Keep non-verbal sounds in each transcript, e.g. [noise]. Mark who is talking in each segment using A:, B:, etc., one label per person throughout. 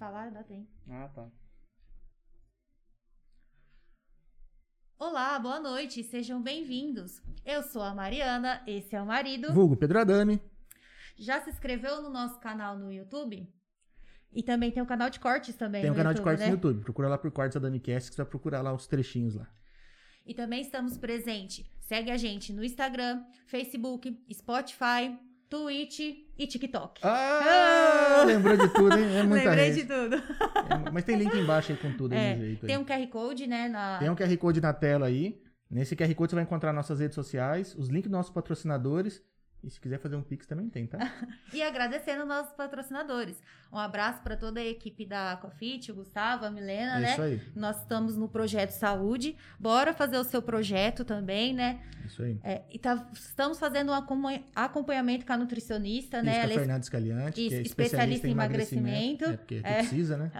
A: Falar, dá tempo.
B: Ah, tá.
A: Olá, boa noite, sejam bem-vindos. Eu sou a Mariana, esse é o marido.
B: Vulgo Pedro Adame.
A: Já se inscreveu no nosso canal no YouTube? E também tem o canal de cortes também.
B: Tem um
A: no
B: canal de
A: YouTube,
B: cortes
A: né?
B: no YouTube. Procura lá por Cortes Adame Cast, que você vai procurar lá os trechinhos lá.
A: E também estamos presentes. Segue a gente no Instagram, Facebook, Spotify, Twitch e TikTok.
B: Ah!
A: Ah!
B: Lembrou de tudo, hein? É muita
A: Lembrei
B: rede.
A: de tudo.
B: É, mas tem link embaixo aí com tudo, aí
A: É,
B: do jeito. aí.
A: Tem um QR Code, né? Na...
B: Tem um QR Code na tela aí. Nesse QR Code você vai encontrar nossas redes sociais, os links dos nossos patrocinadores. E se quiser fazer um Pix também tem, tá?
A: [laughs] E agradecendo nossos patrocinadores. Um abraço para toda a equipe da Cofit, o Gustavo, a Milena,
B: É
A: né?
B: isso aí.
A: Nós estamos no projeto Saúde. Bora fazer o seu projeto também, né?
B: é Isso aí.
A: É, e tá- estamos fazendo um acompanha- acompanhamento com a nutricionista, né?
B: Isso,
A: Ela
B: com a Fernandes Caliante, que
A: Isso,
B: é especialista em
A: especialista em emagrecimento.
B: emagrecimento. É, porque tu
A: É. [laughs]
B: precisa, né?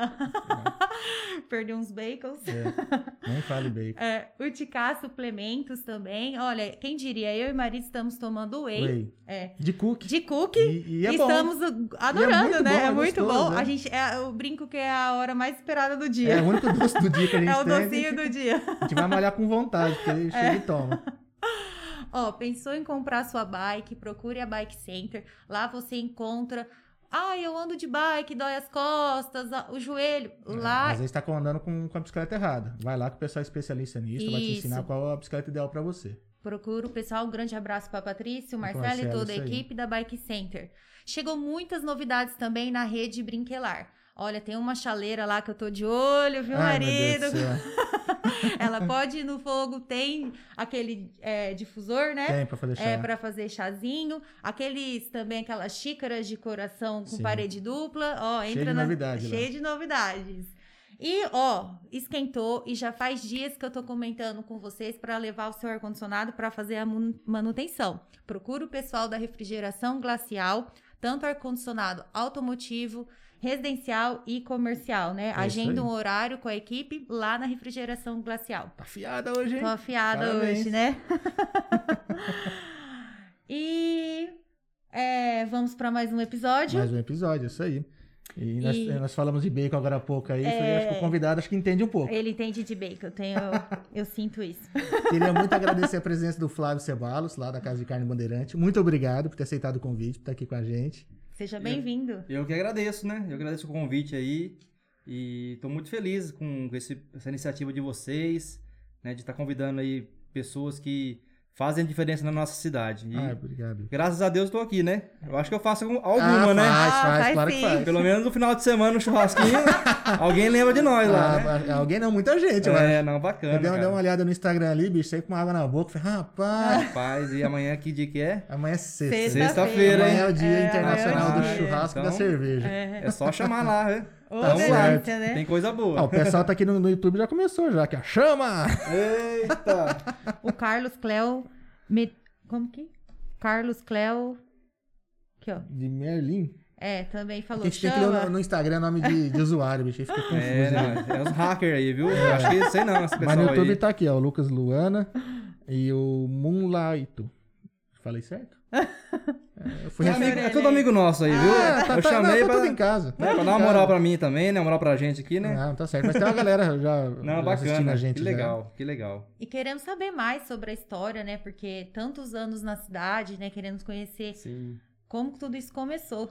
A: perdeu uns bacons. [laughs]
B: É. Nem fale bem.
A: É, Uticá, suplementos também. Olha, quem diria, eu e Marido estamos tomando whey,
B: Whey.
A: É.
B: De cookie.
A: de cookie.
B: E, e é bom.
A: estamos adorando, né?
B: muito bom, é
A: é muito
B: gostoso,
A: bom.
B: né?
A: A gente, é, eu brinco que é a hora mais esperada do
B: É
A: dia.
B: o único doce do dia que a gente
A: [laughs] É o
B: tem.
A: docinho do É. dia.
B: A gente vai malhar com vontade,
A: [laughs]
B: porque ele chega e toma.
A: Ó, pensou em comprar sua bike? Procure a Bike Center. Lá você encontra. Ah, eu ando de bike, dói as costas, a- o joelho.
B: É,
A: Lá.
B: às vezes tá andando com, com a bicicleta errada. Vai lá que o pessoal é especialista nisso, vai te
A: Isso.
B: ensinar qual é a bicicleta ideal pra você.
A: Procura o pessoal. Um grande abraço para Patrícia, o
B: Pro
A: Marcelo,
B: Marcelo,
A: e toda a
B: isso aí.
A: equipe da Bike Center. Chegou muitas novidades também na rede Brinquelar. Olha, tem uma chaleira lá que eu tô de olho, viu,
B: Ai,
A: marido?
B: Meu Deus do céu.
A: Ela pode ir no fogo, tem aquele [laughs] é, difusor, né?
B: Tem pra fazer chá.
A: É, para fazer chazinho. Aqueles também, aquelas xícaras de coração com
B: Sim.
A: parede dupla. Ó,
B: Cheio
A: entra
B: de
A: na...
B: novidade lá.
A: Cheio de novidades. E, ó, esquentou e já faz dias que eu tô comentando com vocês para levar o seu ar-condicionado para fazer a mun- manutenção. Procura o pessoal da refrigeração glacial, tanto ar-condicionado automotivo, residencial e comercial, né?
B: É isso
A: Agenda
B: aí.
A: um horário com a equipe lá na refrigeração glacial.
B: Tá fiada hoje, hein?
A: Tô afiada
B: Parabéns.
A: hoje, né? [laughs] e é, vamos para mais um episódio.
B: Mais um episódio, isso aí. E nós,
A: E- É.
B: nós falamos de bacon agora há pouco aí, isso aí acho que o convidado acho que entende um pouco.
A: Ele entende de bacon, eu, tenho, eu sinto isso.
B: Queria muito agradecer a presença do Flávio Ceballos, lá da Casa de Carne Bandeirante. Muito obrigado por ter aceitado o convite, por estar aqui com a gente.
A: Seja
C: Eu-
A: bem-vindo.
C: Eu que agradeço, né? Eu agradeço o convite aí e tô muito feliz com esse- essa iniciativa de vocês, né? De estar convidando aí pessoas que fazem diferença na nossa cidade. E
B: Ah, obrigado.
C: graças a Deus eu tô aqui, né? Eu acho que eu faço algum- alguma,
B: ah,
C: né?
B: Faz,
A: Ah,
B: faz,
A: faz
B: claro que
A: sim.
B: faz.
C: Pelo menos no final de semana, no
B: [laughs]
C: churrasquinho, alguém lembra de nós lá, né?
B: Ah, Alguém não, muita gente, mano.
C: É, não,
B: Eu
C: bacana,
B: dei, uma- dei uma
C: cara.
B: olhada no Instagram ali, bicho, saí com uma água na boca. Falei,
C: [laughs]
B: rapaz,
C: Rapaz, e amanhã que dia que é?
B: amanhã é sexta.
C: Sexta.
A: Sexta-feira,
B: Amanhã é
A: hein?
B: o Dia
A: É,
B: Internacional
A: amanhã é o
B: do
A: dia.
B: Churrasco e da
C: Então-
B: Cerveja.
A: É.
C: É só chamar lá, né?
A: Ô,
B: Tá
A: delícia, né?
C: Tem coisa
B: Ó, o
C: boa.
B: pessoal tá aqui no, no YouTube já começou, já, que a chama!
C: Eita!
A: O Carlos Cleo. Me... Como que? Carlos Cleo. Aqui, ó.
B: De Merlin.
A: É, também
B: A
A: falou.
B: gente tem que ler no,
A: Chama.
B: no Instagram nome de, de usuário, bicho, aí fica confuso.
C: [laughs] É,
B: né?
C: não, é os hackers aí, viu? Eu Acho que sei não, esse pessoal
B: Mas no YouTube
C: aí.
B: tá aqui, ó, o Lucas Luana e o Moonlighto. Falei certo?
C: [laughs]
B: É, eu fui
C: É,
A: Tá
B: ref-
C: amigo- é
A: Orelha
C: tudo
A: aí.
C: amigo nosso aí, viu?
B: Ah, tá,
C: eu
B: tá, não,
C: chamei
B: tá
C: pra,
B: tudo em casa. tá,
C: né, pra dar uma moral pra mim também, né? Uma moral pra gente aqui, né?
B: Não, tá certo. Mas tem uma galera já
C: [laughs] Não,
B: assistindo
C: bacana.
B: a gente.
C: que
B: já.
C: legal, que legal.
A: E queremos saber mais sobre a história, né? Porque tantos anos na cidade, né? Queremos conhecer
C: Sim.
A: como que tudo isso começou.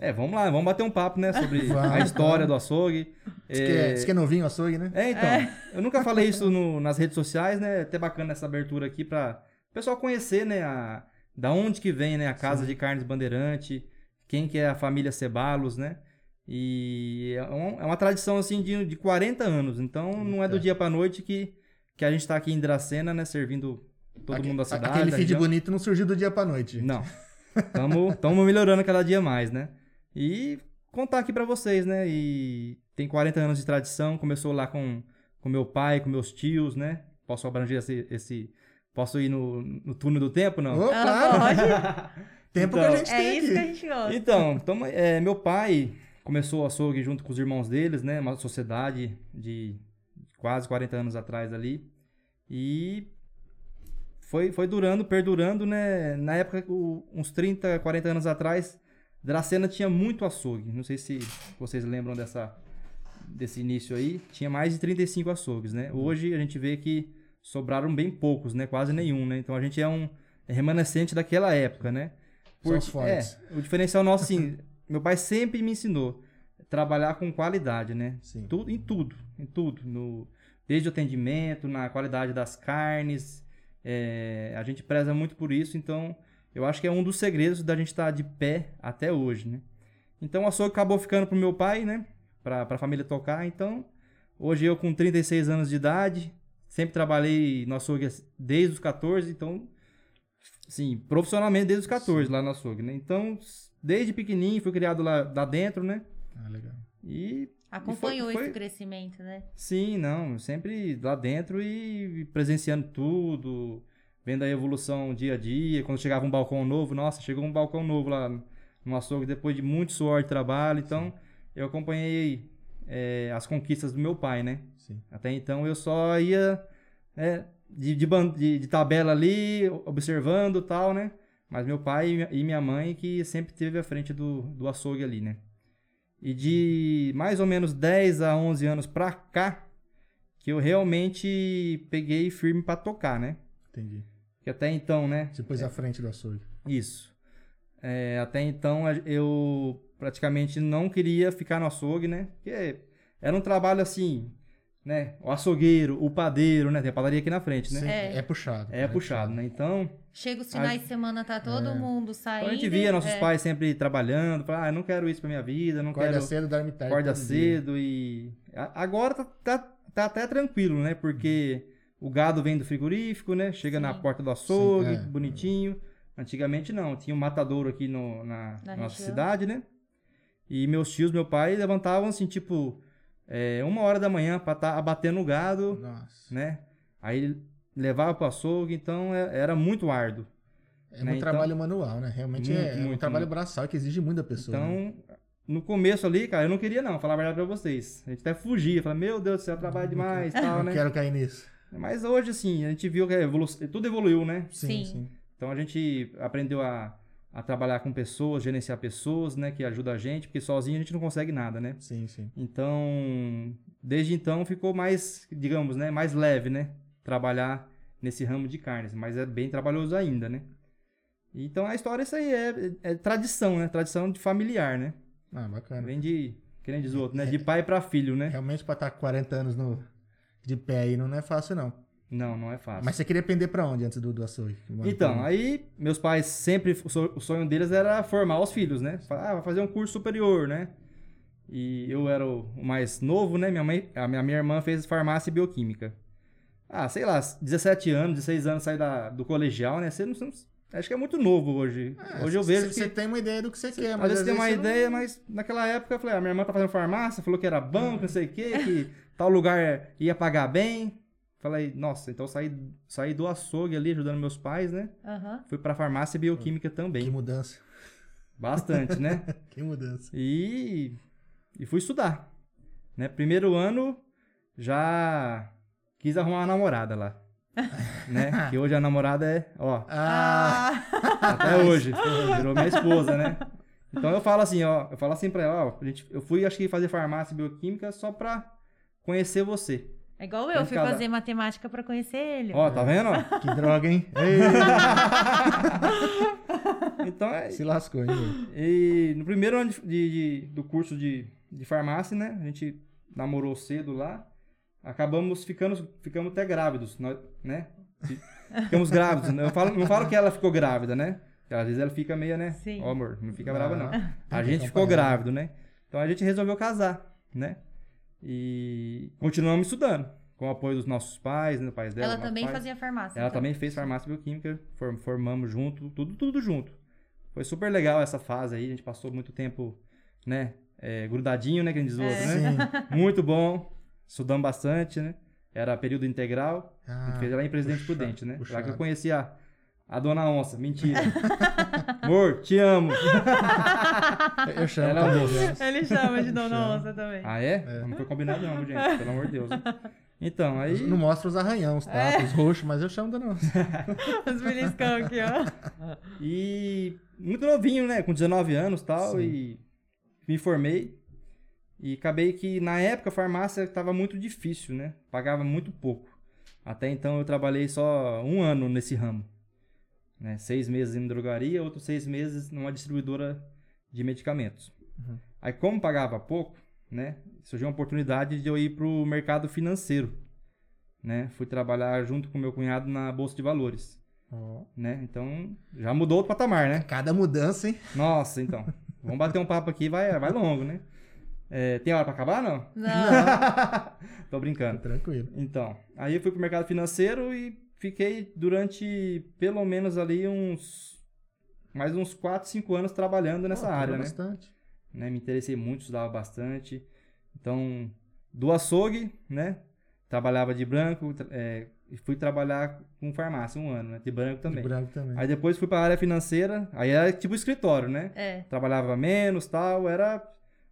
C: É, vamos lá, vamos bater um papo, né? Sobre
B: [laughs]
C: a
B: Vamos,
C: história do açougue.
B: Diz que, é, diz que é novinho o açougue, né?
C: É, então. Eu nunca falei isso no- nas redes sociais, né? É até bacana essa abertura aqui pra o pessoal conhecer, né? A, da onde que vem, né? A Casa de Carnes Bandeirante, quem que é a família Cebalos, né? E é, um- é uma tradição, assim, de, de 40 anos. Então, não é do
B: Eita.
C: dia pra noite que, que a gente tá aqui em Dracena, né? Servindo todo
B: Aque-
C: mundo da cidade. tá
B: Aquele
C: da
B: feed
C: região.
B: bonito não surgiu do dia pra noite.
C: Não. Tamo, tamo melhorando cada dia mais, né? E contar aqui pra vocês, né? E tem 40 anos de tradição, começou lá com com meu pai, com meus tios, né? Posso abranger esse, esse posso ir no, no túnel do tempo, não?
B: Ô,
A: Ah,
B: claro.
A: pode.
B: Tempo que a
C: Então.
B: gente
A: É
B: tem
A: isso que a
B: aqui.
A: gente gosta.
C: Então, tamo- é, meu pai Começou o açougue junto com os irmãos deles, né? Uma sociedade de quase 40 anos atrás ali. E foi, foi durando, perdurando, né? Na época, o- uns 30, 40 anos atrás, Dracena tinha muito açougue. Não sei se vocês lembram dessa, desse início aí. Tinha mais de 35 açougues, né? Hoje a gente vê que sobraram bem poucos, né? Quase nenhum, né? Então a gente é um remanescente daquela época, né?
B: Só os
C: ti-
B: fortes.
C: é, o diferencial nosso, assim, meu pai sempre me ensinou trabalhar com qualidade, né?
B: Sim.
C: Tudo, em tudo, em tudo. No, desde o atendimento, na qualidade das carnes. é, a gente preza muito por isso, então eu acho que é um dos segredos da gente estar de pé até hoje, né? Então o açougue acabou ficando pro meu pai, né? Pra, pra família tocar, então hoje eu com 36 anos de idade, sempre trabalhei no açougue assim, desde os 14, então Sim, profissionalmente desde os 14 lá no açougue, né? Então, s- desde pequenininho fui criado lá, lá dentro, né?
B: Ah, legal.
C: E
A: Acompanhou
C: E foi-
A: esse
C: foi-
A: crescimento, né?
C: sim, não, sempre lá dentro e presenciando tudo, vendo a evolução dia a dia. Quando chegava um balcão novo, nossa, chegou um balcão novo lá no açougue depois de muito suor de trabalho. Então, eu acompanhei eh, as conquistas do meu pai, né?
B: Sim.
C: Até então eu só ia né, de, de, ban- de- de tabela ali, observando e tal, né? Mas meu pai e minha- e minha mãe que sempre esteve à frente do, do açougue ali, né? E de mais ou menos 10 a 11 anos pra cá, que eu realmente peguei firme pra tocar, né?
B: Entendi.
C: Que até então, né?
B: Você pôs à frente do açougue.
C: Isso. É, até então a- eu praticamente não queria ficar no açougue, né? Porque era um trabalho assim, né? O açougueiro, o padeiro, né? Tem a padaria aqui na frente, né?
B: Sim,
A: É.
B: É puxado.
C: É puxado, né? Então,
A: Chega os finais de semana, tá todo mundo saindo.
C: então a gente via nossos
A: é.
C: pais sempre trabalhando, falava, ah, eu não quero isso pra minha vida, não
B: Acorda
C: quero
B: cedo, dorme tarde.
C: acorda
B: todo dia.
C: cedo e a- agora tá, tá- tá até tranquilo, né? Porque o gado vem do frigorífico, né? Chega na
A: Sim.
C: porta do açougue,
B: Sim, é.
C: bonitinho. Antigamente não, tinha um matadouro aqui no- na,
A: Na
C: nossa
A: região.
C: cidade, né? E meus tios, meu pai levantavam assim, tipo, é, uma hora da manhã pra estar abatendo o gado
B: Nossa.
C: né? Aí levava pro açougue, então é- era muito árduo.
B: É
C: né,
B: um
C: então-
B: trabalho manual, né? Realmente
C: Muito,
B: é um
C: muito,
B: trabalho braçal que exige muito da pessoa. né?
C: Então, no começo ali, cara, eu não queria não, falar a verdade pra vocês. A gente até fugia, falava, meu Deus do céu,
B: Uhum.
C: trabalho demais e tal,
B: Não
C: né?
B: quero cair nisso.
C: Mas hoje, assim, a gente viu que a evolu- tudo evoluiu, né?
B: Sim,
A: Sim.
B: sim.
C: Então a gente aprendeu a, a trabalhar com pessoas, gerenciar pessoas, né? Que ajuda a gente, porque sozinho a gente não consegue nada, né?
B: Sim, sim.
C: Então, desde então ficou mais, digamos, né, mais leve, né, trabalhar nesse ramo de carnes, mas é bem trabalhoso ainda, né? Então a história isso aí é, é tradição, né? Tradição de familiar, né?
B: Ah, bacana.
C: Vem de, que nem diz o outro, né? De pai pra filho, né?
B: Realmente pra estar 40 anos no- de pé aí não é fácil, não.
C: Não, não é fácil.
B: Mas você queria pender pra onde antes do, do açougue? Mora
C: Então,
B: com-
C: aí meus pais sempre, o so- o sonho deles era formar os filhos, né? Falar, ah, vai fazer um curso superior, né? E eu era o o mais novo, né? Minha, mãe, a minha, minha irmã fez farmácia e bioquímica. Ah, sei lá, 17 anos, 16 anos, saí da, do colegial, né? Você não, você não- acho que é muito novo hoje.
B: É,
C: hoje eu
B: cê-
C: vejo que...
B: Você tem uma ideia do que você quer,
C: Às
B: mas.
C: vezes tem uma
B: cê não-
C: ideia, mas naquela época eu falei, ah, minha irmã tá fazendo farmácia, falou que era banco, não sei o quê, que tal lugar ia pagar bem. Falei, nossa, então eu saí, saí do açougue ali ajudando meus pais, né?
A: Aham.
C: Fui pra farmácia e bioquímica
B: Que
C: também.
B: mudança.
C: Bastante, né?
B: Que mudança.
C: E, e fui estudar. Né? Primeiro ano, já quis arrumar uma namorada lá. né? Que hoje a namorada é, ó,
B: Ah, [laughs]
C: até hoje. Virou minha esposa, né? Então eu falo assim, ó, eu falo assim pra ela, ó, a gente, eu fui acho que fazer farmácia e bioquímica só pra conhecer você.
A: [laughs] É igual eu,
C: Tem
A: fui
C: cada-
A: fazer matemática pra conhecer ele.
C: Ó, tá vendo? ó?
B: que droga, hein? Ei,
C: Então é,
B: se lascou, hein? meu?
C: E no primeiro ano de- de- de- do curso de, de farmácia, né? A gente namorou cedo lá. Acabamos ficando, ficamos até grávidos, nós- né? Fi- Ficamos grávidos. né? Eu falo, não falo que ela ficou grávida, né? Porque Às vezes ela fica meio, né?
A: Sim.
C: Ó, amor, não fica brava não.
B: Ah,
C: A
B: tem que
C: gente ficou
B: acompanhar.
C: grávido, né? Então a gente resolveu casar, né? E continuamos estudando, com o apoio dos nossos pais, né? Pais dela,
A: Ela
C: nossos
A: também
C: pais.
A: fazia farmácia.
C: Ela
A: então.
C: também fez farmácia bioquímica, form- formamos junto, tudo, tudo junto. Foi super legal essa fase aí, a gente passou muito tempo, né, é, grudadinho, né, que a gente diz o outro, né?
B: É. Sim.
C: Muito bom, estudamos bastante, né? Era período integral, a
B: Ah,
C: gente fez lá em Presidente
B: puxado,
C: Prudente, né? Lá que
B: puxado.
C: eu conheci a, A dona onça, mentira. Amor, te
B: [laughs]
C: amo.
B: Ah, Eu chamo
C: Ela
B: também. né?
C: morreu.
A: Ele chama de Dona
B: Chama.
A: Onça também.
C: Ah, é? Não foi combinado não, gente. Pelo amor de Deus. né?
B: [laughs]
C: Então, aí... É.
B: Não mostra os arranhão, os tapas, os roxos, mas eu chamo da não.
A: Os beliscão aqui, ó.
C: E muito novinho, né? Com 19 anos e tal,
B: Sim.
C: e me formei. E acabei que, na época, a farmácia estava muito difícil, né? Pagava muito pouco. Até então eu trabalhei só um ano nesse ramo. Né? Seis meses em drogaria, outros seis meses numa distribuidora de medicamentos.
B: Uhum.
C: Aí, como pagava pouco, né? Surgiu uma oportunidade de eu ir para o mercado financeiro. Né? Fui trabalhar junto com meu cunhado na Bolsa de Valores
B: Ó,
C: né? Então, já mudou o patamar, né?
B: Cada mudança, hein?
C: Nossa, então. Vamos bater um papo aqui, vai, vai longo, né? É, tem hora pra acabar, não? [laughs]
A: Não.
C: Tô brincando.
B: Tranquilo.
C: Então, aí eu fui pro mercado financeiro e fiquei durante pelo menos ali uns. Mais uns 4, 5 anos trabalhando nessa
B: Ó,
C: área, né?
B: bastante.
C: né? Me interessei muito, estudava bastante. Então, do açougue, né? Trabalhava de branco, tra- é, e fui trabalhar com farmácia um ano, né? De branco também.
B: De branco também.
C: Aí depois fui pra área financeira, aí era tipo escritório, né?
A: [laughs] É.
C: Trabalhava menos tal, era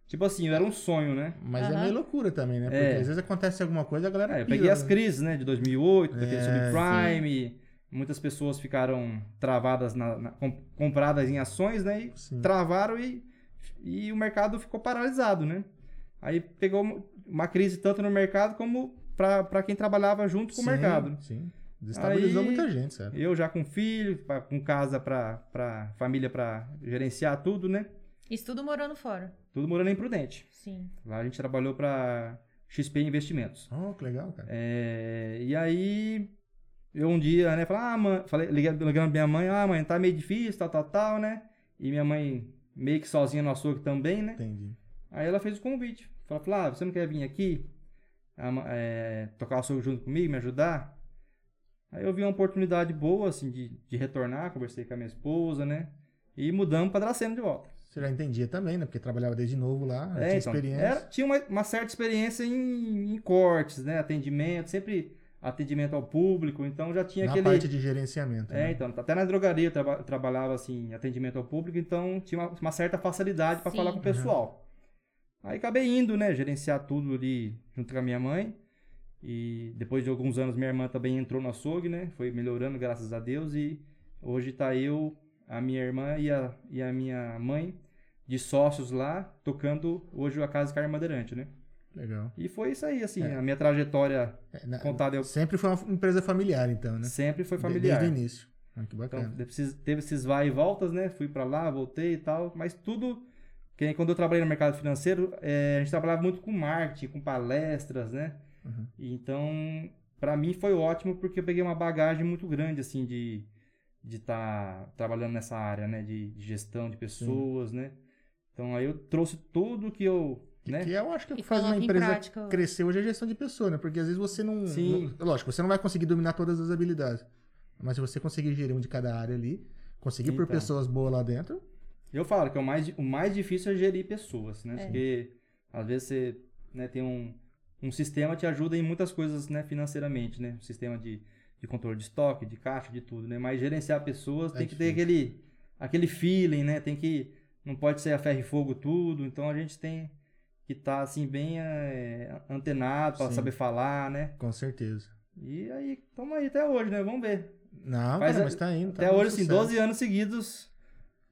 C: tipo assim, era um sonho, né?
B: Mas é
A: Aham.
B: meio loucura também, né? Porque
C: É.
B: às vezes acontece alguma coisa, a galera
C: É, eu
B: pira,
C: peguei as
B: né?
C: crises, né, de 2008, daquele
B: É,
C: subprime, muitas pessoas ficaram travadas, na, na- com- compradas em ações, né, e
B: Sim.
C: travaram e, e o mercado ficou paralisado, né? Aí pegou uma- uma crise tanto no mercado como para quem trabalhava junto com
B: Sim,
C: o mercado.
B: Sim. Desestabilizou
C: Aí-
B: muita gente, sabe?
C: Eu já com filho, pra- com casa pra, pra família pra gerenciar tudo, né?
A: Isso tudo morando fora.
C: Tudo morando em Prudente.
A: Sim.
C: Lá a gente trabalhou pra XP Investimentos.
B: Oh, que legal, cara.
C: É, e aí, eu um dia, né, falei, ah, mãe, falei, liguei, ligando pra minha mãe, ah, mãe, tá meio difícil, tal, tal, tal, né? E minha mãe meio que sozinha no açougue também, né?
B: Entendi.
C: Aí ela fez o convite. Falou, Flávio, você não quer vir aqui ah, ma- eh, tocar o seu junto comigo, me ajudar? Aí eu vi uma oportunidade boa, assim, de, de retornar, conversei com a minha esposa, né? E mudamos pra Dracena de volta.
B: Você já entendia também, né? Porque trabalhava desde novo lá, já
C: É,
B: tinha
C: então,
B: experiência.
C: era- tinha uma, uma certa experiência em, em cortes, né? Atendimento, sempre atendimento ao público, então já tinha
B: na
C: aquele...
B: parte de gerenciamento.
C: É,
B: né?
C: então, até na drogaria eu traba- trabalhava assim, atendimento ao público, então tinha uma, uma certa facilidade para
A: Sim.
C: falar com o pessoal. Aí acabei indo, né, gerenciar tudo ali junto com a minha mãe. E depois de alguns anos minha irmã também entrou no açougue, né? Foi melhorando, graças a Deus, e hoje tá eu, a minha irmã e a, e a minha mãe de sócios lá, tocando hoje a Casa de Carne Madeirante, né?
B: Legal.
C: E foi isso aí, assim,
B: É.
C: a minha trajetória
B: É, na-
C: contada eu-
B: Sempre foi uma empresa familiar, então, né?
C: sempre foi
B: De-
C: familiar.
B: Desde o início. Ah, que
C: Então,
B: bacana.
C: teve esses- teve esses vai e voltas, né? Fui pra lá, voltei e tal, mas tudo. que Quando eu trabalhei no mercado financeiro, eh, a gente trabalhava muito com marketing, com palestras, né?
B: Uhum.
C: E Então, pra mim foi ótimo porque eu peguei uma bagagem muito grande, assim, de de estar trabalhando nessa área, né? De, de gestão de pessoas, né? Então, aí eu trouxe tudo que eu, né?
B: Que eu acho que é o
A: E
B: que faz uma
A: coloca em
B: empresa
A: prática.
B: crescer hoje é a gestão de pessoa, né? Porque às vezes você não,
C: Sim.
B: não- Lógico, você não vai conseguir dominar todas as habilidades. Mas se você conseguir gerir um de cada área ali, conseguir por
C: Então.
B: pessoas boas lá dentro,
C: Eu falo que o mais, o mais difícil é gerir pessoas, né? Porque às vezes você né, tem um, um sistema que te ajuda em muitas coisas né, financeiramente, né? Um sistema de, de controle de estoque, de caixa, de tudo, né? Mas gerenciar pessoas
B: É
C: tem que ter aquele, aquele feeling, né? Tem que. Não pode ser a ferro e fogo tudo. Então a gente tem que estar assim, bem eh, antenado para
B: Sim.
C: saber falar, né?
B: com certeza.
C: E aí, estamos aí até hoje, né? Vamos ver.
B: Não,
C: Mas
B: cara,
C: a-
B: mas tá indo. tá
C: até
B: um
C: hoje, assim,
B: sucesso.
C: 12 anos seguidos,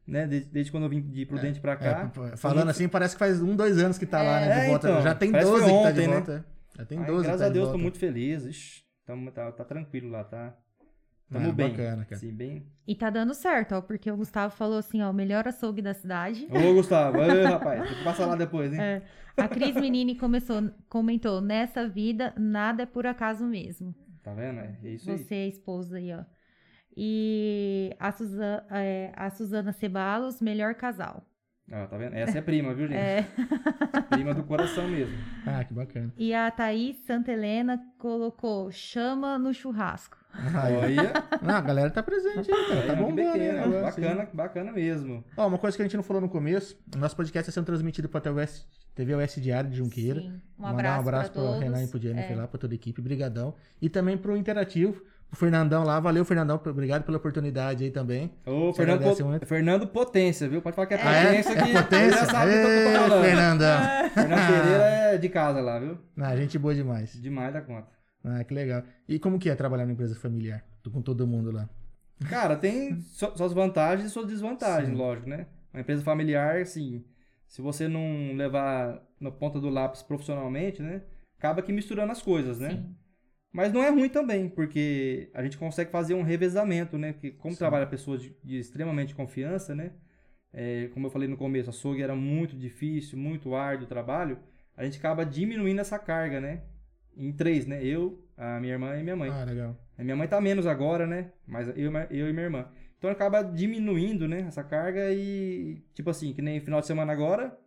C: né? Desde, desde quando eu vim de Prudente pra cá.
B: É, p- p- falando assim, parece que faz um, dois anos que tá lá, né? De
C: É,
B: volta.
C: então,
B: Já tem
C: parece que
B: 12
C: foi
B: que tá de
C: ontem, né?
B: volta. Já tem
C: Ai,
B: 12 que
C: graças
B: tá
C: a
B: de
C: Deus,
B: volta.
C: tô muito feliz. Ixi, tamo- tá, tá tranquilo lá, tá? Tamo
B: Ah,
C: bem.
B: Bacana, cara.
C: Assim, bem.
A: E tá dando certo, ó, porque o Gustavo falou assim, ó, o melhor açougue da
C: [laughs]
A: cidade.
C: Ô, Gustavo, ô, rapaz, tem que passar lá depois, hein?
A: É. A Cris Menini começou, comentou, nessa vida nada é por acaso mesmo.
C: Tá vendo? É é isso aí.
A: Você, é esposa aí, ó. E a, Suzana, é, a Suzana Cebalos, melhor casal.
C: Ah, tá vendo? Essa é prima, viu, gente?
A: É.
C: Prima do coração mesmo.
B: Ah, que bacana.
A: E a Thaís Santa Helena colocou chama no churrasco.
B: [laughs] Aí,
C: Olha,
B: Não, a galera tá
C: [laughs]
B: presente, hein, cara.
C: olha,
B: Tá
C: que
B: bombando,
C: pequeno,
B: né? agora,
C: É, Bacana, bacana mesmo.
B: assim. Ó, uma coisa que a gente não falou no começo, o nosso podcast está sendo transmitido pra TVS, TV US Diário de Junqueira.
A: Sim. Um
B: Mandar
A: abraço,
B: um abraço
A: pra
B: pro
A: todos. É.
B: Renan e pro Jennifer lá, pra toda a equipe, brigadão. E também pro Interativo, O Fernandão lá, valeu, Fernandão. Obrigado pela oportunidade aí também.
C: Ô,
B: Você
C: Fernando,
B: agradece
C: Po-
B: muito.
C: Fernando Potência, viu? Pode falar que é
B: Ah, é?
C: potência que
B: É
C: já
B: potência?
C: sabe do que eu tô
B: Ê,
C: falando.
B: Fernandão.
C: Fernando Pereira é de casa lá, viu?
B: Ah, gente boa demais.
C: Demais da conta.
B: Ah, que legal. E como que é trabalhar numa empresa familiar? Tô com todo mundo lá.
C: Cara, tem su- suas vantagens e suas desvantagens,
B: Sim.
C: lógico, né? Uma empresa familiar, assim, se você não levar na ponta do lápis profissionalmente, né? Acaba que misturando as coisas, né?
A: Sim.
C: Mas não é ruim também, porque a gente consegue fazer um revezamento, né? Porque como
B: Sim.
C: trabalha pessoas de, de extremamente confiança, né? É, como eu falei no começo, açougue era muito difícil, muito árduo o trabalho. A gente acaba diminuindo essa carga, né? Em três, né? Eu, a minha irmã e minha mãe.
B: Ah, legal.
C: A minha mãe tá menos agora, né? Mas eu, eu e minha irmã. Então acaba diminuindo, né? Essa carga e, tipo assim, que nem final de semana agora,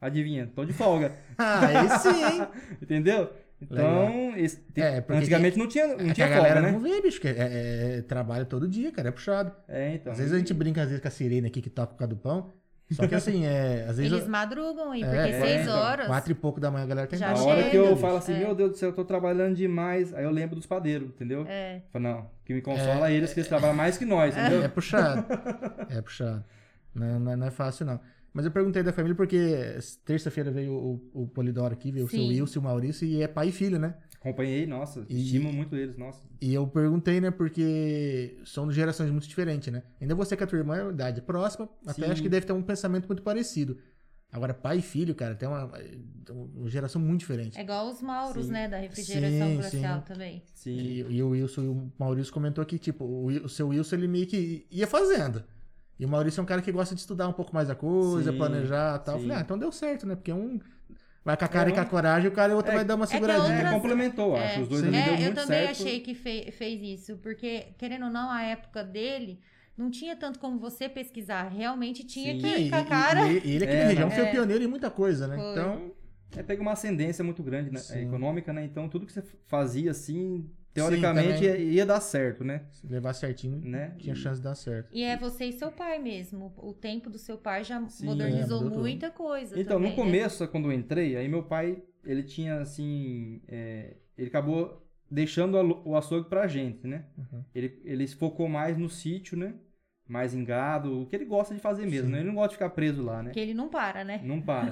C: adivinha, tô de folga. [laughs]
B: Ah, aí sim, hein?
C: entendeu? Então, esse- te-
B: É, porque
C: antigamente não tinha, não
B: [laughs] É que
C: tinha
B: a
C: folga,
B: galera
C: né?
B: não vê, bicho, que é, é- trabalha todo dia, cara, é puxado.
C: É, então.
B: às vezes a gente brinca às vezes com a sirene aqui que toca por causa do pão. Só que assim, é, às vezes
A: Eles madrugam aí,
B: É,
A: porque
B: é,
A: seis
C: então,
A: horas.
B: quatro e pouco da manhã a galera tá em
A: Já
C: A
B: casa.
C: hora
A: chega,
C: que eu
B: bicho.
C: falo assim,
A: é.
C: meu Deus do céu, eu tô trabalhando demais, aí eu lembro dos padeiros, entendeu?
A: É.
C: Falo, não, o que me consola é, eles que eles trabalham mais que nós, entendeu?
B: É, é puxado. É puxado. Não, não é- não é fácil, não. Mas eu perguntei da família porque terça-feira veio o, o Polidoro aqui, veio o seu
A: Sim.
B: Wilson, o Maurício, e é pai e filho, né?
C: Acompanhei, nossa,
B: E-
C: estimo muito eles, nossa.
B: E eu perguntei, né? Porque são de gerações muito diferentes, né? Ainda você com a tua irmã é uma idade próxima, até
C: Sim.
B: acho que deve ter um pensamento muito parecido. Agora, pai e filho, cara, tem uma, é, uma geração muito diferente.
A: É igual os mauros,
C: Sim.
A: né? Da refrigeração
B: Sim,
A: glacial
B: sim.
A: também.
C: Sim.
B: E, e o Wilson e o Maurício comentou que, tipo, o, Wil- o seu Wilson, ele meio que ia fazendo. E o Maurício é um cara que gosta de estudar um pouco mais a coisa,
C: Sim,
B: planejar e tal. Eu Falei, ah,
C: sim.
B: então deu certo, né? Porque um vai com a cara
C: É,
B: e com a
C: um-
B: coragem, o cara e o outro
C: é-
B: vai dar uma
A: que a
B: seguradinha.
A: outra-
C: É, complementou,
A: É,
C: acho. Os dois
B: Sim.
C: ali deu
A: É,
C: muito
A: eu também
C: certo.
A: achei que fe- fez isso, porque, querendo ou não, a época dele não tinha tanto como você pesquisar. Realmente tinha
C: Sim.
A: que
B: É,
A: ir
B: e,
A: assim, com a cara.
B: e- e ele aqui
C: É,
B: na região
C: né?
B: foi
A: É.
B: pioneiro em muita coisa, né?
A: Foi.
B: Então,
C: É, pega uma ascendência muito grande né,
B: Sim.
C: econômica, né? Então tudo que você fazia assim, teoricamente, ia,
B: também.
C: ia dar certo, né?
B: se levar certinho,
C: Né?
B: tinha
C: E-
B: chance de dar certo.
A: E é você e seu pai mesmo. O tempo do seu pai já
C: Sim,
B: é,
A: modernizou
B: mudou tudo.
A: muita coisa.
C: Então,
A: também,
C: no
A: né?
C: começo, quando eu entrei, aí meu pai, ele tinha assim. é, ele acabou deixando o alu- o açougue pra gente, né?
B: Uhum.
C: Ele, ele se focou mais no sítio, né? Mais em gado, o que ele gosta de fazer mesmo,
B: Sim.
C: né? Ele não gosta de ficar preso lá, né?
A: Porque ele não para, né?
C: Não para.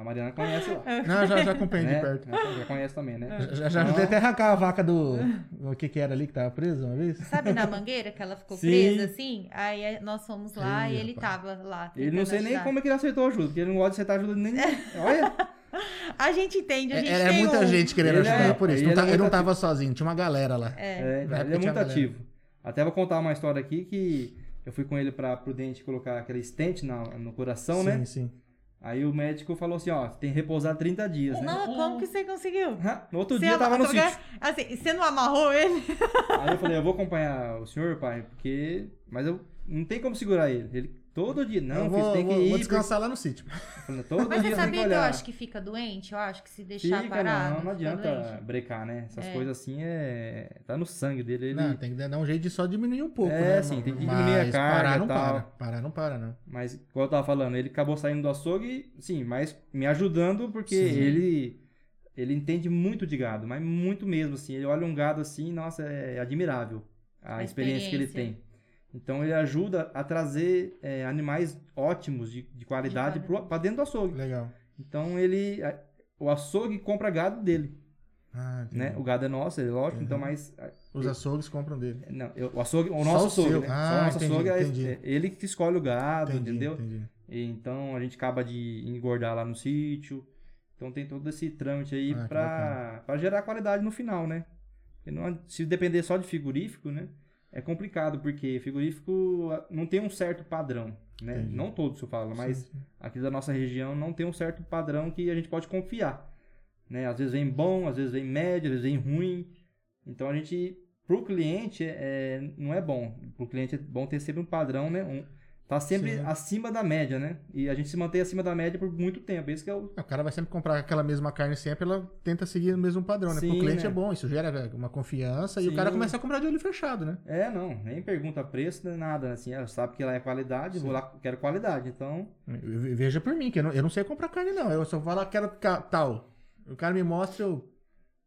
C: A Mariana conhece lá.
B: Não, já, já compreendi
C: né?
B: É perto.
C: Já conhece também, né?
B: Já, já ajudei
C: Não.
B: até a arrancar a vaca do. O que que era ali que tava presa uma vez?
A: Sabe na mangueira que ela ficou
C: Sim.
A: presa assim? Aí é, nós fomos lá
B: Ih,
A: e ele
B: rapaz.
A: tava lá.
C: Ele não
A: tentando
C: sei nem
A: ajudar.
C: como é que ele aceitou ajuda, porque ele não gosta de aceitar ajuda de nem. Olha!
A: A gente entende, a
B: É,
A: gente
B: era
A: tem
B: muita
A: um-
B: gente querendo
C: Ele é-
B: ajudar por isso.
C: ele
B: Não tá-
C: é
B: ele não
C: muito
B: tava sozinho, tinha uma galera lá.
A: É.
C: É,
B: Na
C: ele
B: época tinha
C: é muito
B: uma galera.
C: ativo. Até vou contar uma história aqui que eu fui com ele pra Prudente colocar aquela estente na- no coração,
B: sim,
C: né?
B: sim.
C: Aí o médico falou assim, ó, tem que repousar 30 dias, né?
A: Não, como que você conseguiu?
C: Hã? No outro
A: Você
C: dia eu
A: ama-
C: tava no
A: como que é?
C: sítio.
A: Assim, você não amarrou ele?
C: Aí eu falei, eu vou acompanhar o senhor, pai, porque... Mas eu não tem como segurar ele. Ele todo dia, não,
B: eu
C: filho,
B: vou,
C: você tem
B: vou-
C: que ir.
B: vou descansar lá no sítio.
C: porque- falei, todo
A: Mas
C: dia
A: você
C: tem
A: sabia que eu
C: olhar.
A: acho que fica doente? Eu acho que se deixar
C: Fica,
A: parado.
C: não, não
A: fica
C: adianta
A: doente.
C: brecar, né? Essas
A: É.
C: coisas assim é... Tá no sangue dele. Ele...
B: Não, tem que dar um jeito de só diminuir um pouco,
C: É,
B: né?
C: sim, tem que
B: Mas
C: diminuir a carga
B: Parar não
C: e tal.
B: para. Parar não para, né? não.
C: Mas, como eu tava falando, ele acabou saindo do açougue, sim, mas me ajudando, porque
B: Sim.
C: ele ele entende muito de gado, mas muito mesmo, assim. Ele olha um gado assim, nossa, é admirável a,
A: A
C: experiência, que ele
A: experiência.
C: tem. Então, ele ajuda a trazer é, animais ótimos, de, de qualidade,
A: qualidade.
C: para dentro do açougue.
B: Legal.
C: Então, ele... a- o açougue compra gado dele,
B: Ah, entendi.
C: né? O gado é nosso, é lógico,
B: Uhum.
C: então, mas... a-
B: Os açougues compram dele.
C: Não, eu- o açougue...
B: Só
C: O nosso
B: o seu.
C: açougue, né?
B: Ah,
C: Só o nosso
B: entendi,
C: açougue, é-
B: entendi.
C: é ele que escolhe o gado,
B: Entendi,
C: entendeu?
B: entendi.
C: E Então a gente acaba de engordar lá no sítio. Então tem todo esse trâmite aí
B: Ah, que
C: pra para gerar qualidade no final, né? Porque não ad- se depender só de frigorífico, né? É complicado, porque frigorífico ah, não tem um certo padrão, né?
B: Entendi.
C: Não todos, eu falo, mas
B: Sim, sim.
C: aqui da nossa região não tem um certo padrão que a gente pode confiar. Né? Às vezes vem bom, às vezes vem médio, às vezes vem ruim. Então a gente, para o cliente, é, não é bom. Para o cliente é bom ter sempre um padrão, né? Um, tá sempre
B: Sim.
C: acima da média, né? E a gente se mantém acima da média por muito tempo. Esse que é o.
B: O cara vai sempre comprar aquela mesma carne sempre, ela tenta seguir o mesmo padrão, né? Pro
C: Sim,
B: cliente
C: né?
B: é bom, isso gera uma confiança e o
C: Sim.
B: cara começa a comprar de olho fechado, né?
C: É, não, nem pergunta preço, nem nada. Assim, ela sabe que lá é qualidade, vou lá, quero qualidade. Então,
B: Eu- eu- Veja por mim, que eu não, eu não sei comprar carne, não. Eu só falo, quero ca- tal. O cara me mostra, eu.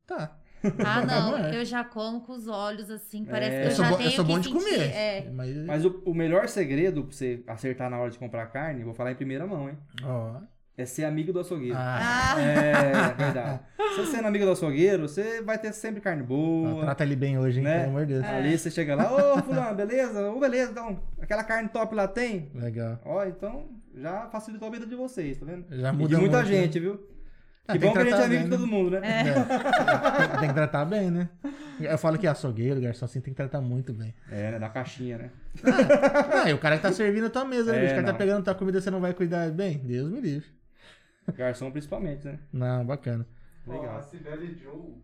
B: Tá.
A: Ah, não,
B: Não é.
A: eu já como com os olhos assim, parece
C: É.
A: que eu
C: Eu
B: sou
A: já
B: bom- eu
A: tenho
B: sou
A: que
B: bom de
A: sentir.
B: comer.
A: É.
B: Mas,
C: Mas o, o melhor segredo pra você acertar na hora de comprar carne, vou falar em primeira mão, hein?
B: ó.
C: É ser amigo do açougueiro.
B: Ah,
A: Ah,
C: É, verdade. Você sendo amigo do açougueiro, você vai ter sempre carne boa.
B: trata ele bem hoje, hein?
C: Né?
B: Pelo amor de Deus.
C: Ali você chega lá, ô fulano, beleza? Ô, beleza, então, aquela carne top lá tem?
B: Legal.
C: Ó, então, já facilitou a vida de vocês, tá vendo?
B: Já
C: E
B: Ah, muda
C: de muita
B: muito,
C: gente, viu?
B: Ah,
C: que
B: tem
C: bom que a gente é
B: tratar
C: amigo
B: bem,
C: de
B: né?
C: todo mundo, né?
A: É.
B: É, tem, tem que tratar bem, né? Eu falo que açougueiro, garçom, assim, tem que tratar muito bem.
C: É, né? Da caixinha, né?
B: Ah, e o cara que tá servindo a tua mesa, né?
C: É,
B: bicho? o cara
C: não.
B: tá pegando tua comida, você não vai cuidar bem? Deus me livre.
C: Garçom principalmente, né?
B: Não, bacana.
D: Ó, a
C: Legal.
D: Cibele Joe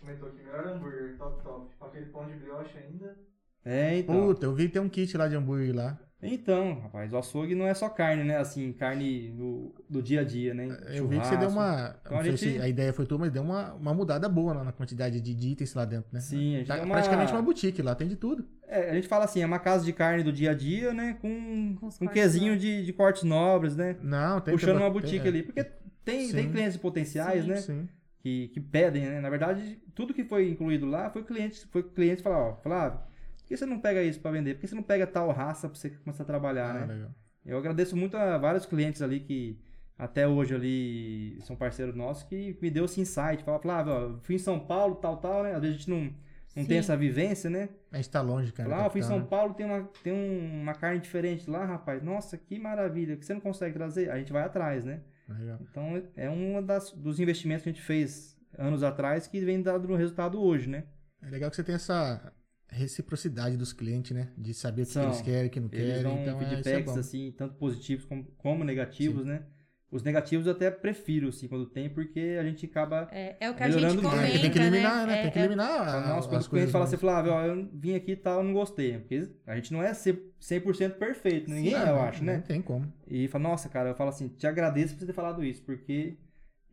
D: comentou aqui, melhor hambúrguer, top, top. Com aquele pão de brioche ainda.
C: É, então.
B: Puta, eu vi que tem um kit lá de hambúrguer lá.
C: Então, rapaz, o açougue não é só carne, né? Assim, carne do, do dia a dia, né?
B: Eu vi que você deu
C: Churrasco.
B: uma.
C: Então
B: Não
C: a
B: sei
C: gente-
B: se a ideia foi tua, mas deu uma, uma mudada boa lá na quantidade de de itens lá dentro, né?
C: Sim, a gente
B: Tá
C: deu uma-
B: praticamente uma boutique lá, tem de tudo.
C: É, a gente fala assim, é uma casa de carne do dia a dia, né? Com,
A: Com os
C: um
A: cortes
C: quesinho de, de cortes nobres, né?
B: Não, tem
C: Puxando
B: tem- tem-
C: uma boutique
B: é.
C: ali. Porque tem,
B: Sim.
C: tem clientes potenciais,
A: Sim.
C: né?
B: Sim.
C: Que, que pedem, né? Na verdade, tudo que foi incluído lá foi cliente, foi cliente falar, ó, Flávio, por que você não pega isso pra vender? Por que você não pega tal raça pra você começar a trabalhar,
B: Ah,
C: né?
B: legal.
C: Eu agradeço muito a vários clientes ali que até hoje ali são parceiros nossos que me deu esse insight. Fala, Flávio, ó, eu fui em São Paulo, tal, tal, né? Às vezes a gente não, não tem
A: Sim.
C: essa vivência, né?
B: A gente tá longe, cara.
C: Lá,
B: da
C: eu fui em
B: capital,
C: São Paulo, tem uma, tem um- uma carne diferente lá, rapaz. Nossa, que maravilha. Que você não consegue trazer? A gente vai atrás, né?
B: né? Legal.
C: Então, é um das, dos investimentos que a gente fez anos atrás que vem dando resultado hoje, né?
B: É legal que você tem essa reciprocidade dos clientes, né? De saber o que, que
C: São.
B: eles querem, o que não
C: Eles dão
B: querem. Então, é, isso é
C: feedbacks,
B: bom.
C: assim, tanto positivos como, como negativos, né? Os negativos eu até prefiro, assim, quando tem, porque a gente acaba...
A: é, é o que a gente
C: Melhorando muito.
A: comenta,
B: É, tem que eliminar, né?
A: É,
B: tem que
A: é-
B: eliminar
C: Fala,
B: a-
C: Nossa, quando
B: as
C: o
B: coisas.
C: cliente fala
B: ruins.
C: assim, Flávio, ó, eu vim aqui e tal, não gostei. Porque a gente não é 100% perfeito, ninguém é, eu
B: Ah,
C: acho, né?
B: Não tem como.
C: E fala, nossa, cara, eu falo assim, te agradeço por você ter falado isso, porque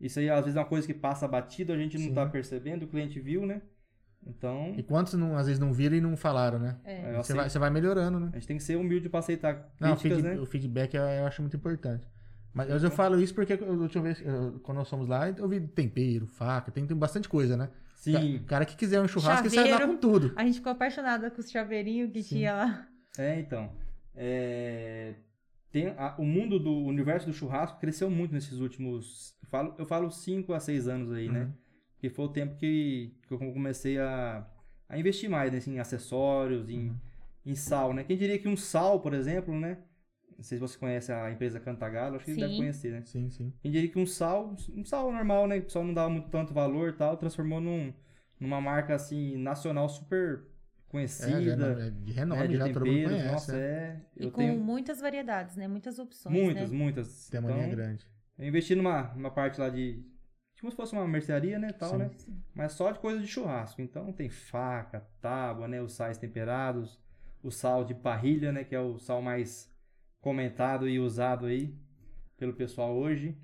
C: isso aí às vezes é uma coisa que passa batido, a gente não
B: Sim.
C: tá percebendo, o cliente viu, né? Então,
B: E quantos não, às vezes não viram e não falaram, né?
A: é.
C: eu
B: Você
C: aceito-
B: vai, você vai melhorando, né?
C: a gente tem que ser humilde pra aceitar
B: Não, o,
C: críticas,
B: feed-
C: né?
B: o feedback eu, eu acho muito importante. Mas mas eu falo isso porque eu, deixa eu ver, eu- quando nós fomos lá, eu vi tempero, faca, tem, tem bastante coisa, né?
C: Sim,
B: Ca- cara que quiser um churrasco, ele sai lá
A: Chaveiro.
B: com tudo.
A: A gente ficou apaixonada com os chaveirinhos que
B: Sim.
A: tinha lá.
C: é, então. É, tem a- o mundo do o universo do churrasco cresceu muito nesses últimos, eu falo, eu falo cinco a seis anos aí, né?
B: Uhum.
C: Porque foi o tempo que, que eu comecei a, a investir mais né, assim, em acessórios, em,
B: Uhum.
C: em sal, né? Quem diria que um sal, por exemplo, né? Não sei se você conhece a empresa Cantagalo, acho que
A: Sim.
C: deve conhecer, né?
B: Sim, sim.
C: Quem diria que um sal, um sal normal, né? Que o pessoal não dava muito tanto valor e tal, transformou num, numa marca, assim, nacional
B: É,
C: super
B: já
C: conhecida,
B: não- é de
C: né?
B: renome
C: De
B: já, todo mundo
C: temperos,
B: conhece.
C: nossa,
B: né?
C: é...
A: E
C: Eu
A: com
C: tenho
A: muitas variedades, né? Muitas opções,
C: muitas,
A: né?
C: muitas.
B: Tem uma linha
C: Então,
B: grande.
C: eu investi numa, numa parte lá de... Como se fosse uma mercearia, né? Tal,
B: Sim.
C: né? mas só de coisa de churrasco. Então tem faca, tábua, né, os sais temperados, o sal de parrilha, né, que é o sal mais comentado e usado aí pelo pessoal hoje.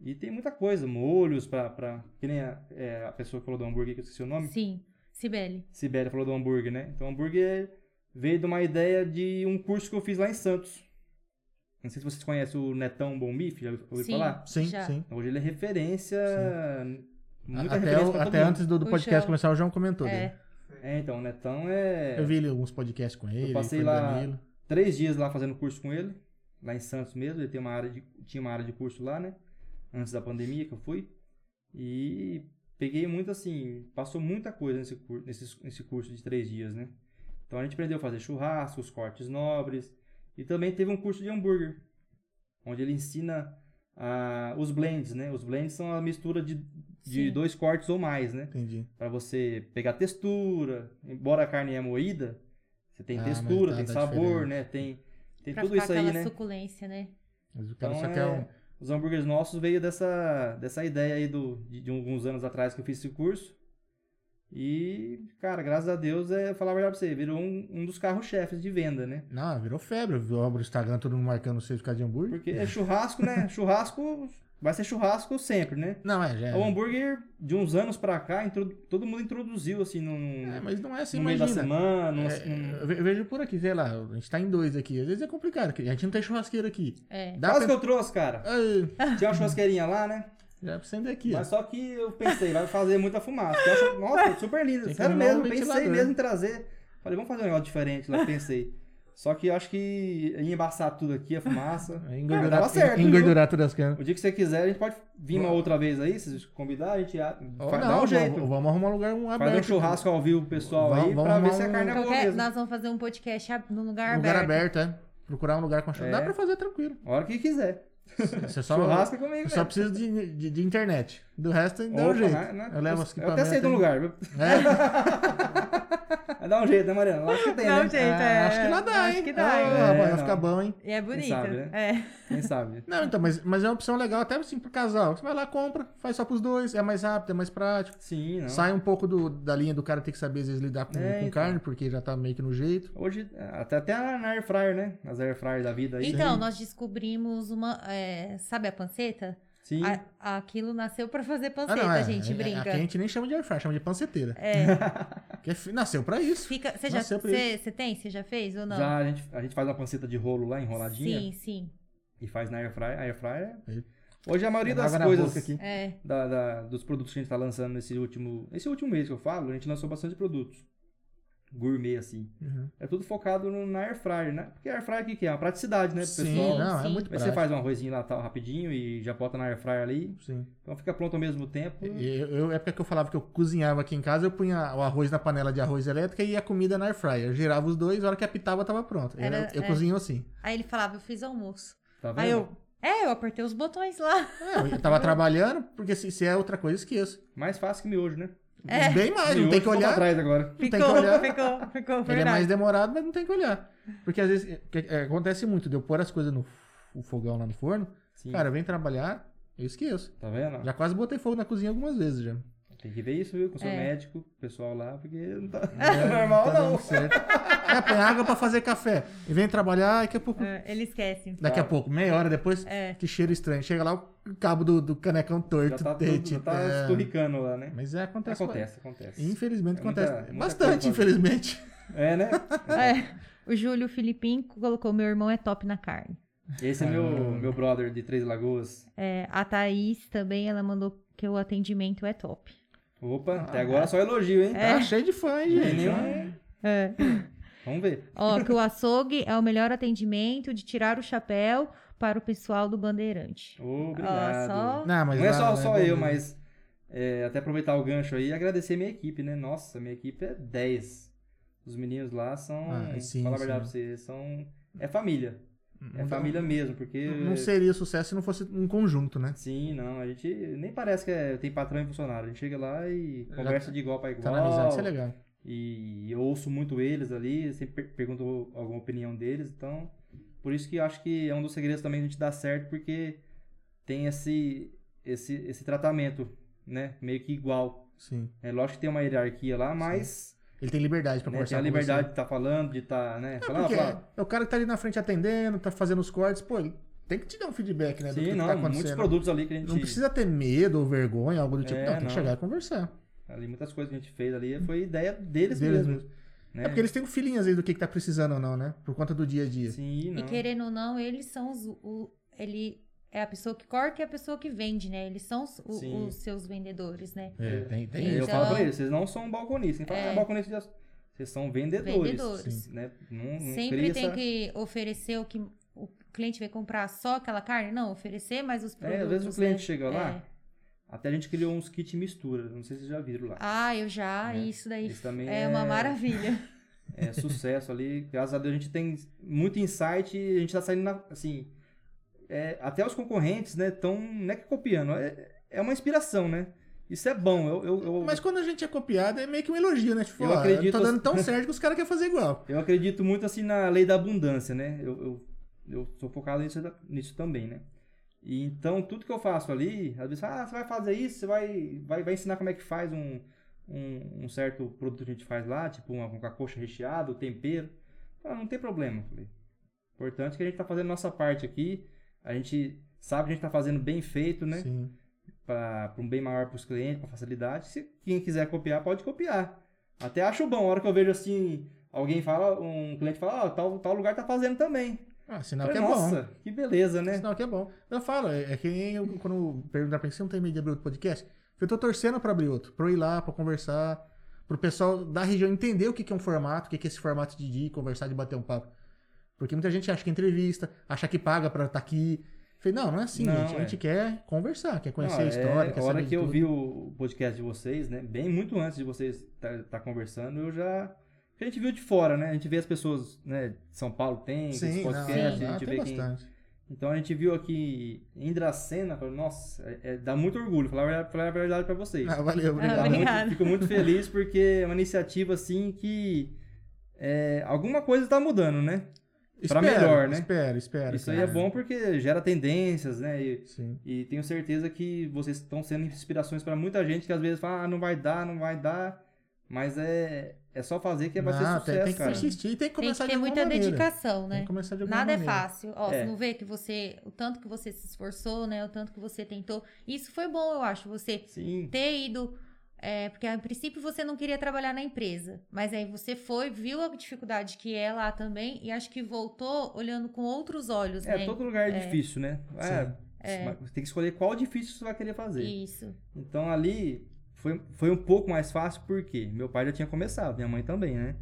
C: E tem muita coisa, molhos para para que nem a, é, a pessoa que falou do hambúrguer que eu esqueci o nome.
A: Sim, Sibeli.
C: Sibéria falou do hambúrguer, né? Então, hambúrguer veio de uma ideia de um curso que eu fiz lá em Santos. Não sei se vocês conhecem o Netão Bombife, já ouviu
A: Sim.
C: falar?
B: Sim,
A: Já.
B: sim.
C: Hoje ele é referência, muita
B: até
C: referência
B: o-
C: pra todo
B: até
C: mundo.
B: antes do, do
A: O
B: podcast
A: João.
B: começar, o João comentou.
A: É.
B: dele.
C: É, então, o Netão é...
B: né? Eu vi ele- alguns podcasts com ele.
C: passei
B: com o
C: lá-
B: Danilo.
C: três dias lá fazendo curso com ele, lá em Santos mesmo. Ele tem uma área de, tinha uma área de curso lá, né? Antes da pandemia que eu fui. E peguei muito assim, passou muita coisa nesse, cur- nesse, nesse curso de três dias, né? Então a gente aprendeu a fazer churrascos, cortes nobres. E também teve um curso de hambúrguer, onde ele ensina ah, os blends, né? Os blends são a mistura de, de
A: Sim.
C: dois cortes ou mais, né?
B: Entendi.
C: Pra você pegar textura. Embora a carne é moída, você tem
B: Ah, mas
C: textura,
B: dá-
C: tem
B: dá
C: sabor,
B: diferença.
C: né? Tem, tem
A: Pra
C: tudo
A: ficar
C: isso aí,
A: aquela
C: né?
A: suculência, né?
B: Mas o cara
C: Então
B: só
C: é-
B: quer um.
C: Os hambúrgueres nossos veio dessa, dessa ideia aí do, de, de alguns anos atrás que eu fiz esse curso. E, cara, graças a Deus, é falar a verdade pra você, virou um, um dos carros-chefes de venda, né?
B: Não, virou febre. Eu abro o Instagram, todo mundo marcando vocês por causa de hambúrguer.
C: Porque é churrasco,
B: [laughs]
C: né? churrasco vai ser churrasco sempre, né?
B: Não, é, já.
C: O hambúrguer, de uns anos pra cá, introdu- todo mundo introduziu, assim, num,
B: É, mas não é assim,
C: no meio da
B: imagina.
C: semana. num-
B: É,
C: num-
B: eu ve- eu vejo por aqui, sei lá, a gente tá em dois aqui. Às vezes é complicado, que a gente não tem churrasqueiro aqui.
A: É.
B: Dá
C: Quase que
B: pra...
C: eu trouxe, cara.
B: Ai,
C: Tinha uma churrasqueirinha lá, né?
B: Já é pra acender aqui. ó.
C: Mas só que eu pensei, vai fazer muita fumaça. Eu
B: [laughs]
C: acho, nossa, super lindo.
B: Tem que
C: Sério
B: arrumar
C: mesmo,
B: um
C: pensei
B: ventilador.
C: mesmo em trazer. Falei, vamos fazer um negócio diferente lá, pensei. Só que eu acho que ia embaçar tudo aqui, a fumaça.
B: É,
C: Ah,
B: Engordurar,
C: tava certo,
B: engordurar todas as canas.
C: O dia que você quiser, a gente pode vir uma outra vez aí, se vocês convidar, a gente a-
B: Ou
C: fa-
B: não,
C: dá um
B: vamos-
C: jeito.
B: Vamos arrumar um lugar um aberto.
C: Fazer um churrasco ao vivo pro pessoal
B: Vamos-
C: aí
B: vamos
C: pra ver
B: arrumar
C: se a carne é
A: Então,
C: boa
A: quer-
C: mesmo.
A: nós vamos fazer um podcast ab- no lugar,
B: Um lugar
A: aberto.
B: aberto, é. Procurar um lugar com churrasco.
C: É.
B: Dá pra fazer
C: [laughs]
B: tranquilo.
C: A hora que quiser.
B: Você só,
C: Churrasco é comigo,
B: eu só
C: velho.
B: preciso de, de, de internet. Do resto, dá um
C: Opa,
B: jeito.
C: né, né?
B: Eu levo os
C: Eu até
B: equipamentos.
C: sei de um
B: aí.
C: lugar, viu? [laughs]
B: É,
C: Vai dar um jeito, né, Mariana? Lá que tem,
A: Dá um
C: né?
A: jeito, é.
B: acho que lá dá,
A: Acho
B: hein?
A: que dá,
B: Ah,
A: hein?
B: rapaz,
C: É,
B: vai
C: não.
B: ficar bom, hein?
A: E é bonito.
C: sabe, né?
B: É
C: Quem sabe?
B: Não, então, mas, mas é uma opção legal até assim pro casal. Você vai lá, compra, faz só pros dois, é mais rápido, é mais prático.
C: Sim, não.
B: Sai um pouco do- da linha do cara ter que saber às vezes lidar com,
C: É,
B: com
C: então.
B: carne, porque já tá meio que no jeito.
C: Hoje, até, até na air fryer, né? Nas air fryer da vida aí.
A: Então, nós descobrimos uma. é, sabe a panceta?
C: Sim.
A: A- aquilo nasceu pra fazer panceta,
B: é,
A: gente.
B: é-
A: brinca.
B: Aqui a gente nem chama de air fryer, chama de panceteira.
A: É,
B: [laughs] Que é fi- nasceu pra isso.
A: fica. Você já
B: Nasceu pra
A: você, você tem? Você já fez ou não?
C: Já a gente, a gente faz uma panceta de rolo lá, enroladinha.
A: Sim, sim.
C: E faz na air fryer. A air fryer é-
B: Aí.
C: Hoje a maioria
B: Dá
C: das
B: água na
C: coisas
B: boca aqui.
A: É.
C: da- da- dos produtos que a gente tá lançando nesse último, esse último mês que eu falo, a gente lançou bastante produtos. Gourmet, assim.
B: Uhum.
C: É tudo focado no, na air fryer, né? Porque air fryer o que, que é? Uma praticidade, né? pro
B: Sim,
C: pessoal.
B: não, é
A: Sim.
B: muito
C: Aí você
B: prático.
C: faz um arrozinho lá tal, rapidinho e já bota na air fryer ali.
B: Sim.
C: Então fica pronto ao mesmo tempo.
B: Eu, eu, época que eu falava que eu cozinhava aqui em casa, eu punha o arroz na panela de arroz elétrica e a comida na air fryer. Eu girava os dois, a hora que apitava tava pronto. Eu-
A: Era-
B: eu
A: é.
B: cozinho assim.
A: Aí ele falava, eu fiz almoço.
C: Tá vendo?
A: Aí eu. É, eu apertei os botões lá.
B: É, eu
A: [laughs]
B: tava trabalhando, porque se, se é outra coisa, eu esqueço.
C: Mais fácil que miojo, né?
A: É.
B: Bem mais, não
C: Miojo
B: tem que
C: ficou pra
B: olhar.
C: trás agora.
B: [laughs] tem que
A: Ficou,
B: olhar.
A: ficou, ficou,
B: Ele é
A: verdade.
B: mais demorado, mas não tem que olhar. Porque às vezes é, é, acontece muito de eu pôr as coisas no f- o fogão lá no forno,
C: Sim.
B: cara, vem trabalhar, eu esqueço.
C: Tá vendo?
B: Já quase botei fogo na cozinha algumas vezes já.
C: Tem que ver isso, viu? Com o seu
A: É.
C: médico, o pessoal lá, porque
A: [laughs]
C: não tá [laughs]
B: É,
C: normal,
B: tá
C: não.
B: dando certo. É, põe água pra fazer café. E vem trabalhar, daqui a pouco.
A: É, ele esquece.
B: Daqui
C: Tá.
B: a pouco, meia hora depois,
A: É.
B: que cheiro estranho. Chega lá o cabo do, do canecão
C: Já
B: torto.
C: tá, tudo,
B: dente,
C: já tá
B: é.
C: esturricando lá, né?
B: Mas é, acontece.
C: Acontece, acontece.
B: Infelizmente
C: É muita-
B: acontece.
C: muita
B: Bastante,
C: coisa.
B: infelizmente.
C: É, né?
A: [laughs] É. O Júlio Filipim colocou: meu irmão é top na carne.
C: Esse é meu, meu brother de Três Lagoas.
A: É, a Thaís também, ela mandou que o atendimento é top.
C: Opa, até agora só elogio, hein?
A: É.
B: Tá cheio de fã, hein,
C: Não um- tem
B: Ah, gente.
C: nenhum-
A: É.
C: Vamos ver.
A: Ó,
B: [laughs]
A: que o açougue é o melhor atendimento de tirar o chapéu para o pessoal do Bandeirante.
C: Obrigado.
A: só-
B: Não, mas
C: Não é
B: lá-
C: só,
B: lá
C: só
B: bom mesmo.
C: eu, mas é, até aproveitar o gancho aí e agradecer minha equipe, né? Nossa, minha equipe é 10. Os meninos lá são.
B: Ah, sim,
C: fala a
B: sim.
C: verdade pra vocês, são. É família. É
B: Não-
C: família mesmo, porque.
B: Uhum. não- Não seria sucesso se não fosse um conjunto, né?
C: Sim, não, a gente nem parece que é, tem patrão e funcionário. A gente chega lá e
B: Já
C: conversa
B: tá-
C: de igual para igual.
B: Tá na amizade, isso é legal.
C: E eu ouço muito eles ali, sempre per- pergunto alguma opinião deles, então por isso que eu acho que é um dos segredos também de a gente dar certo, porque tem esse esse esse tratamento, né, meio que igual.
B: Sim.
C: É lógico que tem uma hierarquia lá, mas
B: Ele tem liberdade pra
C: né, tem
B: conversar
C: a
B: com
C: liberdade de estar falando, de estar, né,
B: você. É,
C: falar,
B: porque
C: falar.
B: é o cara que tá ali na frente atendendo, tá fazendo os cortes, pô, ele tem que te dar um feedback, né? do
C: Sim,
B: que
C: não,
B: tá
C: muitos
B: acontecendo.
C: produtos ali que a gente
B: Não precisa ter medo ou vergonha, algo do tipo.
C: É,
B: não, tem
C: não.
B: que chegar e conversar.
C: ali muitas coisas que a gente fez ali foi ideia deles,
B: Deles
C: mesmos, né?
B: É porque eles têm um feeling, às vezes, do que, que tá precisando ou não, né? Por conta do dia a dia.
C: Sim, não.
A: E querendo ou não, eles são os. O, ele é a pessoa que corta e a pessoa que vende, né? Eles são os, o-
C: Sim.
A: os seus vendedores, né?
B: É, tem, tem
A: É,
B: isso.
C: Eu
A: Então-
C: falo pra eles, vocês não são balconistas. Quem fala,
A: É.
C: "Ah, balconista de aço-" Vocês são vendedores.
A: Vendedores.
B: Sim.
C: Né? Não, não
A: Sempre
C: cria
A: tem
C: essa-
A: que oferecer o que o cliente vai comprar só aquela carne? Não, oferecer mais os produtos.
C: É, às vezes o
A: né?
C: cliente chega lá,
A: É.
C: até a gente criou uns kit mistura. Não sei se vocês já viram lá.
A: Ah, eu já,
C: Né?
A: isso daí
C: Isso também
A: é, uma
C: é- [laughs]
A: maravilha.
C: É sucesso ali. Graças a Deus a gente tem muito insight e a gente tá saindo na. Assim, é, até os concorrentes, né? Estão. Não é que copiando, é, é uma inspiração, né? Isso é bom. Eu, eu, eu,
B: Mas quando a gente é copiado, é meio que um elogio, né? Tipo,
C: Eu
B: ó,
C: acredito- assim.
B: tá dando
C: [laughs]
B: tão certo que os caras querem fazer igual.
C: eu acredito muito assim na lei da abundância, né? Eu, eu, eu sou focado nisso, nisso também, né? E então tudo que eu faço ali, às vezes, ah, você vai fazer isso, você vai, vai, vai ensinar como é que faz um, um, um certo produto que a gente faz lá, tipo uma, uma coxa recheada, o tempero. Ah, não tem problema, eu falei. Importante que a gente tá fazendo a nossa parte aqui, a gente sabe que a gente tá fazendo bem feito, né?
B: Sim.
C: para um bem maior para os clientes, para facilidade. Se quem quiser copiar, pode copiar. Até acho bom, a hora que eu vejo assim, alguém fala, um cliente fala, ó, tal, tal lugar tá fazendo também.
B: Ah, sinal que
C: Falei,
B: é
C: Nossa,
B: bom.
C: que beleza, né?
B: Sinal que é bom. Eu falo, é, é que nem eu, quando perguntar pra mim, você não tem medo de abrir outro podcast? Eu tô torcendo pra abrir outro, pra eu ir lá, pra conversar, pro pessoal da região entender o que, que é um formato, o que, que é esse formato de ir, conversar, de bater um papo. Porque muita gente acha que é entrevista, acha que paga pra estar aqui. Falei, não, não é assim,
C: Não,
B: gente. A
C: é.
B: gente quer conversar, quer conhecer
C: Não,
B: a história,
C: É,
B: quer
C: a
B: saber
C: hora
B: de
C: que eu
B: tudo.
C: vi o podcast de vocês, né? Bem muito antes de vocês estar conversando, eu já. porque A gente viu de fora, né? A gente vê as pessoas, né? São Paulo tem,
B: Sim,
C: os
B: não,
C: podcasts,
A: sim.
C: a
B: ah,
C: gente
B: tem
C: vê quem.
B: bastante.
C: Então a gente viu aqui em Dracena, falei, nossa, é- é- dá muito orgulho, falar a verdade, falar a verdade pra vocês.
B: Ah, valeu,
C: Dá
B: obrigado.
A: Ah,
C: Tá muito-
A: obrigada.
C: fico muito feliz porque é uma iniciativa assim que é, alguma coisa tá mudando, né? pra
B: Espero,
C: melhor, né?
B: Espero, espero.
C: Isso aí é
B: cara.
C: bom porque gera tendências, né? E
B: Sim.
C: E tenho certeza que vocês estão sendo inspirações para muita gente que às vezes fala, ah, não vai dar, não vai dar. Mas é, é só fazer que vai ser
B: Não,
C: sucesso,
B: tem, tem que
C: cara.
B: persistir e tem que
A: Tem
B: começar
A: que ter
B: de alguma
A: muita
B: maneira.
A: dedicação,
B: Tem
A: né?
B: que começar de alguma
A: Nada é
B: maneira.
A: fácil. Ó,
C: É.
A: você não vê que você. O tanto que você se esforçou, né? O tanto que você tentou. Isso foi bom, eu acho. Você
C: Sim,
A: ter ido. é, porque a princípio você não queria trabalhar na empresa. Mas aí você foi, viu a dificuldade que é lá também. E acho que voltou olhando com outros olhos,
C: é,
A: né?
C: todo lugar é, difícil, né? Ah, mas Você tem que escolher qual difícil você vai querer fazer.
A: Isso.
C: Então ali foi, foi um pouco mais fácil porque meu pai já tinha começado, minha mãe também, né?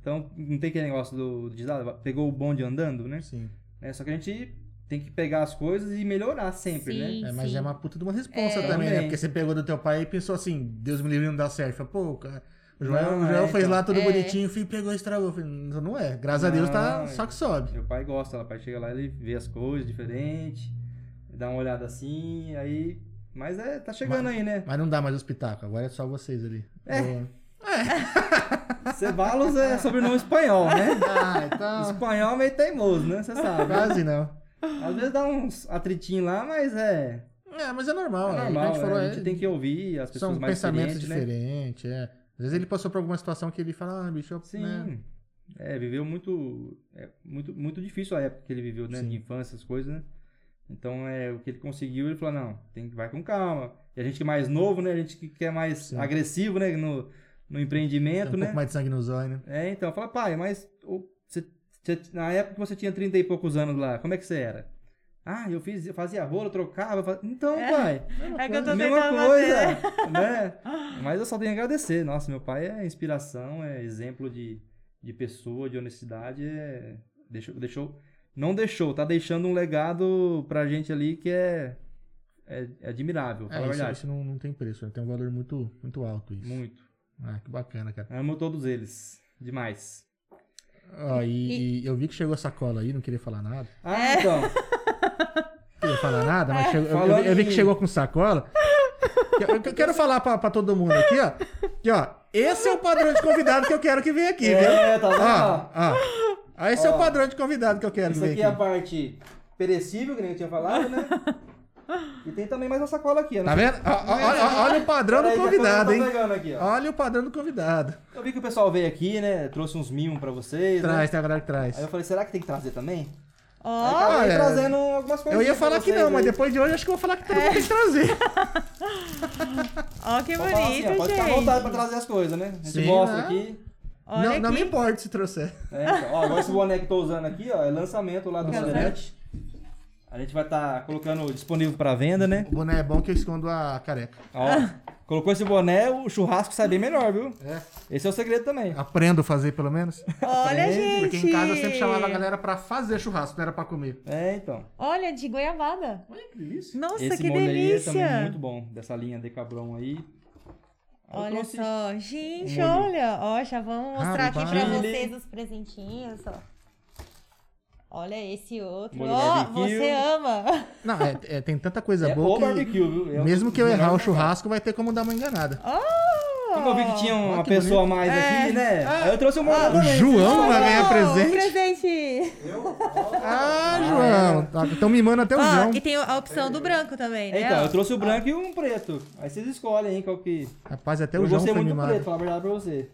C: Então não tem aquele negócio do, de ah, pegou o bonde andando, né?
B: Sim.
C: É, só que a gente tem que pegar as coisas e melhorar sempre, né?
A: Sim,
B: É, mas
A: sim.
B: é uma puta de uma responsa
A: É.
B: também, né?
C: Também.
B: Porque você pegou do teu pai e pensou assim, Deus me livre não dá certo. Fala, Pô, cara, o Joel,
C: Não,
B: o Joel
C: é,
B: fez
C: então.
B: lá tudo
A: É.
B: bonitinho, o filho pegou e estragou. Eu falei, Não não é. Graças a Deus tá
C: Não,
B: só que sobe.
C: Meu pai gosta, meu pai chega lá, ele vê as coisas diferentes, dá uma olhada assim, aí. Mas é, tá chegando aí, né?
B: Mas não dá mais os pitacos, agora é só vocês ali.
C: É.
B: Boa.
C: Cebalos é sobrenome espanhol, né?
B: [laughs] Ah, então.
C: Espanhol é meio teimoso, né? Você sabe.
B: [laughs] Quase não.
C: Às vezes dá uns atritinhos lá, mas é.
B: É, mas é normal.
C: é
B: né?
C: normal,
B: a gente falou,
C: é, a gente
B: é,
C: tem que ouvir as pessoas
B: são
C: mais
B: pensamentos
C: experientes, né?
B: diferentes, é. Às vezes ele passou por alguma situação que ele fala, ah, bicho, eu,
C: Sim.
B: né?
C: É, viveu muito, é, muito. Muito difícil a época que ele viveu, né?
B: Sim.
C: De infância, as coisas, né? Então, é, o que ele conseguiu, ele falou, não, tem que vai com calma. E a gente que é mais novo, né? A gente que quer mais
B: Sim.
C: agressivo, né? No, no
B: Tem um
C: empreendimento, né?
B: pouco mais de sangue nos olhos, né?
C: É, então, fala, pai, mas o- você- você- na época que você tinha 30 e poucos anos lá, como é que você era? Ah, eu fiz, eu fazia rolo, eu trocava. eu fa- Então,
A: É.
C: pai,
A: É que eu tô
C: mesma
A: tentando
C: coisa,
A: fazer. [laughs]
C: né? Mas eu só tenho a agradecer. Nossa, meu pai é inspiração, é exemplo de, de pessoa, de honestidade. É... Deixou, deixou, não deixou, tá deixando um legado pra gente ali que é, é, é admirável, fala
B: É,
C: a
B: isso,
C: verdade.
B: isso não, não tem preço, né? tem um valor muito, muito alto isso.
C: Muito.
B: Ah, que bacana, cara.
C: Amo todos eles. Demais.
B: Ó, e, e eu vi que chegou a sacola aí, não queria falar nada.
C: Ah,
A: É. [laughs]
C: então.
B: Não queria falar nada, mas chegou, eu- eu,
C: Falando
B: eu vi
C: em-
B: que chegou
A: [laughs]
B: com sacola. Eu, eu quero falar pra, pra todo mundo aqui, ó. Que, ó, esse é o padrão de convidado que eu quero que venha aqui, viu?
C: É, tá vendo?
B: Ó, ó. Ó, Esse é
C: Ó.
B: o padrão de convidado que eu Ah, quero que
C: Isso
B: venha
C: aqui
B: aqui.
C: é a parte perecível, que nem eu tinha falado,
A: [laughs]
C: né? E tem também mais uma sacola aqui, né?
B: Tá vendo? Ó, ó, ó, ó, olha o padrão do
C: Peraí, que a coisa
B: convidado,
C: tá
B: hein?
C: pegando aqui, ó.
B: Olha o padrão do convidado.
C: Eu vi que o pessoal veio aqui, né? Trouxe uns mimos pra vocês. né?
B: Traz, tem a galera que traz.
C: Aí eu falei, será que tem que trazer também? Aí
A: Ó,
C: acabei
B: é.
C: trazendo algumas coisas.
B: Eu ia falar que não, mas depois de hoje acho que eu vou falar que todo
A: É.
B: mundo tem que trazer.
A: ó que
C: Pode,
A: bonito,
C: assim, ó, pode ficar à vontade pra
A: gente.
C: trazer as coisas, né? A gente
B: Sim,
C: mostra
B: né?
C: aqui.
A: Olha
B: não, não
A: aqui.
B: me importa se trouxer.
C: É, então, ó, agora esse boné que eu tô usando aqui, ó, é lançamento lá do
B: Lançamento.
C: Bandeirante. A gente vai estar colocando disponível pra venda, né?
B: O boné é bom que eu escondo a careca.
C: Ó, colocou esse boné, o churrasco sai bem melhor, viu?
B: É.
C: Esse é o segredo também.
B: Aprendo a fazer, pelo menos.
A: Olha, gente.
B: Porque em casa eu sempre chamava a galera pra fazer churrasco, não era pra comer.
C: É, então.
A: Olha, de goiabada.
B: Olha que delícia.
A: Nossa,
C: Esse
A: que
C: molho aí é
A: delícia.
C: também muito bom, dessa linha de cabrão aí. Eu
A: Olha
C: trouxe um
A: só, gente,
C: molho.
A: olha,
C: Ah,
A: ó, já vamos mostrar aqui pra
B: Rapaz.
A: vocês os presentinhos, ó. Olha esse outro.
C: Molho
A: Ó,
C: barbecue.
A: você ama.
B: Não, é, é- tem tanta coisa
C: É
B: boa
C: o
B: que.
C: barbecue, viu? É um
B: mesmo
C: dos
B: que eu errar o
C: melhores
B: churrasco, vai ter como dar uma enganada.
A: Oh!
C: Como eu vi que tinha um uma
B: que
C: pessoa a
B: bonito.
C: mais aqui, né? Aí eu trouxe um molho
B: o
C: também.
B: João vai ganhar
A: Olha,
B: presente.
A: um presente.
B: Ah,
C: é.
B: João. Estão mimando até o
A: Ó,
B: João.
A: e tem a opção do branco também, né?
C: Então,
A: ó?
C: eu trouxe o branco e um preto. Aí vocês escolhem, hein, qual que...
B: Rapaz, até o
C: eu
B: João
C: gostei
B: foi
C: muito do
B: mimado.
C: preto, falar a verdade pra você.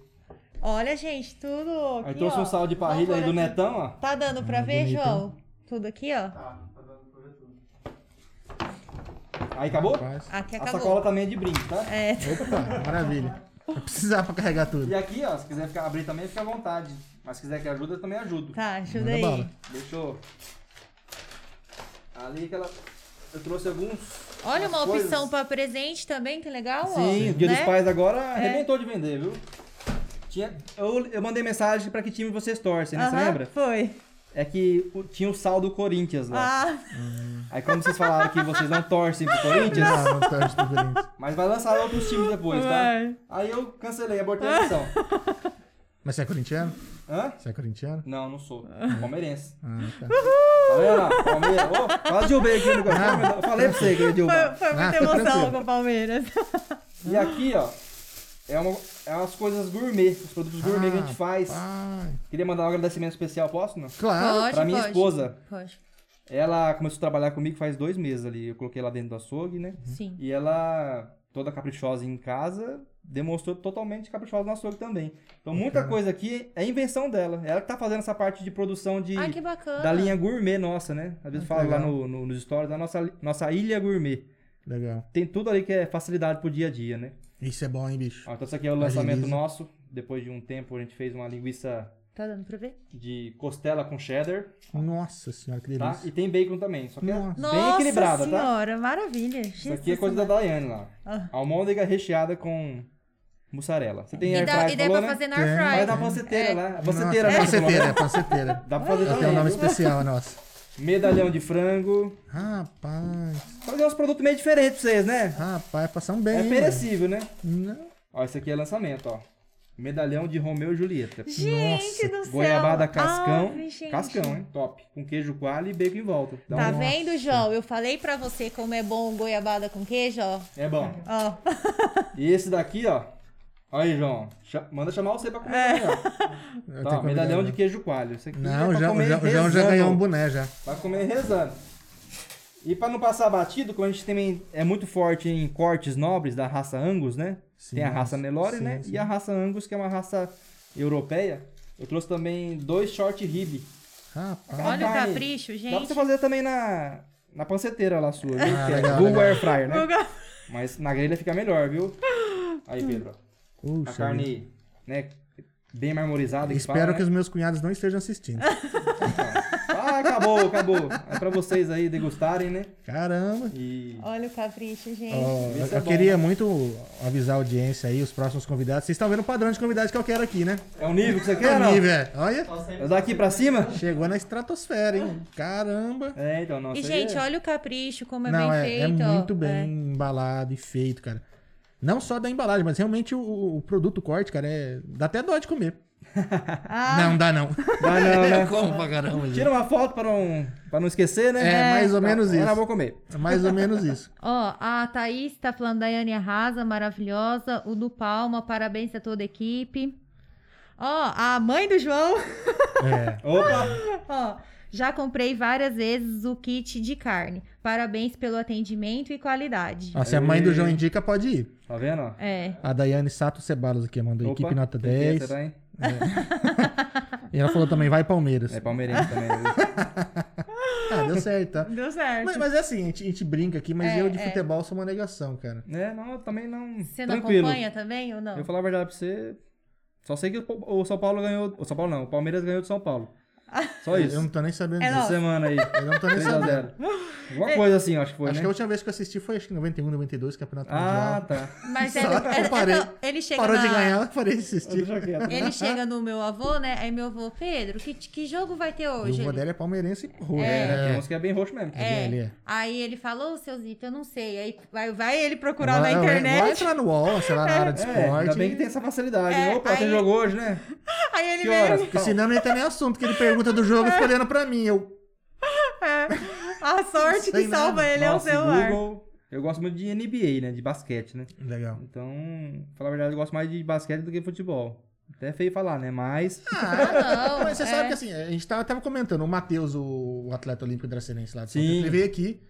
A: Olha, gente, tudo aqui,
C: Aí trouxe
A: ó.
C: um sal de
A: Vamos
C: parrilha
A: por
C: aí do
A: aqui.
C: Netão, ó.
A: Tá dando pra
C: Hum,
B: Ah,
A: ver,
B: bonito,
A: João? Tudo aqui, ó.
D: Tá,
B: Ah.
D: tá dando pra ver tudo.
C: Aí acabou?
B: Rapaz.
A: Ah, Aqui
C: A
A: acabou.
C: sacola também é de brinde, tá? [laughs]
A: É, [laughs]
B: Opa, maravilha. Vai precisar pra carregar tudo.
C: E aqui, ó, se quiser ficar, abrir também, fica à vontade. Mas se quiser que ajuda, eu também ajudo.
A: Tá, ajuda
B: Manda
A: aí.
B: bala.
C: Deixa eu... Ali que ela... Eu trouxe alguns...
A: Olha uma
C: As
A: opção
C: coisas.
A: pra presente também, que legal. ó,
C: Sim, o Dia
A: né?
C: dos Pais agora arrebentou de vender, viu? Tinha, eu, eu mandei mensagem pra que time vocês torcem, né? Você
A: Aham,
C: lembra?
A: Foi.
C: É que o- tinha o sal do Corinthians lá.
A: Ah,
C: Aí como vocês falaram que vocês não torcem pro Corinthians,
B: Ah, Não, tá, não torce pro Corinthians.
C: mas vai lançar outros times depois, tá?
A: vai.
C: Aí eu cancelei, abortei a missão.
B: Mas você é corintiano?
C: Hã?
B: Você é corintiano?
C: Não, não sou. Palmeirense.
B: Ah, tá.
A: Uhum.
C: Tá vendo? ó? Palmeiras. Ô, quase derrubei aqui o negócio. Eu falei pra você que eu ia derrubar.
A: Foi, foi muita
B: Ah,
A: emoção
B: tranquilo.
A: com o Palmeiras.
C: E aqui, ó, é, uma, é umas coisas gourmet, os produtos gourmet que a gente faz.
B: Ai,
C: Queria mandar um agradecimento especial, posso? Não?
B: claro.
A: Pode,
C: Tá? pra minha
A: pode.
C: esposa.
A: Pode.
C: Ela começou a trabalhar comigo faz dois meses ali. Eu coloquei ela dentro do açougue, né?
A: Sim.
C: E ela, toda caprichosa em casa, demonstrou totalmente caprichosa no açougue também. Então, muita
B: Bacana.
C: coisa aqui é invenção dela. Ela que tá fazendo essa parte de produção de,
A: Ai, que bacana.
C: da linha gourmet nossa, né? Às vezes
B: Ah,
C: falo lá
B: legal.
C: no, no- nos stories da nossa, nossa ilha gourmet.
B: Legal.
C: Tem tudo ali que é facilidade pro dia a dia, né?
B: Isso é bom, hein, bicho?
C: Ó, então, isso aqui é o lançamento
B: Agiliza.
C: nosso. Depois de um tempo, a gente fez uma linguiça
A: Tá dando pra ver?
C: de costela com cheddar,
B: Nossa senhora, que
C: tá?
B: delícia.
C: E tem bacon também. Só que é
B: Nossa.
C: bem
A: Nossa
C: equilibrada, tá?
A: senhora, maravilha.
C: Isso aqui é coisa da Daiane lá.
A: Ah.
C: Almôndega recheada com mussarela. Você tem
A: E dá,
C: airfryer,
A: e dá
C: falou,
A: pra
C: né?
A: fazer É. na
B: Tem.
A: airfryer.
C: Vai dar panceteira lá. A
B: Nossa,
C: Panceteira, né?
B: Panceteira, é panceteira.
C: Dá pra fazer
B: Ela tem um nome
C: também. viu?
B: especial, nossa.
C: Medalhão de frango.
B: Rapaz,
C: Fazer uns produtos meio diferentes pra vocês, né?
B: rapaz, passamos bem.
C: É
B: hein,
C: perecível, né?
B: mano? Não.
C: Ó, esse aqui é lançamento, ó. Medalhão de Romeu e Julieta.
A: Gente do céu.
C: Goiabada cascão.
A: Ave, gente.
C: cascão, hein? Top. Com queijo coalho e bacon em volta. Dá
A: Tá
C: um-
A: vendo, João? Eu falei pra você como é bom goiabada com queijo, ó.
C: É bom.
A: Ó,
C: E esse daqui, ó. Olha aí, João. Cha- Manda chamar você pra comer.
A: É.
C: também, ó.
B: Eu
C: Tá,
B: tenho
C: ó,
B: que
C: medalhão
B: combinar.
C: de queijo coalho. Isso aqui
B: Não,
C: é
B: o
C: pra
B: João, o
C: comer
B: João- o João já
C: rezando.
B: ganhou um boné já.
C: Vai comer rezando. E pra não passar batido, como a gente também é muito forte em cortes nobres da raça Angus, né?
B: Sim,
C: Tem a raça Nelore,
B: sim,
C: né?
B: sim.
C: E a raça Angus, que é uma raça europeia. Eu trouxe também dois short rib.
B: Rapaz,
A: olha o
C: carne.
A: capricho,
C: Dá pra
A: gente.
C: você fazer também na, na panceteira lá sua, viu?
B: Ah,
C: que é
B: legal,
C: vulgo
B: legal.
C: air fryer, né?
A: Vulgo-
C: Mas na grelha fica melhor, viu? Aí, Pedro. A
B: puxa. vida.
C: carne, né? Bem marmorizada.
B: Espero
C: fala,
B: que
C: né?
B: os meus cunhados não estejam
C: [laughs]
B: assistindo.
C: Ah, acabou, acabou. É pra vocês aí degustarem, né?
B: Caramba.
C: E...
A: Olha o capricho, gente.
B: Ó, eu-
C: isso é
B: eu
C: bom,
B: queria muito avisar a audiência aí, os próximos convidados. Vocês estão vendo o padrão de convidados que eu quero aqui, né?
C: É o nível que você
B: É
C: quer,
B: o
C: não?
B: nível, é. Olha,
C: É daqui pra cima?
B: chegou na estratosfera, hein? Caramba.
C: É, então, não.
A: e,
C: isso aí
A: gente,
C: é...
A: olha o capricho, como é
B: Não,
A: bem
B: é, é
A: feito. ó.
B: muito bem embalado e feito, cara. Não só da embalagem, mas realmente o, o produto corte, cara, é... dá até dó de comer.
A: Ah,
B: Não, dá não.
C: Dá [laughs] não,
B: [laughs]
C: né?
B: Como pra caramba, gente.
C: Tira uma foto pra não, pra não esquecer, né?
B: É, mais ou
C: Tá,
B: menos
C: agora
B: isso.
C: eu vou comer.
B: É Mais ou menos isso.
A: Ó, a Thaís tá falando da Yane Arrasa, maravilhosa. O do Palma, parabéns a toda a equipe. Ó, a mãe do João, [laughs]
B: É.
C: Opa!
A: ó. Já comprei várias vezes o kit de carne. Parabéns pelo atendimento e qualidade.
B: Ó, se a mãe do
C: É.
B: João indica, pode ir.
C: Tá vendo, ó?
A: É.
B: A Daiane Sato Cebalos aqui, mandou
C: Opa,
B: equipe nota
C: tem que
B: 10.
C: entrar, hein?
B: E ela falou também, vai Palmeiras.
C: É palmeirense também. né? viu?
B: Ah, deu certo, tá?
A: Deu certo.
B: Mas, mas é assim, a gente, a gente brinca aqui, mas
A: É,
B: eu de
A: é.
B: futebol sou uma negação, cara.
C: É, não, eu também não...
A: Você não
C: Tranquilo.
A: acompanha também ou não?
C: Eu vou falar a verdade pra você... Só sei que o Po- o São Paulo ganhou... O São Paulo não, o Palmeiras ganhou do
A: [laughs]
C: São Paulo. Só
B: Eu- Eu não
C: isso.
B: tô nem sabendo
A: É,
B: disso.
A: não.
C: Essa semana aí.
B: Eu não tô nem sabendo.
C: 3x0. Alguma coisa assim, eu acho que foi,
B: acho
C: né?
B: que a última vez que eu assisti foi acho que 91, 92, Campeonato
C: Ah,
B: Mundial.
C: tá.
A: Mas é,
B: Só
A: é- é-
B: parei.
A: então, ele chega
B: Parou
A: na-
B: de ganhar, parei de assistir.
A: Ele chega no meu avô, né? Aí meu avô, Pedro, que, que jogo vai ter
B: E o
A: hoje? Ele-
B: Rodelli é palmeirense e roxo.
C: É, né? Tem
B: É.
C: uns que é bem roxo mesmo.
A: É.
B: Ele é.
A: Aí ele falou, seu Zito, eu não sei. Aí vai, vai ele procurar
B: Vai-
A: na
B: vai- Vai
A: internet.
B: entrar no UOL, sei lá, na área de
C: É, ainda
B: esporte.
C: bem que tem essa facilidade.
A: É,
C: Opa, você
A: aí- é
C: jogou hoje, né?
A: Aí ele
C: Que
A: veio.
C: horas?
B: Porque senão não entra nem assunto, que ele pergunta do jogo e fica olhando pra mim. Eu,
A: [laughs] é. a sorte
B: Sei
A: que salva ele
C: Nossa,
A: é o celular.
C: Google, eu gosto muito de NBA, né? De basquete, né?
B: legal.
C: Então, falar a verdade, eu gosto mais de basquete do que futebol. Até é feio falar, né? Mas.
A: Ah, não.
B: Mas você
A: é.
B: sabe que assim, a gente tava, tava comentando, o Matheus, o, o atleta olímpico dracenense lá de São
C: Sim.
B: Paulo, ele veio aqui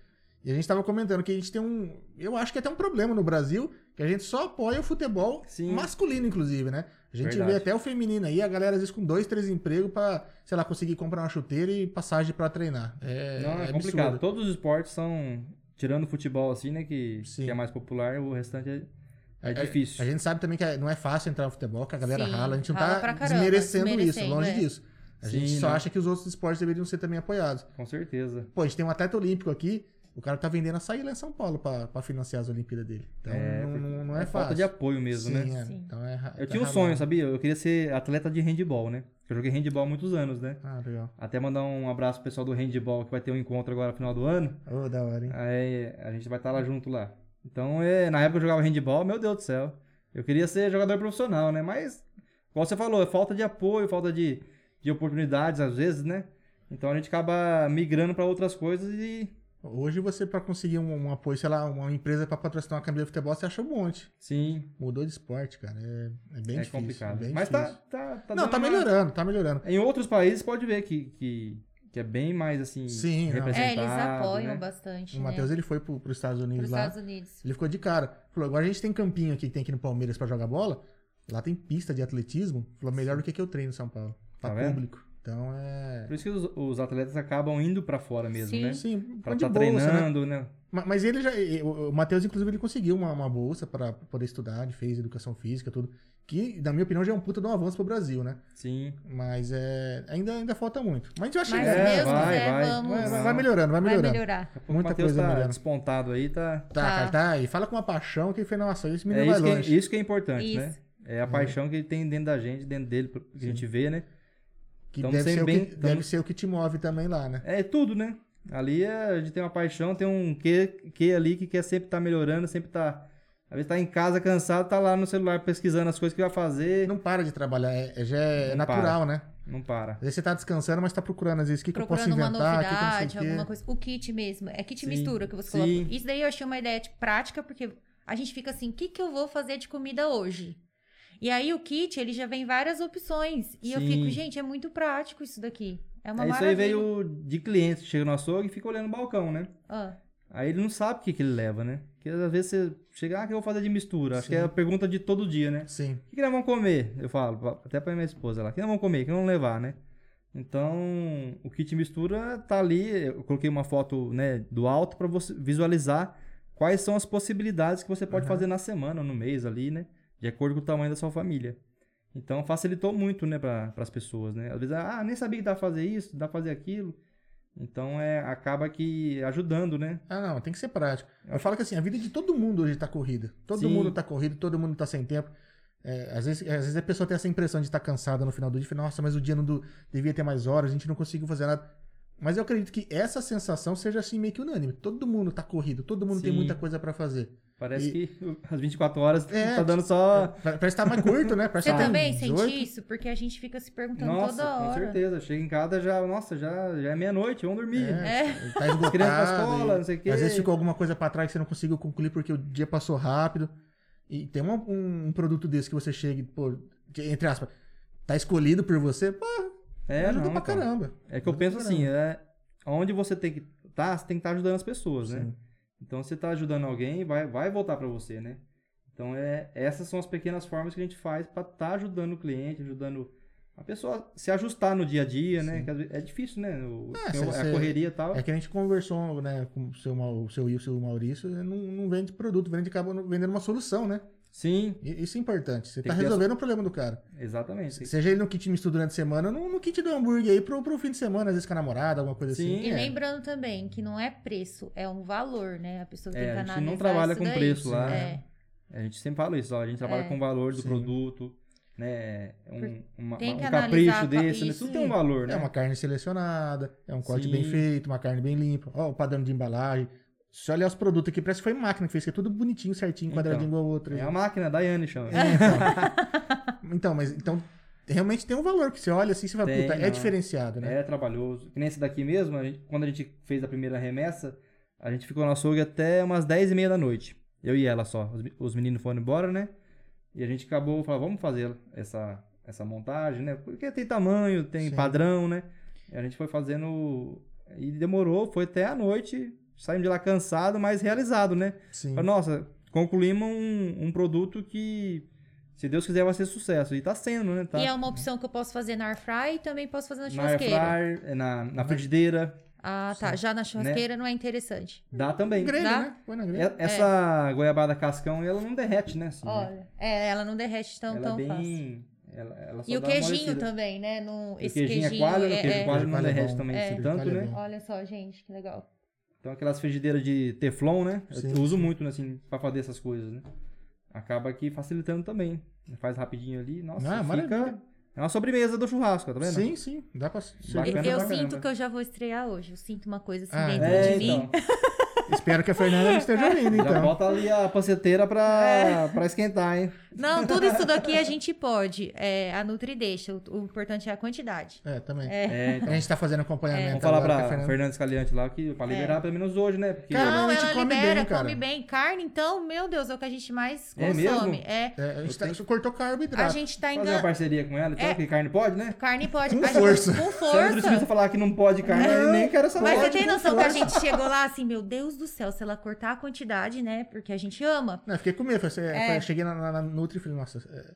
B: e a gente tava comentando que a gente tem um. Eu acho que é até um problema no Brasil, que a gente só apoia o futebol
C: Sim.
B: masculino, inclusive, né? A gente
C: Verdade.
B: vê até o feminino aí, a galera às vezes com dois, três empregos pra, sei lá, conseguir comprar uma chuteira e passagem pra treinar. É,
C: não, é,
B: absurdo.
C: complicado. Todos os esportes são. Tirando o futebol, assim, né? Que,
B: Sim.
C: que é mais popular, o restante é. É
B: É,
C: difícil.
B: A gente sabe também que é- não é fácil entrar no futebol, que a galera
A: Sim,
B: rala. A gente não
A: rala
B: tá
A: pra caramba,
B: desmerecendo, isso,
A: desmerecendo,
B: longe
A: é.
B: disso. A
C: Sim,
B: gente só
C: né?
B: acha que os outros esportes deveriam ser também apoiados.
C: Com certeza.
B: Pô, a gente tem um atleta olímpico aqui, o cara tá vendendo açaí lá em São Paulo pra, pra financiar as Olimpíadas dele. Então
C: É,
B: não, não- não é, fácil.
C: falta de apoio mesmo, né?
B: Sim, é.
A: Sim.
B: Então é ra- tá
C: Eu tinha um
B: ralado.
C: sonho, sabia? Eu queria ser atleta de handball, né? Eu joguei handball há muitos anos, né?
B: Ah, legal.
C: Até mandar um abraço pro pessoal do handball que vai ter um encontro agora no final do ano.
B: Ô, da hora, hein?
C: Aí a gente vai estar lá junto lá. Então, é, na época eu jogava handball, meu Deus do céu. Eu queria ser jogador profissional, né? Mas, como você falou, é falta de apoio, falta de, de oportunidades às vezes, né? Então a gente acaba migrando pra outras coisas e.
B: Hoje você, pra conseguir um, um apoio, sei lá, uma empresa pra patrocinar uma camisa de futebol, você acha um monte.
C: Sim,
B: Mudou de esporte, cara. É, é bem
C: é
B: difícil.
C: complicado.
B: bem
C: Mas tá,
B: difícil.
C: tá, tá.
B: Não,
C: dando
B: tá
C: uma-
B: melhorando, tá melhorando.
C: Em outros países pode ver que, que, que é bem mais assim.
B: Sim, né? não.
C: representado,
A: É, eles apoiam
C: né?
A: bastante.
B: O Matheus, ele foi pro, pros Estados
A: né? Para
B: Unidos
A: os
B: lá.
A: Estados Unidos.
B: Ele ficou de cara. Falou, agora a gente tem campinho aqui que tem aqui no Palmeiras pra jogar bola. Lá tem pista de atletismo. Falou, melhor do que que eu treino em São Paulo. Pra
C: Tá vendo?
B: público. Então é.
C: Por isso que os, os atletas acabam indo pra fora mesmo,
A: Sim.
C: né?
B: Sim,
C: Pra
B: foi de
C: estar
B: bolsa, né?
C: treinando, né?
B: Ma- Mas ele já. e- O o Matheus, inclusive, ele conseguiu uma, uma bolsa pra poder estudar, ele fez educação física, tudo. Que, na minha opinião, já é um puta de um avanço pro Brasil, né?
C: Sim.
B: Mas é. Ainda, ainda falta muito. Mas a gente vai
A: Mas
B: chegar.
C: É,
A: Deus
C: vai,
A: quiser,
C: vai.
A: vamos.
B: Vai, vai- vai melhorando, vai
A: vai
B: melhorando.
A: melhorar.
C: O
B: Muita
C: Matheus
B: coisa
C: tá
B: melhorando.
C: despontado aí, tá.
B: Tá,
A: Tá.
B: cara, tá. E fala com uma paixão que ele fala, nossa, esse menino
C: É
B: vai
C: isso, que é,
B: longe.
C: isso que é importante,
A: Isso.
C: né? É a paixão que ele tem dentro da gente, dentro dele, que a gente vê, né?
B: Que,
C: Tamo
B: deve ser,
C: sempre
B: o que
C: bem- então
B: deve
C: tamo-
B: ser o que te move também lá, né?
C: É tudo, né? Ali é, a gente tem uma paixão, tem um que, que ali que quer sempre estar melhorando, sempre tá. Às vezes tá em casa cansado, tá lá no celular pesquisando as coisas que vai fazer. Não,
B: Não para de trabalhar, é, é- já é
C: Não
B: natural, né?
C: para.
B: Às vezes você tá descansando, mas tá procurando, às vezes, o que, que eu posso
A: Procurando uma
B: inventar, o que, que eu não
A: novidade,
B: sei o
A: alguma
B: quê.
A: coisa. O kit mesmo. É kit
C: Sim,
A: mistura que você
C: sim.
A: coloca. Isso daí eu achei uma ideia tipo, prática, porque a gente fica assim, o que, que eu vou fazer de comida hoje? E aí o kit, ele já vem várias opções. E eu
C: Sim.
A: fico, gente, é muito prático isso daqui. É uma
C: É, isso
A: maravilha.
C: aí veio de cliente, chega no açougue e fica olhando o balcão, né?
A: Ah,
C: Aí ele não sabe o que, que ele leva, né? Porque às vezes você chega, ah, o que eu vou fazer de mistura? Acho que é a pergunta de todo dia, né?
B: Sim.
C: O que, que nós vamos comer? Eu falo, pra- até pra minha esposa lá. O que nós vamos comer? O que nós vamos levar, né? Então, o kit mistura tá ali. Eu coloquei uma foto né, do alto pra você visualizar quais são as possibilidades que você pode fazer na semana, no mês ali, né? De acordo com o tamanho da sua família. Então, facilitou muito, né, para as pessoas, né? Às vezes, ah, nem sabia que dá pra fazer isso, dá pra fazer aquilo. Então, é, acaba que ajudando, né?
B: Ah, não, tem que ser prático. Eu falo que assim, a vida de todo mundo hoje tá corrida. Todo
C: Sim.
B: mundo tá corrido, todo mundo tá sem tempo. É, às, vezes, às vezes a pessoa tem essa impressão de estar cansada no final do dia, fala, nossa, mas o dia não do- devia ter mais horas, a gente não conseguiu fazer nada. Mas eu acredito que essa sensação seja assim meio que unânime. Todo mundo tá corrido, todo mundo tem
C: Sim.
B: muita coisa pra fazer.
C: Parece
B: E-
C: que [laughs] as 24 horas
B: É,
C: tá dando só...
B: Parece que tá mais curto, né? Parece
A: Você
B: que tá
A: também
B: 18.
A: sente isso? Porque a gente fica se perguntando
C: Nossa,
A: Então, toda
C: com
A: hora.
C: certeza. Chega em casa já, nossa, já, já é meia-noite, vamos dormir.
A: É.
B: Tá
C: [laughs] As crianças pra
B: esgotado.
C: escola, não sei o quê.
B: Às vezes ficou alguma coisa pra trás que você não conseguiu concluir porque o dia passou rápido. E tem uma- um, um produto desse que você chega e, pô, que, entre aspas, tá escolhido por você, pô,
C: É,
B: ajuda
C: não,
B: pra
C: então.
B: caramba.
C: É que eu
B: Ajuda
C: penso
B: pra
C: assim, é, onde você tem que estar, você tem que estar ajudando as pessoas, né?
B: Sim.
C: Então, você tá ajudando alguém, vai, vai voltar para você, né? Então, é, essas são as pequenas formas que a gente faz para estar ajudando o cliente, ajudando a pessoa a se ajustar no dia a dia, né?
B: Sim.
C: Que às vezes é difícil, né? O-
B: É,
C: tem
B: cê-
C: o- a
B: cê-
C: correria e tal.
B: É que a gente conversou, né, com o seu, Mau- o seu Wilson e o Maurício, né, não, não vende produto, vende acaba vendendo uma solução, né?
C: Sim,
B: E- Isso é importante. Você
C: Tem
B: tá
C: que ter a
B: resolvendo o problema do cara.
C: exatamente.
B: Seja ele no kit misto durante a semana, ou no, no kit do hambúrguer aí pro, pro fim de semana, às vezes com a namorada, alguma coisa
C: Sim.
B: assim.
A: E
C: É.
A: lembrando também que não é preço, é um valor, né? A pessoa tem
C: É,
A: que
C: a gente não
A: analisar
C: trabalha
A: isso
C: com
A: daí.
C: preço lá, né?
A: É.
C: A gente sempre fala isso, ó, a gente trabalha
A: É.
C: com o valor do
B: Sim.
C: produto, né? Um, uma-
A: Tem
C: um
A: que analisar
C: capricho
A: a-
C: desse, né?
A: isso.
C: Tudo tem um valor, né?
B: É uma carne selecionada, é um corte
C: Sim.
B: bem feito, uma carne bem limpa, ó, o padrão de embalagem. Se você olhar os produtos aqui, parece que foi máquina que fez, que é tudo bonitinho, certinho,
C: Então,
B: quadradinho igual ao outro.
C: É a máquina, a Daiane chama.
B: É, então. então, mas então realmente tem um valor que você olha assim, você fala,
C: Tem,
B: puta, é
C: não.
B: diferenciado, né?
C: É trabalhoso. Que nem esse daqui mesmo, a gente- quando a gente fez a primeira remessa, a gente ficou no açougue até umas 10 e meia da noite. Eu e ela só. Os, me- os meninos foram embora, né? E a gente acabou, falou, vamos fazer essa, essa montagem, né? Porque tem tamanho, tem
B: Sim.
C: padrão, né? E a gente foi fazendo... E demorou, foi até a noite. Saímos de lá cansado, mas realizado, né?
B: Sim.
C: Falei, Nossa, concluímos um, um produto que, se Deus quiser, vai ser sucesso. E tá sendo, né? Tá
A: é um E é uma opção que eu posso fazer na air fry e também posso fazer na
C: na air
A: churrasqueira.
B: Uhum.
C: fryer, na, na frigideira.
A: Ah, tá. Já na
C: né?
A: churrasqueira não é interessante.
C: Dá também.
B: Grelha,
A: Dá?
B: né? Põe na grelha.
C: E- Essa goiabada cascão, ela não derrete, né? assim, né?
A: Olha, é, ela É. não derrete tão,
C: ela
A: tão
C: é
A: fácil.
C: bem... Ela, ela só
A: E o
C: dá uma
A: queijinho
C: amolecida.
A: também, né? No,
C: O
A: esse
C: queijinho é coalho, né? o queijo
A: é-
C: coalho não
B: Coalho é
C: derrete
B: bom.
C: também
A: É.
C: assim tanto,
B: Coalho é
C: né?
B: bom.
A: Olha só, gente, que legal.
C: Então aquelas frigideiras de teflon, né?
B: Sim.
C: Eu uso muito, né, assim, pra fazer essas coisas, né? Acaba aqui facilitando também. Faz rapidinho ali, nossa,
B: Ah,
C: fica...
B: maravilha.
C: É uma sobremesa do churrasco, tá vendo?
B: Sim, sim. Dá pra
A: Eu,
C: Bacana
A: eu
C: pra
A: sinto
C: caramba.
A: que eu já vou estrear hoje. Eu sinto uma coisa assim
B: Ah,
A: dentro
C: É,
A: de mim.
C: então.
B: Espero que a Fernanda não
C: [laughs]
B: esteja ouvindo,
C: Já
B: então.
C: bota ali a panceteira
A: É.
C: pra, pra esquentar, hein?
A: Não, tudo isso daqui
C: [laughs]
A: a gente pode. É, a Nutri deixa. O, o importante é a quantidade.
B: É, também.
C: É, então.
B: A gente tá fazendo acompanhamento.
C: Vamos falar
B: agora com a
C: pra
B: Fernanda.
C: Fernanda Escaliante lá que
A: É.
C: pra liberar pelo menos hoje, né? Porque
B: Cara,
A: Não,
B: a gente
A: ela
B: come
A: libera,
B: bem, cara.
A: come bem. Carne, então, meu Deus, é o que a gente mais
C: É
A: consome.
C: mesmo?
A: É.
B: É, a gente tá-
C: Eu
B: cortou
A: A
B: carboidrato.
A: gente tá
C: fazer uma
A: enganando.
C: parceria com ela e tal,
A: É.
C: que carne pode, né?
A: Carne pode.
B: Com
A: a gente-
B: força.
C: [laughs]
A: com
C: Se a nutricionista
A: força.
C: falar que não pode carne, eu nem quero É saber.
A: Mas você
C: Pode,
A: tem
C: com
A: noção que a
C: força.
A: gente chegou lá assim, meu Deus do céu, se ela cortar a quantidade, né? Porque a gente ama.
B: Não, eu fiquei com medo. falei assim,
A: É.
B: eu Cheguei na, na, na Nutri e falei, nossa, é,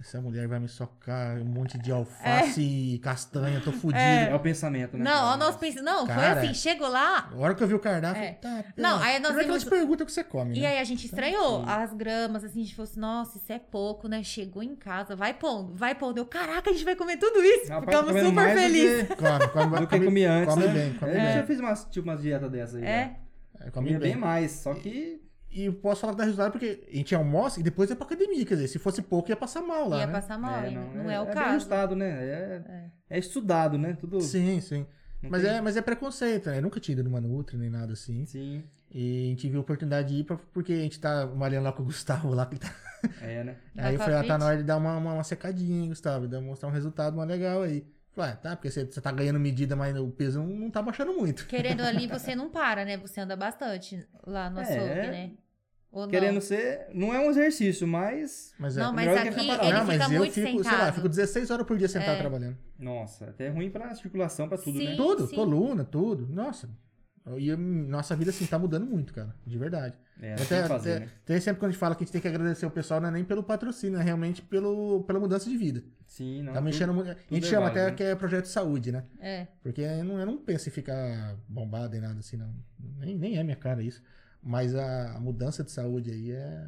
B: essa mulher vai me socar um monte de
A: É.
B: alface e castanha, tô fudido.
C: É o pensamento, né?
A: Não,
C: cara?
A: ó, nós pensamos. Não,
B: Cara.
A: foi assim, chegou lá.
B: A hora que eu vi o cardápio,
A: É.
B: tá, pera.
A: Não, aí nós
B: Primeiro que elas
A: vimos-
B: perguntam o que você come,
A: E
B: né?
A: aí a gente estranhou as gramas, assim, a gente falou assim, nossa, isso é pouco, né? Chegou em casa, vai pondo, vai pondo. Eu, caraca, a gente vai comer tudo isso.
C: Rapaz, tô
A: Ficamos
C: comendo
A: super
C: mais do
A: felizes.
C: que-
B: Come, come,
C: Do que comia antes,
B: come
C: né?
B: bem, come
C: É,
B: bem.
C: Eu já fiz umas, tipo, umas dietas dessas aí.
A: É.
C: já.
B: É, come
C: Comia bem
B: bem.
C: mais, só que...
B: E eu posso falar da resultado porque a gente almoça e depois é pra academia, quer dizer, se fosse pouco ia passar mal lá,
A: Ia
B: né?
A: passar mal,
C: é,
A: né? não, é, o
C: bem
A: caso.
C: ajustado, né? É, é estudado, né? Tudo...
B: Sim, sim.
C: não
B: Mas
C: tem-
B: é, mas é preconceito, né? Eu nunca tinha ido numa Nutri nem nada assim.
C: Sim,
B: E a gente viu a oportunidade de ir pra- porque a gente tá malhando lá com o Gustavo lá. que tá-
C: é, né?
A: Lá
B: aí eu
A: com a
B: falei, ah, tá
A: Fritz.
B: na hora de dar uma, uma, uma secadinha, hein, Gustavo, de mostrar um resultado mais legal aí. Falei, ah, tá, porque você, você tá ganhando medida, mas o peso não, não tá baixando muito.
A: Querendo ali, você não para, né? Você anda bastante lá no
C: É.
A: açougue, né? Ou [laughs] não?
C: Querendo ser... Não é um exercício, mas...
B: Mas é.
A: Não, mas
C: melhor que
A: aqui
C: ficar parado.
A: ele
B: Não, mas
A: fica
B: eu
A: muito
B: fico, sei lá, eu
A: sentado. É.
B: fico 16 horas por dia sentado trabalhando.
C: Nossa, até é ruim pra circulação, pra tudo, né?
A: Sim.
B: Tudo, coluna, tudo. Nossa. E eu- nossa vida, assim, tá mudando muito, cara. De verdade.
C: É,
B: Até-
C: tem que fazer,
B: até-
C: né?
B: Tem sempre quando a gente fala que a gente tem que agradecer o pessoal, não é nem pelo patrocínio, é realmente pelo, pela mudança de vida.
C: Sim, não.
B: tá
C: tudo-
B: mexendo muito. A gente
C: é
B: chama
C: válido,
B: até
C: né?
B: que é projeto de saúde, né?
A: É.
B: Porque eu não, eu não penso em ficar bombado em nada assim, não. Nem, nem é minha cara isso. Mas a, a mudança de saúde aí é.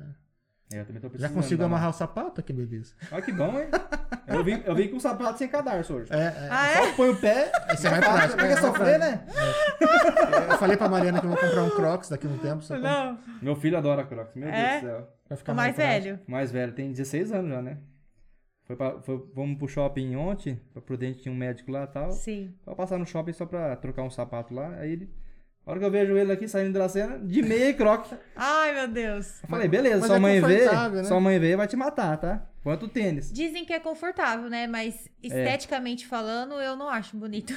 C: É, eu também tô
B: Já
C: precisando
B: consigo
C: dar uma-
B: amarrar o sapato aqui, beleza.
C: Olha que bom, hein? Eu vim, eu vim com um sapato sem cadarço hoje.
B: É, é,
A: Ah,
C: [laughs]
A: é?
C: Só põe o pé,
B: Isso é mais prático.
C: pega sofrer, né?
B: Eu falei pra Mariana que eu vou comprar um Crocs daqui a um tempo, só pra,
A: Não,
C: Meu filho adora Crocs, meu
A: É?
C: Deus do céu.
B: pra ficar
A: o mais
B: prático.
A: velho.
C: Mais velho, tem 16 anos já, né? Foi pra, foi- fomos pro shopping ontem, pra Prudente tinha um médico lá e tal.
A: Sim.
C: Vou passar no shopping só pra trocar um sapato lá. Aí ele. A hora que eu vejo ele aqui saindo da cena, de meia e croque. Eu
A: Ai, meu Deus.
C: falei, beleza,
B: mas
C: sua
B: é
C: mãe vê.
B: confortável, né?
C: Sua mãe vê e vai te matar, tá? Quanto
B: [laughs]
C: tênis.
A: Dizem que é confortável, né? Mas
C: É.
A: esteticamente falando, eu não acho bonito.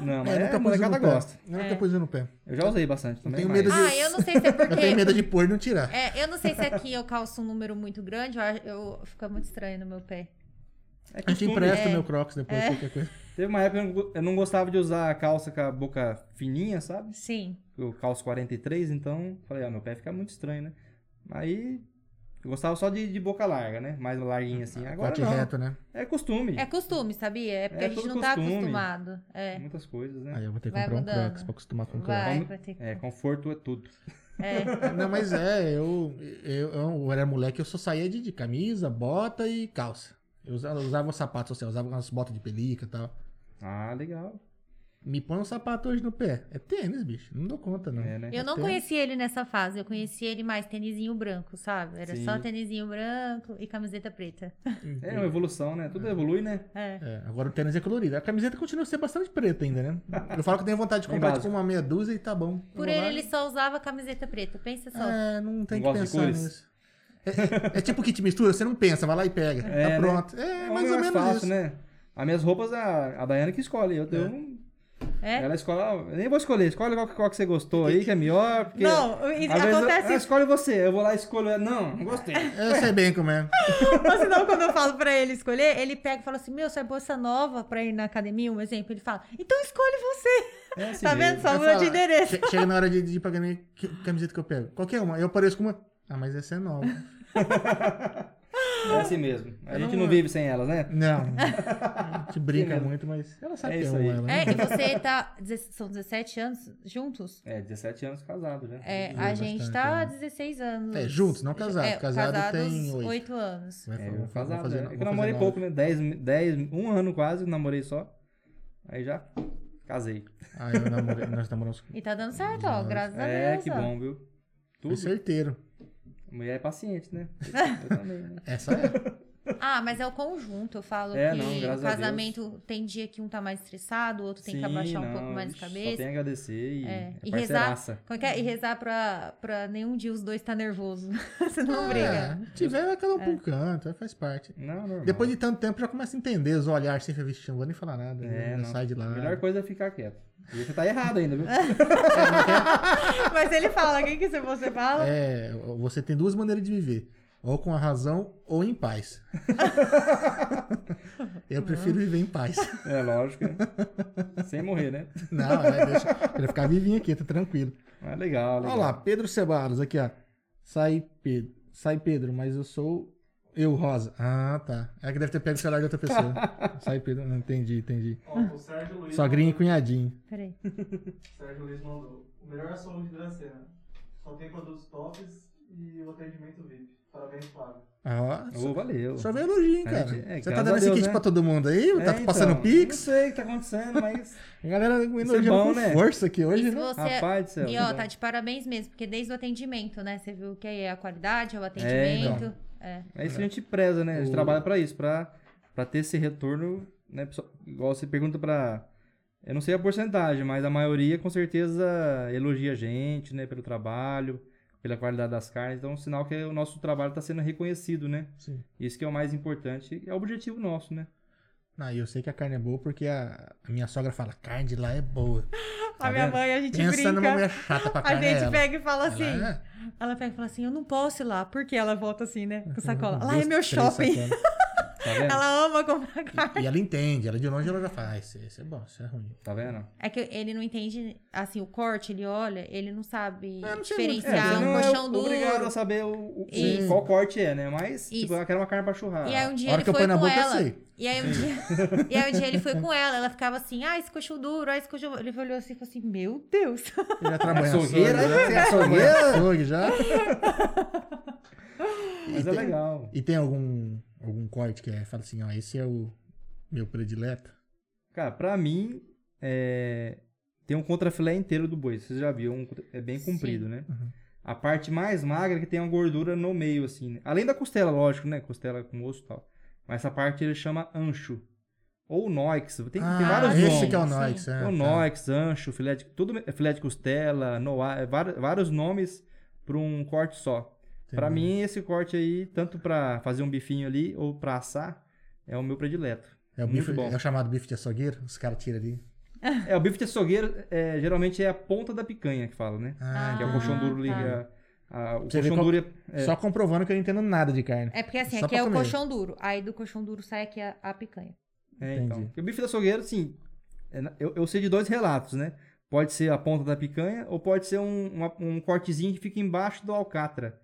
C: Não, mas
B: É,
C: é,
B: nunca
C: a
B: pus um
C: molecada
B: no pé.
C: gosta.
B: Eu
A: É.
B: nunca pus um no pé.
C: Eu já usei bastante também.
B: tenho
C: mas-
B: medo de-
A: Ah, eu não sei se é
B: Eu
C: [laughs]
B: tenho medo
A: porque.
B: de pôr e não tirar.
A: É, eu não sei se aqui eu calço um número muito grande, eu, acho- eu fica muito estranho no meu pé.
C: É
B: A gente
C: costume, né?
B: empresta o meu Crocs depois,
A: É.
B: qualquer coisa.
C: Teve uma época que eu não go- eu não gostava de usar a calça com a boca fininha, sabe?
A: Sim.
C: Eu calço 43, então falei, ah, meu pé fica muito estranho, né? Aí eu gostava só de, de boca larga, né? Mais larguinha assim. Agora
B: Corte
C: não.
B: reto, né?
C: É costume.
A: É costume, sabia? É porque
C: É
A: a gente
C: tudo
A: não tá
C: costume.
A: acostumado. É.
C: Muitas coisas, né?
B: Aí eu vou ter que
A: Vai
B: comprar um
A: mudando.
B: Crocs pra acostumar com o Crocs.
A: Vai,
C: Como-
A: vai ter que.
C: Então, É, conforto é tudo.
A: É.
B: Não, mas é, eu, eu, eu era moleque, eu só saía de, de camisa, bota e calça. Eu usava, usava um sapato social, usava umas botas de pelica e tal.
C: Ah, legal.
B: Me põe um sapato hoje no pé. É tênis, bicho. Não dou conta, não.
C: É, né?
A: Eu não
B: Até-
A: conheci ele nessa fase, eu conheci ele mais tenizinho branco, sabe? Era
C: Sim.
A: só tenizinho branco e camiseta preta.
C: É uma evolução, né? Tudo evolui, né?
A: É.
B: É, agora o tênis é colorido. A camiseta continua a ser bastante preta ainda, né? Eu falo que eu tenho vontade de
C: Bem
B: comprar tipo
C: básico.
B: uma meia dúzia e tá bom.
A: Por
B: Eu vou
A: ele,
B: lá
A: ele só usava camiseta preta, pensa só.
C: Ah,
B: É, não tem
C: Não
B: que
C: gosta de
B: pensar
C: cores?
B: nisso. É, é, é tipo kit mistura, você não pensa, vai lá e pega.
C: É,
B: tá
C: né?
B: pronto. É, mais ou menos
C: fácil,
B: isso.
C: né? As minhas roupas, a, a Daiane que escolhe. Eu, eu não-
A: É?
C: Ela escolhe, ah, eu nem vou escolher. Escolhe qual, que- qual que você gostou aí, que é melhor. Porque
A: Não, e-
C: às vezes eu-
A: acontece-
C: ah, escolhe você. Eu vou lá e escolho. ela, Não,
A: [laughs]
C: não gostei.
B: Eu sei bem como é.
A: Ou senão, quando eu falo pra ele escolher, ele pega e fala assim: Meu, você é bolsa nova pra ir na academia, um exemplo. Ele fala: Então escolhe você.
C: É assim
A: tá vendo?
C: mesmo.
A: Só
B: Eu
A: muda
B: falo,
A: de endereço.
B: che- Chega na hora de, de ir pra academia, que camiseta que eu pego? Qualquer uma. Eu apareço com uma. Ah, mas essa é nova.
C: É assim mesmo. A
B: Eu
C: gente
B: não-
C: não vive sem elas, né?
B: Não. A gente brinca
C: mesmo.
B: muito, mas ela sabe
C: É
B: que é
C: isso
B: um
C: aí.
B: ela. né?
A: É, e você tá. deze- São 17 anos juntos?
C: É, 17 anos casado já.
A: É,
B: É,
A: a gente tá há
B: bastante,
A: 16 anos.
B: É, juntos, não casados. Casado
A: casados,
B: tem oito.
A: 8 anos.
B: Vai
C: É,
B: falar,
C: eu
B: vou
C: casado.
B: fazer-
C: né?
B: vou
C: É que eu
B: fazer
C: namorei
B: nove.
C: pouco, né? 10, 10, um ano quase, namorei só. Aí já casei.
B: Ah, eu namorei, nós
C: [laughs]
B: namoramos
A: E tá dando certo, ó.
B: Nossa.
A: Graças a
C: é,
A: Deus.
C: que
A: ó.
C: bom, viu?
B: Foi
C: Tudo.
B: certeiro.
C: Mulher é
A: [laughs]
C: paciente, né? Eu também, né?
B: Essa [laughs] é.
A: Ah, mas é o conjunto. Eu falo
C: É,
A: que
C: não,
A: o
C: graças a Deus.
A: casamento tem dia que um tá mais estressado, o outro tem que
C: Sim,
A: abaixar um
C: não,
A: pouco mais a
C: ixi, Só
A: cabeça.
C: tem a agradecer e,
A: É,
C: é.
A: e rezar.
C: parceiraça.
A: Como é que é? E rezar pra, pra nenhum dia os dois tá nervoso. [laughs] Você não briga.
B: É, se tiver, vai cada um pro canto, aí faz parte.
C: Não, normal.
B: Depois de tanto tempo, já começa a entender os olhares sem vixe, não vou nem falar nada.
C: É,
B: já
C: não.
B: sai de lá.
C: A melhor coisa é ficar quieto. E você tá errado ainda,
A: [laughs]
C: viu?
A: Mas ele fala, quem que você fala?
B: É, você tem duas maneiras de viver. Ou com a razão, ou em
C: [laughs]
B: paz. eu prefiro viver em paz.
C: É lógico. né? Sem morrer, né?
B: Não, é, deixa. Eu quero ficar vivinho aqui, tá tranquilo.
C: Mas Ah, legal, Tá legal.
B: Olha lá, Pedro Cebaros, aqui, ó. Sai, Pedro. Sai, Pedro, mas eu sou eu, Rosa. Ah, tá. É que deve ter pego o celular de outra
C: [laughs]
B: pessoa. Sai, Pedro. Não, Entendi, entendi.
D: Ó,
C: Ah.
D: o Sérgio Luiz.
B: Sogrinha e
D: mandou-
B: cunhadinho.
A: Peraí.
D: Sérgio Luiz mandou. O melhor açougue de Dracena. Só tem produtos tops e o atendimento VIP. Parabéns, Flávio.
B: Ah,
C: Ô, valeu.
B: só veio elogio, hein,
C: A
B: cara.
C: gente- é,
B: Você tá
C: graças
B: dando
C: a
B: esse
C: Deus,
B: kit
C: né?
B: pra todo mundo aí?
C: É,
B: tá
C: então,
B: passando
C: Não
B: pix?
C: sei o que tá acontecendo, mas.
B: A galera tá elogiando
C: bom,
B: com
C: né?
B: força aqui hoje,
A: E se
B: né?
A: [laughs] você-
C: Rapaz do céu.
A: E ó, tá de parabéns mesmo, porque desde o atendimento, né? Você viu que é a qualidade, é o atendimento.
B: então.
A: É.
C: É isso que a gente preza, né? A gente
B: O-
C: trabalha pra isso, pra, pra ter esse retorno, né? pessoal? Igual você pergunta pra. Eu não sei a porcentagem, mas a maioria com certeza elogia a gente, né? Pelo trabalho, pela qualidade das carnes. Então, é um sinal que o nosso trabalho tá sendo reconhecido, né?
B: Sim.
C: Isso que é o mais importante, é o objetivo nosso, né?
B: Não, e eu sei que a carne é boa porque a, a minha sogra fala, carne de lá é boa.
A: a minha
C: vendo?
A: mãe, a gente
B: Pensa numa
A: brinca.
B: mulher chata pra
A: A
B: carne. é
A: gente
B: ela.
A: pega e fala
B: Ela
A: assim. Ela,
B: é-
A: pega e fala assim: eu não posso ir lá. Por que ela volta assim, né? Com sacola. Lá
B: Uhum. Duas,
A: é meu
B: três
A: shopping.
B: sacolas.
A: [laughs]
C: Tá vendo?
A: Ela ama comprar carne.
B: E, e ela entende, ela de longe ela já fala, "Ah, isso, isso é bom, isso é ruim.
C: Tá vendo?
A: É que ele não entende, assim, o corte, ele olha, ele não sabe
B: É, não sei muito.
A: diferenciar
C: você
A: um
C: não
A: colchão
C: é
A: duro.
C: obrigado a saber o, o-
A: Isso.
C: qual corte é, né? Mas, tipo,
A: Isso.
C: eu quero uma carne pra churrar.
A: E aí um dia
B: A hora
A: ele
B: que eu
A: foi
B: ponho na
A: com
B: boca,
A: ela.
B: eu sei.
A: E aí, um dia, [laughs] e aí um dia ele foi com ela, ela ficava assim, ah, esse colchão duro, ah, esse colchão... Ele olhou assim e falou assim, meu Deus.
B: Eu já trabalho em açougue,
C: Açougueira,
B: já,
C: você é
B: trabalho em
C: açougueira?
B: açougue
A: [laughs]
B: já.
C: Mas
B: e tem-
C: é legal.
B: E tem algum, algum corte que é, fala assim, ó, esse é o meu predileto?
C: Cara, pra mim, é, tem um contrafilé inteiro do boi. Vocês já viram, um contra- é bem
A: Sim.
C: comprido, né?
B: Uhum.
C: A parte mais magra é que tem uma gordura no meio, assim. né? Além da costela, lógico, né? Costela com osso e tal. Mas essa parte ele chama ancho. Ou noix. Tem, tem vários
B: esse
C: nomes.
B: que é o
A: Sim.
B: Noix. É,
C: Ah, o
B: tá.
C: Então, Nox, Ancho, filé de, tudo, filé de costela, noa, é, vários, vários nomes para um corte só.
B: Entendi.
C: Para mim, esse corte aí, tanto para fazer um bifinho ali ou para assar, é o meu predileto.
B: É o,
C: muito
B: bife,
C: bom.
B: é o chamado bife de açougueiro, os caras tiram ali.
C: É, o bife de açougueiro é, geralmente é a ponta da picanha que fala, né?
A: Ah,
C: que é o colchão duro ali.
A: tá.
C: é- a- o
B: Você vê
C: colchão
B: qual-
C: duro é, é,
B: Só comprovando que eu não entendo nada de carne.
A: É porque assim,
B: Só
A: aqui
B: pra
A: é o
B: comer.
A: colchão duro, aí do colchão duro sai aqui a, a picanha.
C: É,
B: Entendi.
C: então. Porque o bife da açougueiro, assim, é na- eu, eu sei de dois relatos, né? Pode ser a ponta da picanha ou pode ser um, uma- um cortezinho que fica embaixo do alcatra,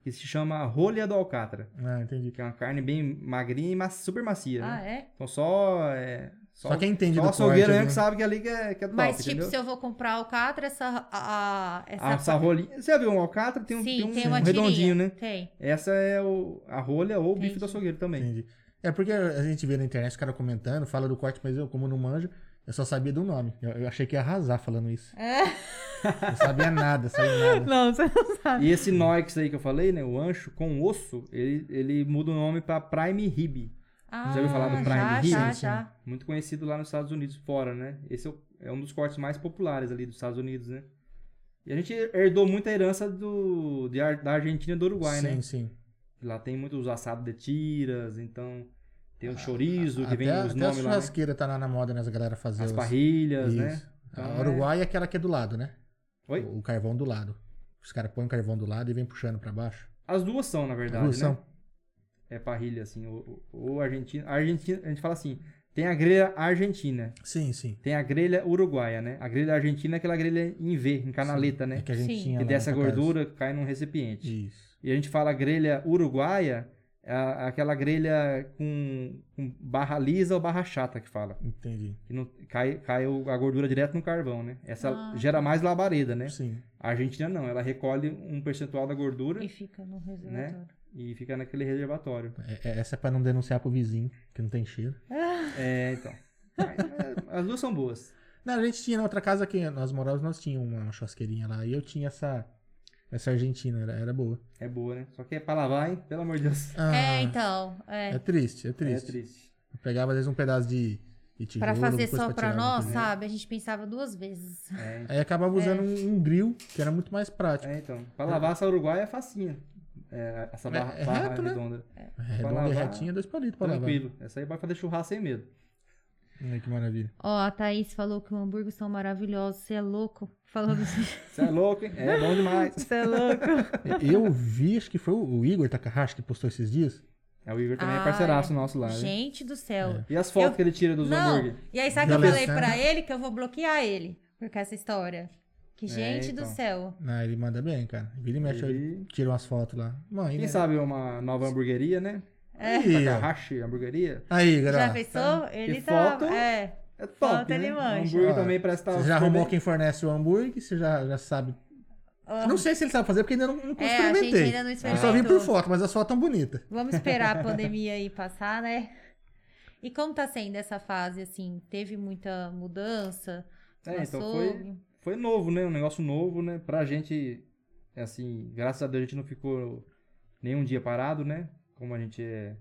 C: que se chama rolha do alcatra,
B: Ah, entendi.
C: que é uma carne bem magrinha e ma- super macia,
A: Ah,
C: né?
A: é?
C: Então só... É,
B: Só, quem entende
C: só
B: do
C: o
B: corte.
C: açougueiro mesmo
B: ali. né?
C: que sabe que ali que é, que é top,
A: Mas tipo,
C: entendeu?
A: se eu vou comprar alcatra, essa... A, a- essa
C: Ah, Essa rolinha... Você já viu um alcatra? Tem um,
A: Sim,
C: tem um,
A: uma
C: um
A: tirinha.
C: redondinho, né?
A: Tem.
C: Essa é o, a rolha ou o bife
A: Entendi.
C: do açougueiro também.
B: Entendi. É porque a gente vê na internet os caras comentando, fala do corte, mas eu, como não manjo, eu só sabia do nome. Eu, eu achei que ia arrasar falando isso.
A: [laughs] É.
B: Eu não sabia nada, sabia nada.
A: Não, você não sabe.
C: E esse Noix aí que eu falei, né? O ancho com osso, ele, ele muda o nome pra Prime Rib.
A: Ah,
C: Já ouviu falar do Prime
A: já,
C: Rib? assim?
A: já,
B: Sim,
A: já.
C: Muito conhecido lá nos Estados Unidos, fora, né? Esse é o- é um dos cortes mais populares ali dos Estados Unidos, né? E a gente herdou muita herança do, de Ar- da Argentina e do [laughs] Uruguai,
B: sim,
C: né?
B: sim.
C: Lá tem muitos assados de tiras, então tem o chorizo, que vem
B: Ah, até a-
C: os
B: até a
C: nomes lá, né?
B: churrasqueira tá na, na moda, né? As galera fazer
C: as
B: os-
C: parrilhas, né?
B: Isso.
C: Então,
B: a
C: é-
B: Uruguai é aquela que é do lado, né?
C: Oi?
B: O, o carvão do lado. Os caras põem o carvão do lado e vem puxando pra baixo.
C: As duas são, na verdade,
B: Duas
C: né?
B: são.
C: É parrilha, assim. Ou, ou Argentina, a Argentina... A gente fala assim, tem a grelha argentina,
B: Sim, sim.
C: Tem a grelha uruguaia, né? A grelha argentina é aquela grelha em V, em canaleta,
B: É
C: né?
B: que a gente
A: Sim.
B: tinha
C: Que
B: lá
C: desce a
B: na tua casa.
C: gordura, cai num recipiente.
B: Isso.
C: E a gente fala grelha uruguaia, é a- aquela grelha com, com barra lisa ou barra chata que fala.
B: Entendi.
C: Que não, cai, cai o- a gordura direto no carvão, né? Essa
A: Ah.
C: gera mais labareda, né?
B: Sim.
C: A Argentina não, ela recolhe um percentual da gordura
A: E fica no reservatório.
C: e fica naquele reservatório.
B: É- é- essa é pra não denunciar pro vizinho, que não tem cheiro.
C: É, então. Mas, é, As duas são boas.
B: Na gente tinha na outra casa que nós morávamos, nós tínhamos uma churrasqueirinha lá. E eu tinha essa. Essa argentina, era, era boa.
C: É boa, né? Só que é pra lavar, hein? Pelo amor de Deus.
B: Ah,
A: É, então. É.
B: É triste, é triste.
C: É triste.
B: Eu pegava às vezes um pedaço de, de tijolo.
A: Pra fazer
B: coisa
A: só pra
B: tirar, né, uma
A: nós,
B: coisa.
A: sabe? A gente pensava duas vezes.
C: É,
B: Aí acabava usando
A: É.
B: um, um grill, que era muito mais prático.
C: é, então. Pra lavar essa Uruguaia é facinho. É, essa
B: É-
C: barra,
B: é
C: barra
B: reto, né?
C: redonda.
B: É, Redondo
C: lavar,
B: e retinha, dois palitos pra
C: Tranquilo. Essa aí vai fazer churrasco sem medo.
B: lavar. Ai, que maravilha.
A: Ó, a Thaís falou que o hambúrguer são maravilhosos. Você é louco? Falando assim,
C: Você é louco, hein? É bom demais.
A: você é louco.
B: Eu vi, acho que foi o o Igor Takahashi que postou esses dias.
C: É, o Igor também
A: Ah,
C: é parceiraço nosso lá, né?
A: Gente do céu.
C: E as fotos
A: Eu-
C: que ele tira dos
A: Não,
C: hambúrguer?
A: e aí sabe que eu
B: Já
A: falei
B: pensando.
A: pra ele que eu vou bloquear ele por causa dessa história. Que gente do
C: então.
A: céu.
B: Ah, ele manda bem, cara. Vira e mexe,
C: Ele-
B: eu tiro umas fotos lá. Mãe,
C: Quem
B: né?
C: sabe uma nova hamburgueria, né?
B: Aí, ó.
C: Takahashi, hamburgueria.
B: aí
A: Já
B: galera.
A: pensou? Ele
C: E
A: tá.
C: foto?
A: É.
C: É top,
A: Falta
C: né?
A: ele
C: O
A: mancha.
C: hambúrguer
B: Ó,
C: também parece que tá...
B: Você já
C: super
B: arrumou
C: bem-
B: quem fornece o hambúrguer, você já, já sabe.
A: Ó,
B: Não sei se ele sabe fazer, porque ainda não, não
A: Ah. É, a gente
B: experimentei.
A: ainda não
B: Eu
A: experimentou.
B: só vi por foto, mas as fotos tão bonitas.
A: Vamos esperar a pandemia aí passar, né? E como tá sendo essa fase, assim? Teve muita mudança?
C: É, então
A: Passou?
C: foi, foi novo, né? Um negócio novo, né? Pra gente, assim, graças a Deus a gente não ficou nenhum dia parado, né? Como a gente é,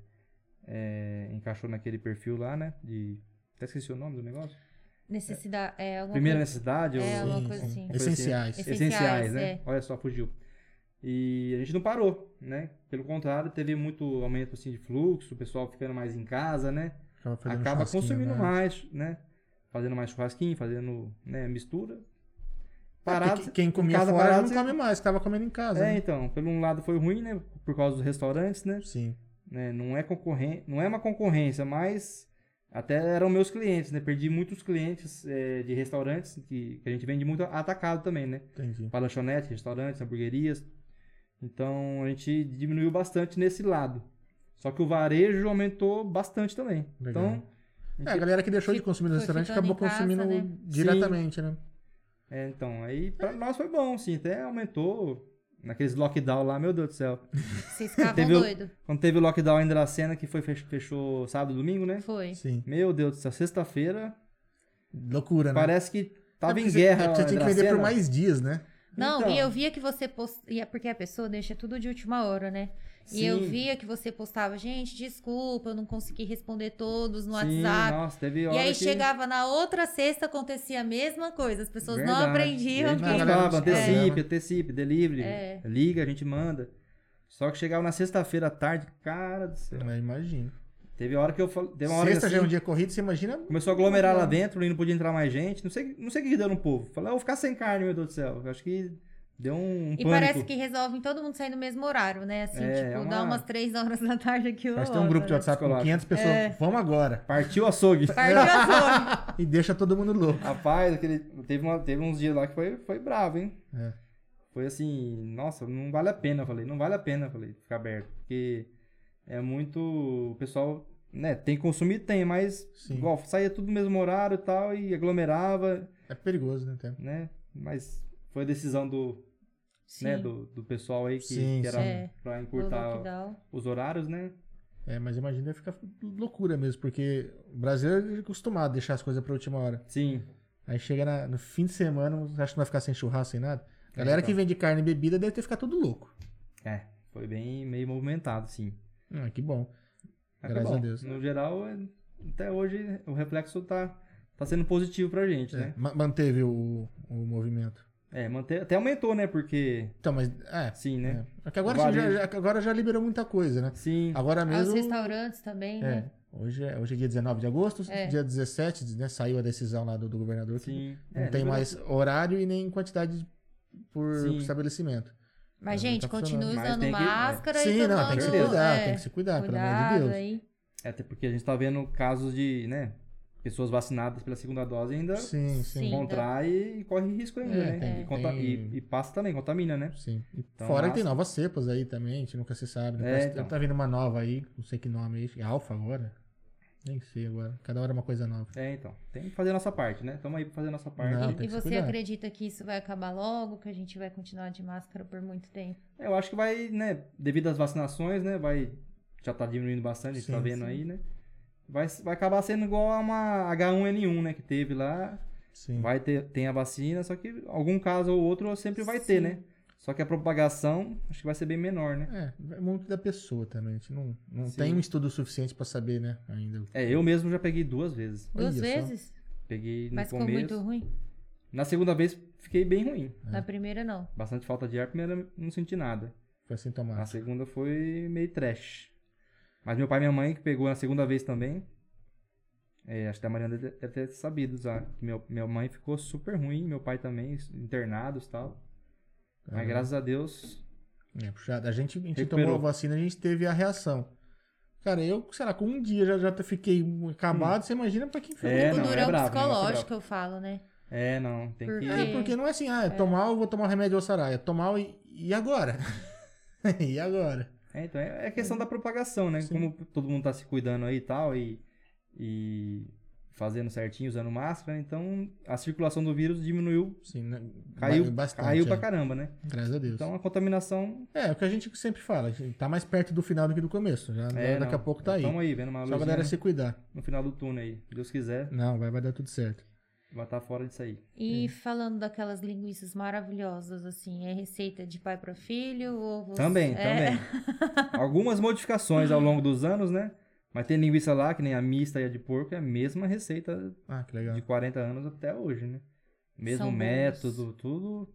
C: é, encaixou naquele perfil lá, né? De... Até esqueci o nome do negócio.
A: Necessidade. É, alguma
C: Primeira
A: coisa-
C: necessidade?
A: É,
C: ou...
A: alguma coisa assim.
B: Essenciais.
A: Esse-
C: essenciais,
A: Essenciais,
C: né?
A: é.
C: Olha só, fugiu. E a gente não parou, né? Pelo contrário, teve muito aumento assim de fluxo, o pessoal ficando mais em casa, né?
B: Acaba, fazendo
C: Acaba
B: churrasquinho,
C: consumindo
B: né?
C: mais, né? Fazendo mais churrasquinho, fazendo né,
B: É,
C: mistura.
B: Parado,
C: Parado.
B: quem comia
C: casa
B: fora
C: parada,
B: não
C: você-
B: come mais, que tava comendo em casa.
C: É,
B: né?
C: então, pelo um lado foi ruim, né? Por causa dos restaurantes, né?
B: Sim.
C: né? Não é concorrência, não é uma concorrência, mas até eram meus clientes, né? Perdi muitos clientes eh, de restaurantes que, que a gente vende muito atacado também, né?
B: Entendi.
C: para lanchonetes, restaurantes, hamburguerias. Então a gente diminuiu bastante nesse lado. Só que o varejo aumentou bastante também.
B: Legal.
C: Então,
B: É, a galera que deixou de
A: Fico-
B: consumir no
A: foi
B: restaurante
A: ficando
B: acabou
A: em casa,
B: consumindo
A: né?
B: diretamente, né?
C: é, então aí para nós foi bom, sim, até aumentou naqueles lockdown lá, meu Deus do céu.
A: Vocês ficavam
C: Teve o-
A: doidos.
C: Quando teve o lockdown em Dracena que foi fech- fechou sábado, e domingo, né?
A: Foi.
B: Sim.
C: Meu Deus do céu, sexta-feira
B: Loucura, né?
C: parece que tava
B: É
C: em
B: porque Você,
C: guerra.
B: é porque você
C: lá
B: tinha
C: em
B: que vender por
C: Dracena.
B: mais dias, né?
A: Não,
C: Então.
A: e eu via que você postava. E é porque a pessoa deixa tudo de última hora, né? E eu
C: Sim,
A: via que você postava, gente, desculpa, eu não consegui responder todos no
C: sim,
A: WhatsApp.
C: Nossa, teve
A: E
C: hora
A: aí
C: que...
A: chegava na outra sexta, acontecia a mesma coisa. As pessoas não
C: Verdade. E
A: aprendiam
C: A gente
A: que.
B: não
C: mandava,
B: É.
C: antecipe, antecipe, delivery,
A: É.
C: liga, a gente manda. Só que chegava na sexta-feira à tarde, cara do céu.
B: Eu É, imagino.
C: Teve hora que eu falei, teve uma hora
B: Sexta
C: que
B: já é um
C: assim,
B: dia corrido, você imagina?
C: começou
A: Tá
C: a aglomerar lá dentro e não podia entrar mais gente. Não sei, não sei o que que deu no povo. Falei, ah, eu vou ficar sem carne, meu Deus do céu. Eu acho que deu um, um
A: E
C: pânico.
A: parece que resolvem todo mundo sair no mesmo horário, né? Assim,
C: É,
A: tipo,
C: é
A: dá
C: uma-
A: umas três horas [laughs] da tarde aqui. né?
B: Mas tem um grupo de WhatsApp com
C: Psicológico.
B: 500 pessoas.
A: É.
B: Vamos agora.
C: Partiu
A: [laughs]
C: o açougue.
A: Perdeu a
B: [laughs]
A: fome.
B: E deixa todo mundo louco.
C: [laughs] Rapaz, aquele, teve, uma- teve uns dias lá que foi, foi bravo, hein?
B: É.
C: Foi assim, nossa, não vale a pena, eu falei, não vale a pena, eu falei, ficar aberto. Porque é muito. O pessoal, né, tem que consumir, tem, mas
B: Sim.
C: igual, saía tudo no mesmo horário e tal, e aglomerava,
B: É perigoso, né? Até.
C: né? Mas foi a decisão do,
A: Sim.
C: né, do, do pessoal aí que,
B: Sim,
C: que era
A: sim. É.
C: pra
A: O
C: encurtar
A: lockdown.
C: os horários, né?
B: É, mas imagina ia ficar loucura mesmo, porque o brasileiro ele é acostumado a deixar as coisas pra última hora.
C: Sim.
B: Aí chega na- no fim de semana, acho que não vai ficar sem churrasco, sem nada.
C: É,
B: Galera que
C: então.
B: vende carne e bebida deve ter ficado tudo louco.
C: É, foi bem meio movimentado, sim.
B: Ah, que bom.
C: Mas foi
B: Graças a
C: bom.
B: Deus.
C: No geral, é- até hoje o reflexo tá, tá sendo positivo pra gente,
B: É,
C: né?
B: ma- manteve o, o movimento.
C: É, manter, até aumentou, né? Porque.
B: Então, mas. É.
C: Sim, né?
B: é. É que agora,
C: O
B: você já,
C: varejo.
B: já- agora já liberou muita coisa, né?
C: Sim.
B: Agora
A: Ah, Os
B: mesmo.
A: restaurantes também,
B: É.
A: né?
B: Hoje é, hoje é dia 19 de agosto,
A: É.
B: dia 17, né, saiu a decisão lá do, do governador que
C: Sim.
B: não
C: É,
B: tem
C: liberou-
B: mais horário e nem quantidade de- por
C: Sim.
B: estabelecimento.
A: Mas,
B: É,
A: gente,
B: tá
A: continua
B: funcionando.
C: Mas
A: usando
C: tem que- é.
A: máscara e
B: Sim,
A: tomando...
B: não, tem que se
C: tomando-
B: cuidar,
A: é,
B: tem que se cuidar, pelo amor de
A: cuidado
B: Deus.
A: aí.
C: É, até porque a gente tá vendo casos de, né? pessoas vacinadas pela segunda dose ainda
B: Sim, sim.
A: Sim.
C: contrai e, corre risco ainda,
B: É,
C: né?
B: tem-
C: e, conta-
B: tem-
C: e- e passa também, contamina, né?
B: Sim. E
C: Então,
B: Fora que tem
C: massa.
B: novas cepas aí também, a gente nunca se sabe. né?
C: É,
B: Parece que
C: então.
B: Tá vindo uma nova aí, não sei que nome aí. Alfa agora? Nem sei agora. Cada hora é uma coisa nova.
C: É, então. Tem que fazer a nossa parte, né? Estamos aí pra fazer a nossa parte.
B: Não,
C: E-
B: tem
A: E
B: que se
A: você
B: cuidar.
A: acredita que isso vai acabar logo, que a gente vai continuar de máscara por muito tempo?
C: É, Eu acho que vai, né, devido às vacinações, né, vai já tá diminuindo bastante, a gente
B: Sim,
C: tá vendo
A: sim.
C: aí, né? Vai, vai acabar sendo igual a uma H1N1, né, que teve lá.
B: Sim.
C: Vai ter tem a vacina, só que algum caso ou outro sempre vai ter,
A: Sim.
C: né? Só que a propagação acho que vai ser bem menor, né?
B: É, é muito da pessoa também. A gente não, não
C: Sim.
B: tem um estudo suficiente pra saber, né? Ainda.
C: É, eu mesmo já peguei duas vezes.
A: Duas
B: só.
A: vezes?
C: Peguei no
A: Mas ficou
C: começo.
A: muito ruim.
C: Na segunda vez fiquei bem ruim.
B: É.
A: Na primeira, não.
C: Bastante falta de ar, primeiro não senti nada.
B: Foi
C: A
B: sintomático.
C: segunda foi meio trash. Mas meu pai e minha mãe, que pegou na segunda vez também. é, acho que a Mariana deve deve ter sabido já. que Meu, minha mãe ficou super ruim, meu pai também, internados e tal. Mas
B: Aham.
C: graças a Deus.
B: É, puxado. A gente, a gente
C: Recuperou.
B: tomou a vacina, a gente teve a reação. Cara, eu, sei lá, com um dia já, já fiquei acabado, você imagina pra quem ficou.
C: Hum. É,
A: o
C: não, é
A: durão
C: bravo, negócio
A: psicológico, eu falo, né?
C: É, não, tem
A: Por
C: que.
A: quê?
B: É, porque não é assim, ah, é. tomar eu vou tomar o remédio ou sarar. É tomar e, e agora? [laughs] e agora?
C: É, então, é é questão da propagação, né?
B: Sim.
C: Como todo mundo tá se cuidando aí e tal, e, e fazendo certinho, usando máscara, então a circulação do vírus diminuiu,
B: Sim, né?
C: caiu,
B: Ba- bastante.
C: caiu
B: é.
C: pra caramba, né?
B: Graças a Deus.
C: Então a contaminação.
B: É, é o que a gente sempre fala, a gente tá mais perto do final do que do começo. Já,
C: É,
B: daqui a
C: não,
B: pouco tá aí.
C: Tamo aí, vendo uma
B: Só a
C: luzinha né?
B: galera
C: no-
B: se cuidar.
C: no final do túnel aí. Deus quiser,
B: Não, vai, vai dar tudo certo.
C: vai estar fora disso aí.
B: É.
A: E falando daquelas linguiças maravilhosas, assim, é receita de pai para filho ou você...
C: Também,
A: é, [laughs]
C: também. Algumas modificações ao longo dos anos, né? Mas tem linguiça lá, que nem a mista e a de porco, é a mesma receita
B: Ah, que legal.
C: de 40 anos até hoje, né? Mesmo
A: São boas.
C: método, tudo.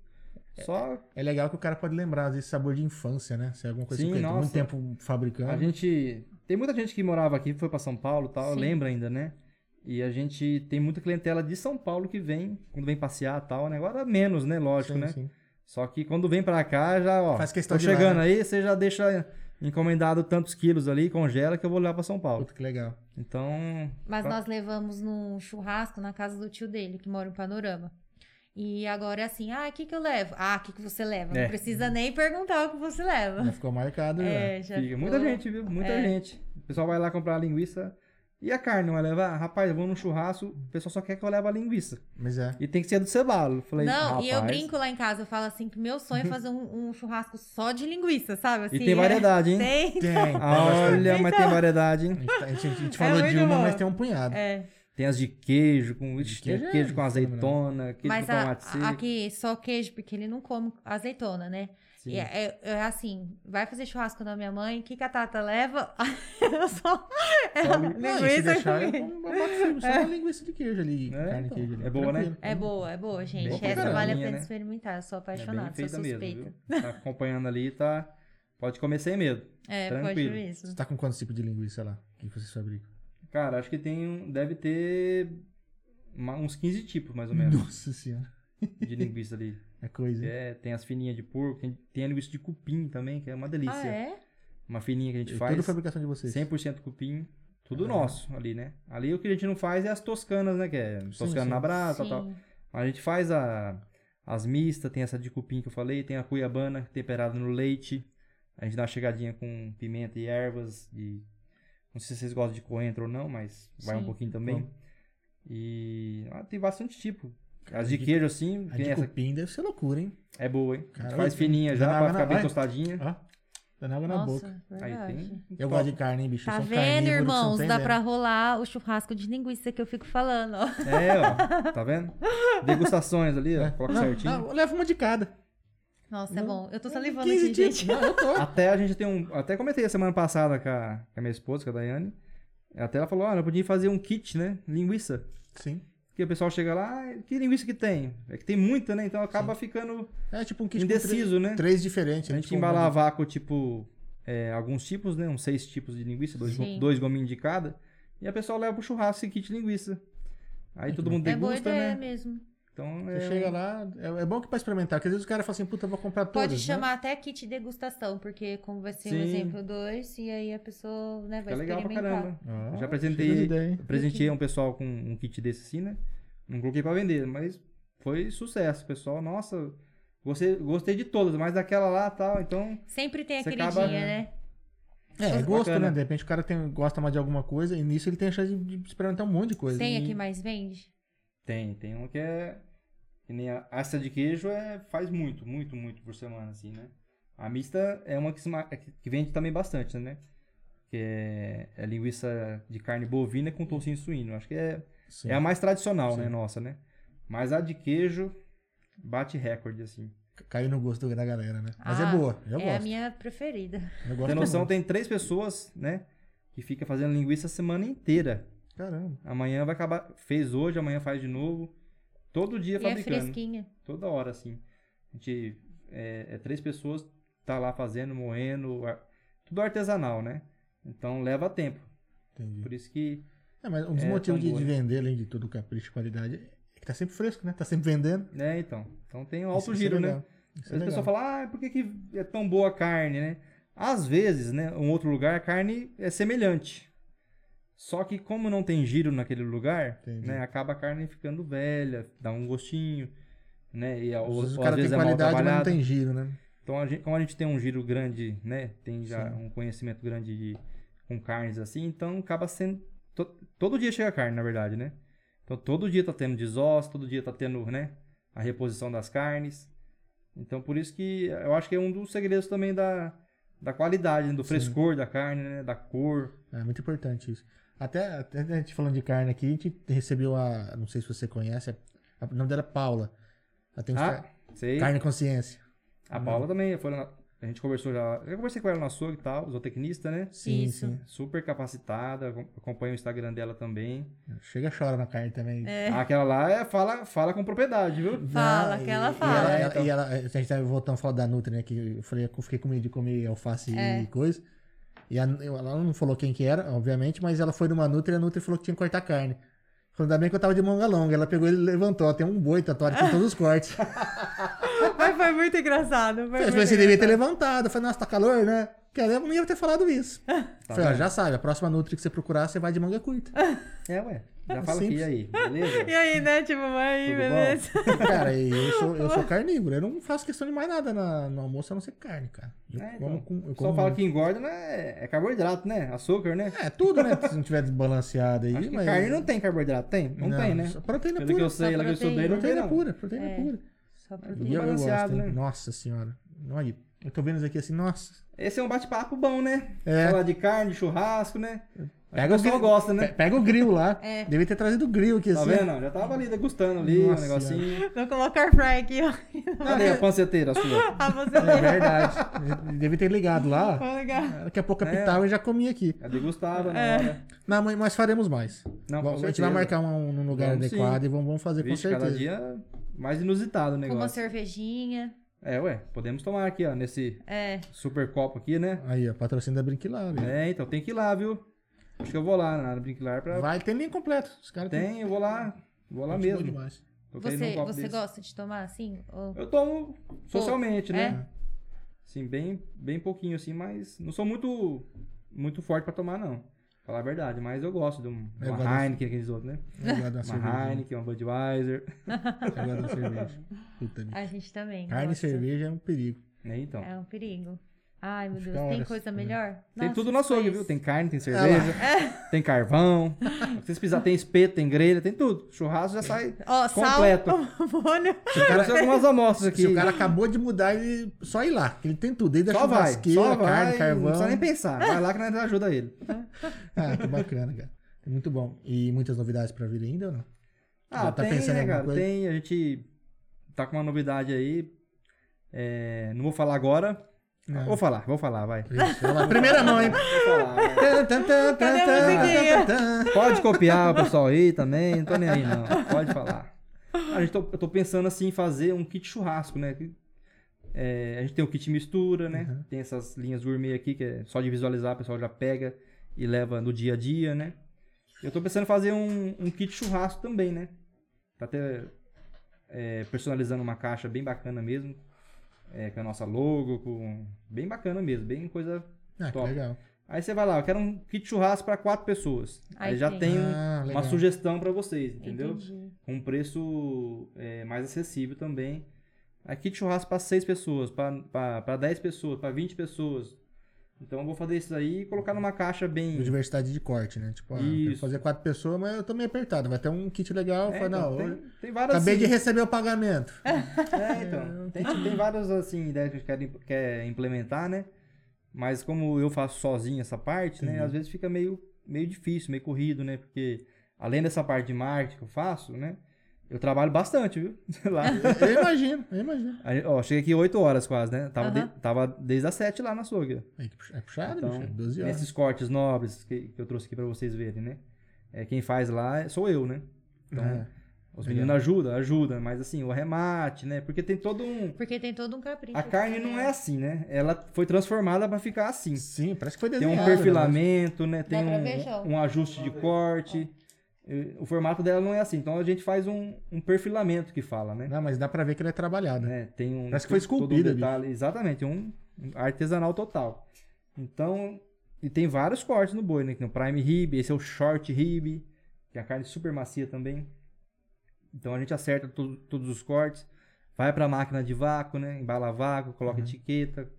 C: Só
B: É legal que o cara pode lembrar, às vezes, sabor de infância, né? Se é alguma coisa
C: Sim,
B: que ele tem muito
C: nossa.
B: tempo fabricando.
C: a gente. Tem muita gente que morava aqui, foi pra São Paulo e tal,
A: Sim.
C: lembra ainda, né? E a gente tem muita clientela de São Paulo que vem, quando vem passear e tal, né? Agora menos, né? Lógico,
B: Sim,
C: né?
B: sim.
C: Só que quando vem pra cá, já, ó.
B: Faz questão
C: tô
B: de ir lá,
C: chegando
B: né?
C: aí, você já deixa encomendado tantos quilos ali, congela que eu vou lá pra São Paulo.
B: Puta, que legal.
C: Então,
A: Mas
C: Tá.
A: nós levamos num churrasco na casa do tio dele, que mora em Panorama. E agora é assim, ah, o que que eu levo? Ah, o que que você leva?
C: É.
A: Não precisa nem perguntar o que você leva.
B: Já ficou marcado, já.
A: É, já
C: fica
A: ficou-
C: muita gente, viu? Muita
A: É.
C: gente. O pessoal vai lá comprar a linguiça. E a carne não vai levar? Rapaz, eu vou num churrasco, o pessoal só quer que eu leve a linguiça.
B: Mas é.
C: E tem que ser do cebalo. Falei,
A: Não,
C: rapaz.
A: e eu brinco lá em casa, eu falo assim que meu sonho é fazer um, um churrasco só de linguiça, sabe? Assim,
C: E
A: [laughs]
C: tem variedade,
A: é,
C: hein? Ah,
A: tem. Então.
B: Tem. tem bastante.
C: Olha, mas tem variedade, hein?
B: A gente, a gente
A: É
B: falou de
A: muito
B: uma,
A: bom.
B: mas tem um punhado.
A: É,
C: Tem as de queijo, com
B: De
C: ixi, tem
B: queijo
C: queijo,
B: é
C: com azeitona, queijo
A: mas
C: com
A: a,
C: tomate seco.
A: a- aqui só queijo, porque ele não come azeitona, né?
C: Sim.
A: E é, é- é assim, vai fazer churrasco da minha mãe, o que, que a Tata leva? [laughs] Eu só.
C: Só li-
B: Não, e se
A: [laughs] linguiça
B: deixar, eu
A: comigo.
B: eu boto filme, só uma linguiça de queijo ali.
C: É,
B: carne e
C: então.
B: queijo ali.
C: É boa, né?
B: Tranquilo.
A: É boa, é boa, gente.
C: Bem
A: Essa vale
C: pra
A: a
C: caralho,
A: pena
C: né?
A: experimentar. Eu sou
C: É bem
A: apaixonada, sou
C: feita
A: suspeita.
C: mesmo, viu? Tá acompanhando ali, tá... Pode comer sem medo.
A: É,
C: Tranquilo.
A: pode
B: Você
A: isso.
B: tá com quantos tipos de linguiça lá? Que vocês fabricam?
C: Cara, acho que tem um, deve ter uma- uns 15 tipos, mais ou menos,
B: Nossa senhora.
C: de linguiça ali.
A: [laughs]
B: É coisa. hein?
C: É, tem as fininhas de porco, tem, tem a linguiça de cupim também, que é uma delícia.
A: Ah, é?
C: Uma fininha que a gente
B: E Tudo
C: faz,
B: fabricação de vocês.
C: 100% cupim, tudo
B: Ah.
C: nosso ali, né? Ali o que a gente não faz é as toscanas, né? Que é toscana
B: sim.
C: na brasa e
A: Sim.
C: tal. A gente faz a, as mistas, tem essa de cupim que eu falei, tem a cuiabana temperada no leite. A gente dá uma chegadinha com pimenta e ervas. E não sei se vocês gostam de coentro ou não, mas vai um
A: Sim.
C: pouquinho também.
B: Bom.
C: E ah, tem bastante tipo. As
B: a
C: de
B: de-
C: queijo assim,
B: A
C: tem
B: de
C: essa
B: cupim deve ser loucura, hein?
C: é boa, hein?
B: Cara,
C: faz
B: eu-
C: fininha já
B: dá água
C: pra
B: na-
C: ficar bem
B: ai.
C: tostadinha.
B: Ó, dando água na boca.
A: Nossa,
C: Aí
A: É verdade.
C: tem.
B: Eu
C: Top.
B: gosto de carne, hein, bicho? Eu
A: Tá
B: sou um
A: vendo,
B: carnívoro que você não
A: irmãos?
B: tem
A: Dá
B: ideia.
A: pra rolar o churrasco de linguiça que eu fico falando, ó.
C: É, ó.
A: [laughs]
C: Tá vendo? Degustações ali, ó.
B: É.
C: Coloca
B: Não,
C: certinho.
B: não, Leva uma de cada.
A: Nossa, é
B: Não,
A: bom. Eu tô
B: não,
A: salivando
B: 15
A: aqui, gente.
B: tipos. Não, eu tô.
C: Até a gente tem um. Até comentei a semana passada com a, com a minha esposa, com a Daiane. Até ela falou: ó, nós podíamos fazer um kit, né? Linguiça.
B: Sim.
C: Porque o pessoal chega lá, "Ah, que linguiça que tem? É que tem muita, né? Então acaba ficando
B: É tipo um kit com
C: indeciso, né?
B: três, três diferentes.
C: A
B: né?
C: gente
B: Tipo, uma-
C: embala a vácuo, tipo, é, alguns tipos, né? Uns seis tipos de linguiça, dois, go-
A: Sim.
C: dois gominhos de cada. E a pessoa leva pro churrasco esse kit de linguiça. Aí todo mundo
A: [laughs] É boa
C: degusta,
A: ideia
C: né?
A: mesmo.
C: Então,
B: Uhum. Você
C: é,
B: chega lá, é, é bom que pra experimentar, porque às vezes o cara fala assim, puta, eu vou comprar todas.
A: Pode
B: né?
A: chamar até kit degustação, porque como vai ser o
C: Sim.
A: exemplo 2, e aí a pessoa né, vai
C: é legal pra
A: experimentar.
C: caramba.
B: Ah,
C: Eu já apresentei-
B: cheio de ideia, hein?
C: Eu presenteei um pessoal com um kit desse assim, né? Não coloquei pra vender, mas foi sucesso, pessoal. Nossa, gostei, gostei de todas, mas daquela lá tal, então.
A: Sempre tem a
C: Você
A: queridinha,
C: acaba-
A: né?
B: É,
C: Bacana.
B: gosto, né? De repente o cara tem, gosta mais de alguma coisa e nisso ele tem a chance de, de experimentar um monte de coisa.
A: Tem
B: E-
A: a que mais vende?
C: Tem, tem um que é. Que nem a asta de queijo é, faz muito, muito, muito por semana, assim, né? A mista é uma que, se ma- que vende também bastante, né? Que é, é linguiça de carne bovina com toucinho suíno. Acho que é,
B: né? Sim.
C: é a mais tradicional,
B: Sim.
C: né? Nossa, né? Mas a de queijo bate recorde, assim.
B: Caiu no gosto da galera, né? Mas
A: Ah,
B: é boa, eu
A: é a
B: gosto.
A: minha preferida.
B: Eu gosto
C: Tem noção,
B: muito.
C: tem três pessoas, né? Que fica fazendo linguiça a semana inteira.
B: Caramba.
C: Amanhã vai acabar. Fez hoje, amanhã faz de novo. Todo dia
A: E é
C: fabricando.
A: fresquinha. [laughs]
C: toda hora, assim. A gente é, é três pessoas, tá lá fazendo, moendo. ar- Tudo artesanal, né? Então leva tempo.
B: Entendi.
C: Por isso que.
B: É, mas um dos
C: É,
B: motivos de,
C: tambor.
B: de vender, além de tudo, o capricho e qualidade, é que tá sempre fresco, né? Tá sempre vendendo.
C: né então. Então tem um
B: Isso- isso
C: alto
B: é
C: giro, né?
B: legal. Isso
C: Às
B: é
C: vezes a pessoa
B: legal.
C: fala, ah, por que, que é tão boa a carne, né? Às vezes, né, um outro lugar, a carne é semelhante. Só que como não tem giro naquele lugar,
B: Entendi.
C: né, acaba a carne ficando velha, dá um gostinho, né? E, a-
B: Às
C: ou,
B: vezes o
C: ou
B: cara
C: às
B: tem
C: vezes é mal
B: qualidade, mas não
C: trabalhada.
B: tem giro, né?
C: Então, a gente- como a gente tem um giro grande, né? Tem já
B: Sim.
C: um conhecimento grande de, com carnes assim, então acaba sendo. to- todo dia chega carne, na verdade, né? Então todo dia tá tendo desosso, todo dia tá tendo, né? A reposição das carnes. Então por isso que eu acho que é um dos segredos também da, da qualidade, né, do
B: Sim.
C: frescor da carne, né? Da cor.
B: É muito importante isso. Até, até a gente falando de carne aqui, a gente recebeu a. Não sei se você conhece, a, o nome dela é Paula. Ela tem uns
C: Ah,
B: ca-
C: sei.
B: carne consciência.
C: A Paula também foi lá. na- A gente conversou já. Eu conversei com ela no açougue e tal, zootecnista, né?
B: Sim,
A: Isso.
B: sim.
C: Super capacitada, acom- acompanho o Instagram dela também.
B: Chega chora na carne também.
A: É.
C: Aquela lá é, fala, fala com propriedade, viu?
A: Fala,
B: Ah,
A: que ela
B: e-
A: fala.
B: E ela,
C: É, então.
B: e ela- a gente tava voltando a falar da Nutri, né? Que eu, falei, eu fiquei com medo de comer alface
A: É.
B: e coisa. E a- ela não falou quem que era, obviamente, mas ela foi numa Nutri e a Nutri falou que tinha que cortar carne. Falou, ainda bem que eu tava de manga longa. Ela pegou e levantou. ó, Tem um boi tatuado com todos os cortes.
A: Mas foi muito engraçado. Foi
B: Eu
A: muito
B: pensei, devia ter
A: engraçado.
B: levantado. Eu falei, nossa, tá calor, né? Porque ela não ia ter falado
C: [laughs]
B: isso.
C: Tá
B: falei, ó,
C: vendo?
B: já sabe, a próxima Nutri que você procurar, você vai de manga
C: [laughs]
B: curta.
C: É, ué. Já fala aqui,
B: Simples.
C: e aí, beleza?
A: E aí, né? Tipo, aí,
C: Tudo
A: beleza.
B: cara, e eu sou, eu sou carnívoro. Eu não faço questão de mais nada na, no almoço, a não ser carne, cara. Eu
C: É,
B: como
C: então.
B: com- [laughs] eu
C: Só
B: como-
C: fala que engorda, né? É carboidrato, né? Açúcar, né?
B: É, tudo, né? Se não tiver desbalanceado aí,
C: Acho que
B: mas...
C: carne não tem carboidrato, tem? Não, tem, né?
B: só Proteína
C: Pelo que eu
B: pura.
C: sei, lá que eu estudei, não tem
B: Proteína
C: não.
B: pura, proteína
A: É.
B: pura.
A: Só
B: E
A: proteína.
B: eu- eu gosto,
C: balanceado,
B: hein?
C: né?
B: Nossa senhora. Olha, eu tô vendo isso aqui assim, nossa.
C: Esse é um bate-papo bom, né?
B: É.
C: Falar de carne, de churrasco, né?
B: Pega
C: o pessoal
B: gri-
C: gosta,
B: Pe-
C: né?
B: Pega o grill lá.
A: É.
B: Devia ter trazido o grill aqui
C: Tá
B: assim.
C: vendo? Já tava ali degustando ali o
B: Nossa
C: negocinho.
A: Vou colocar fry aqui, ó.
C: Cadê a panceteira sua?
A: Ah, [laughs] você
B: É verdade. né? Devia ter ligado lá.
C: [laughs]
A: vai ligar.
B: Daqui a pouco
C: É.
B: capitava e já comia aqui.
C: Já degustava na
A: É.
C: hora.
B: Não, mas- mas faremos mais.
C: Não,
B: Vamos-
C: com
B: a gente vai marcar
C: certeza.
B: um, um lugar
C: Vamos sim.
B: adequado e vamos, vamos fazer
C: Vixe,
B: com certeza.
C: cada dia mais inusitado o
A: Com uma
C: negócio.
A: cervejinha.
C: É, ué. Podemos tomar aqui, ó, nesse
A: É.
C: super copo aqui, né?
B: Aí, ó, patrocínio da Brinquilar.
C: É, então tem que ir lá, viu? Acho que eu vou lá na Brinquilar pra.
B: Vai, tem nem completo. Os caras têm-
C: Tem, eu vou lá. Vou lá
B: Gente boa
C: mesmo. [laughs]
B: demais.
C: Eu queria
A: Você,
C: num copo
A: você
C: desse.
A: gosta de tomar assim? Ou-
C: Eu tomo socialmente,
A: é?
C: né? Sim, bem, bem pouquinho assim, mas não sou muito muito forte pra tomar não. Falar a verdade, mas eu gosto de um,
B: Eu
C: uma
B: gosto desse-
C: Heineken, aqueles outros, né?
B: Eu gosto de uma
C: Uma
B: cervejinha.
C: Heineken, uma Budweiser,
B: [laughs] Eu gosto de uma
C: [laughs]
B: cerveja. Puta merda.
A: A gente também.
B: Carne e
A: gosta.
B: cerveja é um perigo.
C: né? Então.
A: É um perigo. Ai, meu
B: Fica
A: Deus. Tem
B: horas.
A: coisa
B: É.
A: melhor?
C: Uhum. Tem
A: Nossa,
C: tudo no
A: isso
C: açougue,
A: foi
C: viu?
A: isso.
C: Tem carne, tem cerveja, tem carvão.
B: [laughs]
C: Se vocês precisarem, tem espeto, tem grelha, tem tudo. Churrasco já sai.
A: Ó, sal, [laughs]
C: Completo.
A: molho.
C: Eu trouxe algumas amostras aqui.
B: Se o cara acabou de mudar, ele só ir lá. que Ele tem tudo. Desde a
C: Só vai,
B: churrasqueira,
C: só vai,
B: carne, carvão.
C: não precisa nem pensar. Vai lá que nós ajuda ele.
B: Ah, que bacana, cara. É muito bom. E muitas novidades pra vir ainda ou não? [laughs]
C: Ah,
B: Já tá
C: tem,
B: pensando em
C: né,
B: alguma
C: cara?
B: coisa?
C: Tem, a gente tá com uma novidade aí. É, não vou falar agora.
B: Não.
C: Vou falar, vou falar, vai.
B: Vixe, olha lá. Primeira mão, hein?
C: Vou falar.
B: Tan, tan, tan,
C: Tá,
A: Cadê a
B: tan,
A: musiquinha?
B: tan, tan, tan.
C: Pode copiar o pessoal aí também, não tô nem aí não. Pode falar. A gente tô- eu tô pensando assim em fazer um kit churrasco, né? Que- é, a gente tem o kit mistura, né?
B: Uhum.
C: Tem essas linhas gourmet aqui que é só de visualizar, o pessoal já pega e leva no dia a dia, né? Eu tô pensando em fazer um, um kit churrasco também, né? Pra ter é, personalizando uma caixa bem bacana mesmo. é, com a nossa logo, com... bem bacana mesmo, bem coisa.
B: Ah, que
C: Top.
B: legal.
C: Aí você vai lá, eu quero um kit churrasco para quatro pessoas.
A: Aí
C: Aí, já
A: tem.
C: tem um-
B: Ah,
C: uma
B: legal.
C: sugestão para vocês, entendeu?
A: Entendi.
C: com um preço é, mais acessível também. Aqui de churrasco para 6 pessoas, para 10 pessoas, para 20 pessoas. Então eu vou fazer isso aí e colocar numa caixa bem.
B: Diversidade de corte, né? Tipo, ah, eu quero
C: Uhum. Isso.
B: fazer quatro pessoas, mas eu tô meio apertado. Vai ter um kit legal.
C: É,
B: fala,
C: então,
B: não, eu
C: tem, tem várias.
B: acabei de
C: assim,
B: receber o
C: [laughs]
B: pagamento. [laughs]
C: é, então, tem, tem várias assim, ideias que a gente quer, im- quer implementar, né? Mas como eu faço sozinho essa parte, né?
B: Entendi.
C: Às vezes fica meio, meio difícil, meio corrido, né? Porque além dessa parte de marketing que eu faço, né? Eu trabalho bastante, viu? [laughs] Sei lá.
B: Eu imagino, eu imagino.
C: Aí, Ó, cheguei aqui 8 horas quase, né? Tava, de-
A: Aham.
C: tava desde as 7 lá na açougue.
B: Aí que puxa- É puxado,
C: Então,
B: bicho, 12 horas.
C: Nesses cortes nobres que, que eu trouxe aqui pra vocês verem, né? É, quem faz lá sou eu, né? Então,
B: É.
C: os
B: legal.
C: meninos ajudam, ajudam, mas assim, o arremate, né? Porque tem todo um.
A: Porque tem todo um capricho.
C: A carne não é assim, né? Ela foi transformada pra ficar assim.
B: Sim, parece que foi
C: Tem
B: desenhado.
C: um
B: né?
C: perfilamento, né? Tem
A: pra ver, João?
C: um, um ajuste de corte. Eh, O formato dela não é assim. Então a gente faz um, um perfilamento que fala, né?
B: Não, mas dá pra ver que ele é trabalhado. né?
C: né? Tem um,
B: Parece que foi
C: todo um
B: esculpida,
C: detalhe, Exatamente, um um artesanal total. Então, e tem vários cortes no boi, né? Tem o prime rib, esse é o short rib, que é a carne super macia também. Então a gente acerta to- todos os cortes, vai pra máquina de vácuo, né? Embala vácuo, coloca
B: Uhum.
C: etiqueta,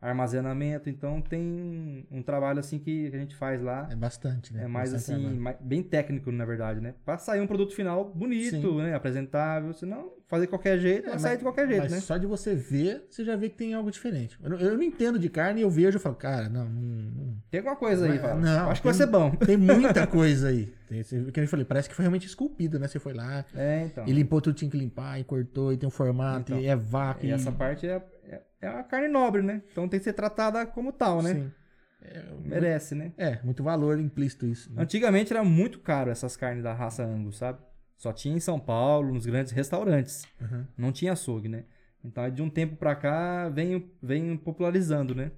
C: armazenamento. Então tem um, um trabalho assim que a gente faz lá.
B: É bastante, né?
C: É mais
B: Bastante
C: assim,
B: trabalho.
C: mais- bem técnico, na verdade, né? Pra sair um produto final bonito,
B: Sim.
C: né? Apresentável, senão fazer de qualquer jeito,
B: É,
C: vai
B: mas-
C: sair de qualquer jeito,
B: Mas
C: né?
B: só de você ver, você já vê que tem algo diferente. Eu não, eu não entendo de carne, eu vejo e falo, cara, não, não, não
C: Tem alguma coisa aí,
B: Mas-
C: fala.
B: não,
C: Acho que vai
B: tem-
C: ser bom.
B: Tem muita coisa aí. Tem, esse- que eu falei, parece que foi realmente esculpido, né? Você foi lá
C: É, então.
B: e limpou tudo que tinha que limpar, e cortou, e tem um formato,
C: Então.
B: e é vácuo.
C: E essa parte é, é, é uma carne nobre, né? Então tem que ser tratada como tal, né?
B: Sim.
C: Merece, né?
B: É, muito valor implícito isso.
C: Uhum.
B: né?
C: Antigamente era muito caro essas carnes da raça Angus, sabe? Só tinha em São Paulo, nos grandes restaurantes.
B: Uhum.
C: Não tinha açougue, né? Então aí de um tempo pra cá vem, vem popularizando, né?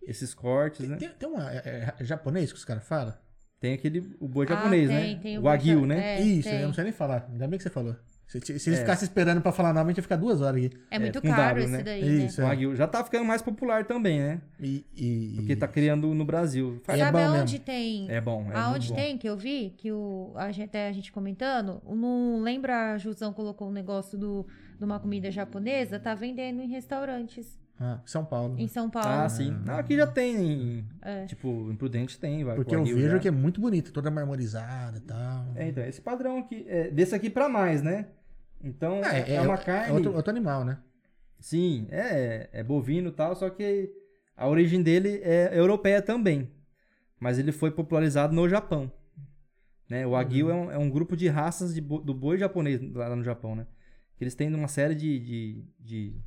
C: Esses cortes, né?
B: Tem, tem uma. É, é japonês que os caras falam?
C: Tem aquele o boi
A: Ah,
C: japonês,
A: tem,
C: né?
A: tem
C: o
A: o
C: wagyu,
A: boi- É,
C: né?
B: isso,
A: tem.
B: eu não sei nem falar. Ainda bem que você falou. Se, se eles
C: É.
B: ficassem esperando pra falar nome, a gente ia ficar duas horas aqui.
A: É muito
C: É, com
A: caro
C: W,
A: esse
C: né?
A: daí,
B: Isso,
C: O
B: é.
C: wagyu já tá ficando mais popular também, né?
B: E, e-
C: Porque tá criando no Brasil.
A: né?
B: É
A: Sabe
B: bom
A: aonde tem?
C: É bom, é muito
A: aonde
C: bom.
A: tem que eu vi que o a gente até a gente comentando, não lembra a Jusão colocou um negócio do de uma comida japonesa, tá vendendo em restaurantes
B: Ah, São Paulo.
A: em São Paulo.
C: Ah, sim. Não, aqui já tem.
A: É.
C: Tipo, imprudente tem, vai.
B: Porque eu
C: Wagyu
B: vejo
C: já.
B: que é muito bonito, toda marmorizada e tal.
C: É, então, esse padrão aqui. É, desse aqui pra mais, né? Então,
B: Ah,
C: é, é uma carne.
B: outro, outro animal, né?
C: Sim, é, é bovino e tal, só que a origem dele é europeia também. Mas ele foi popularizado no Japão. Né? O Wagyu é, um, é um grupo de raças de bo- do boi japonês lá no Japão, né? Que Eles têm uma série de, de, de,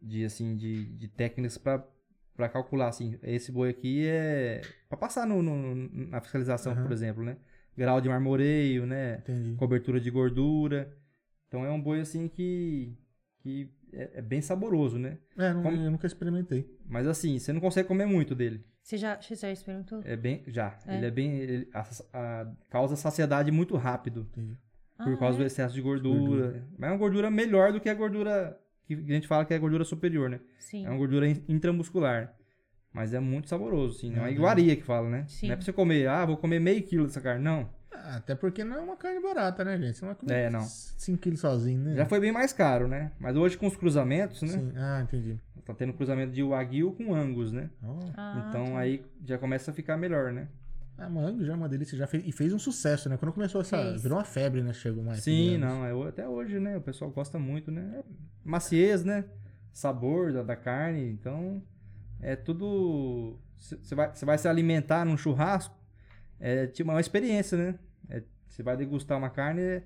C: de, assim, de, de técnicas para calcular, assim, esse boi aqui é... para passar no, no- na fiscalização,
B: Aham.
C: por exemplo, né? Grau de marmoreio, né?
B: Entendi.
C: cobertura de gordura. Então é um boi assim que, que é, é bem saboroso, né?
B: É, não-
C: Como-
B: eu nunca experimentei.
C: Mas assim, você não consegue comer muito dele.
A: Você já, você já experimentou?
C: É bem. Já.
A: É.
C: Ele é bem. ele- a- a- causa saciedade muito rápido.
B: Entendi.
A: Ah,
C: por causa
A: é?
C: do excesso de gordura. Mas é uma gordura melhor do que a gordura. Que a gente fala que é a gordura superior, né?
A: Sim.
C: É uma gordura in- intramuscular. Mas é muito saboroso, sim. É uma
B: Uhum.
C: iguaria que fala, né?
A: Sim.
C: Não é pra você comer, ah, vou comer meio quilo dessa carne. Não.
B: Ah, Até porque não é uma carne barata, né, gente? Você não vai comer
C: É, não.
B: 5 quilos sozinho, né?
C: Já foi bem mais caro, né? Mas hoje com os cruzamentos, né?
B: Sim. Ah, entendi.
C: Tá tendo cruzamento de Wagyu com Angus, né?
B: Oh.
A: Ah,
C: então
A: tá.
C: aí já começa a ficar melhor, né?
B: Ah, mango já é uma delícia. Já fez, e fez um sucesso, né? Quando começou essa...
A: Fez.
B: Virou uma febre, né? Chegou mais.
C: Sim, não, é, ho- até hoje, né? O pessoal gosta muito, né? Maciez, né? Sabor da, da carne, então é tudo... Você vai, cê vai se alimentar num churrasco, é tipo uma experiência, né? Você vai degustar uma carne, é-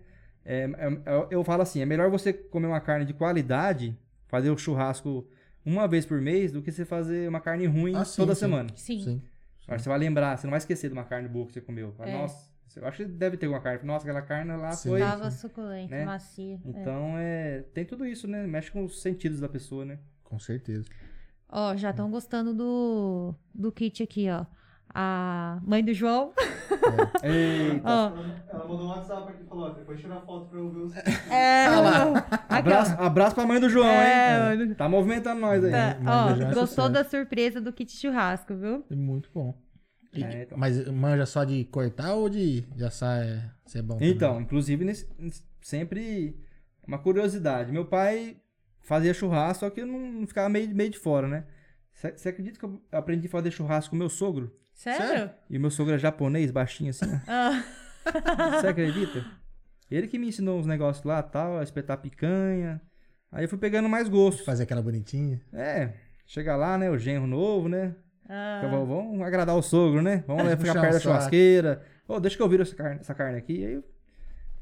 C: é- é- eu falo assim, é melhor você comer uma carne de qualidade, fazer o churrasco uma vez por mês, do que você fazer uma carne ruim
B: Ah, sim,
C: toda
B: sim.
C: semana.
A: Sim.
B: Sim.
C: Mas você vai lembrar, você não vai esquecer de uma carne boa que você comeu. Fala,
A: É.
C: Nossa, eu acho que deve ter alguma carne. Nossa, aquela carne lá
B: Sim.
C: foi.
A: Tava é. suculento,
C: Né?
A: macia. é.
C: Então é. Tem tudo isso, né? Mexe com os sentidos da
A: [laughs]
C: pessoa, né?
B: Com certeza.
A: Ó, já estão gostando do, do kit aqui, ó. A mãe do João.
C: Eita.
A: Ó,
D: Ela Ela mandou um WhatsApp aqui e falou, ó, depois tira foto pra eu ver os... [laughs]
A: É,
C: Ah Abraço, abraço pra mãe do João,
A: É,
C: hein? Tá movimentando nós aí.
A: Tá,
B: Mas já é
A: ó, gostou
B: sucesso.
A: da surpresa do kit churrasco, viu?
B: É Muito bom. E-
C: É, então.
B: Mas manja só de cortar ou de já sai ser bom? também?
C: Então, inclusive, nesse- nesse- sempre uma curiosidade. Meu pai fazia churrasco, só que eu não, não ficava meio, meio de fora, né? Você você acredita que eu aprendi a fazer churrasco com meu sogro?
A: Sério?
B: Sério?
C: E o meu sogro é japonês, baixinho assim. ó.
A: Ah,
C: [laughs] Você acredita? Ele que me ensinou uns negócios lá, tal, a espetar picanha. Aí eu fui pegando mais gosto.
B: Fazer aquela bonitinha.
C: É, chega lá, né? O genro novo, né?
A: ah.
C: Então, vamos- vamos agradar o sogro, né?
B: [laughs]
C: Vamos lá ficar
B: Puxar o
C: perto da
B: saco.
C: churrasqueira. Ô, deixa que eu viro essa carne, essa carne aqui. E aí eu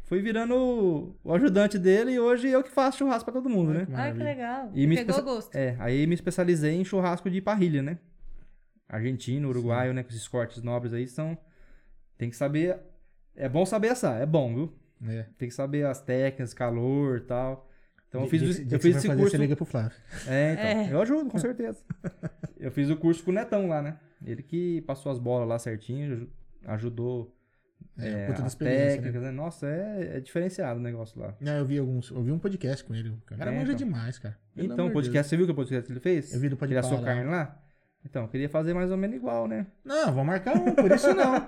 C: fui virando o, o ajudante dele e hoje eu que faço churrasco pra todo mundo, né?
A: Ai, que
B: Maravilha.
A: legal.
C: E me
A: Pegou
C: especi-
A: gosto.
C: É, aí me especializei em churrasco de parrilha, né? Argentino, uruguaio, né? Com esses cortes nobres aí são. Tem que saber. É bom saber assar, é bom, viu?
B: É.
C: Tem que saber as técnicas, calor e tal. Então eu
B: Dia-
C: fiz,
B: dia-
C: esse-
B: dia que
C: eu
B: você
C: fiz
B: vai
C: esse
B: fazer,
C: curso.
B: Você liga pro Flávio.
C: É, então.
A: É.
C: Eu ajudo, com
B: [laughs]
C: certeza. Eu fiz o curso com o Netão lá, né? Ele que passou as bolas lá certinho, aju- ajudou
B: É,
C: é,
B: puta de
C: as
B: experiência, né?
C: técnicas, né? Nossa, é, é diferenciado o negócio lá.
B: Não, eu vi alguns. Eu vi um podcast com ele. O cara
C: É,
B: manja
C: então.
B: demais, cara. Pelo amor
C: então, o
B: de
C: podcast, você viu que o podcast ele fez?
B: Eu vi do
C: Ele
B: podcast.
C: assou carne lá? Então, eu queria fazer mais ou menos igual, né?
B: Não, vou marcar um, por isso
C: [laughs]
B: não.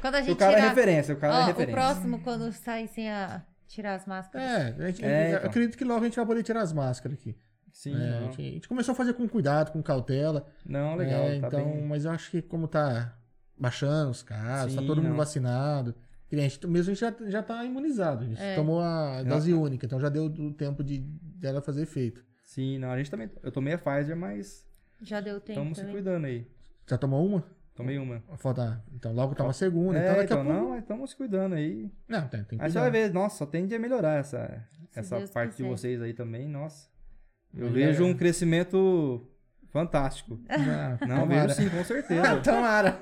A: Quando a
C: Porque
A: gente
C: o cara é
A: tirar...
C: referência, o cara é
A: Ó, o
C: referência.
A: próximo, quando sai sem a... tirar as máscaras.
B: É, a gente,
C: É,
B: eu
C: então.
B: acredito que logo a gente vai poder tirar as máscaras aqui.
C: Sim,
B: É, a,
C: não.
B: gente, a gente começou a fazer com cuidado, com cautela.
C: não, legal.
B: né?
C: tá
B: então,
C: bem.
B: mas eu acho que como tá baixando os casos, tá
C: Sim,
B: todo mundo
C: não.
B: vacinado. que nem A gente, mesmo a gente já, já tá imunizado. A gente
A: É.
B: tomou a
C: Ela-
B: dose única, então já deu o tempo de dela fazer efeito.
C: Sim, não, a gente também. Eu tomei a Pfizer, mas
A: Já deu tempo
C: estamos se
A: também.
C: cuidando aí.
B: Já tomou uma?
C: Tomei uma.
B: Falta. Então logo toma a segunda. então
C: É,
B: daqui
C: então,
B: a pouco.
C: não, estamos se cuidando aí.
B: Não, tem, tem que
C: Aí você
B: cuidar.
C: vai ver, nossa, só tende a melhorar essa,
A: Se
C: essa
A: Deus
C: parte de
A: quiser.
C: vocês aí também, nossa. Eu
B: Melhora.
C: vejo um crescimento
A: [laughs]
C: fantástico.
B: Não,
C: Não,
B: Ah, tomara. Ah,
C: vejo sim,
B: [laughs]
C: com certeza.
B: Tomara.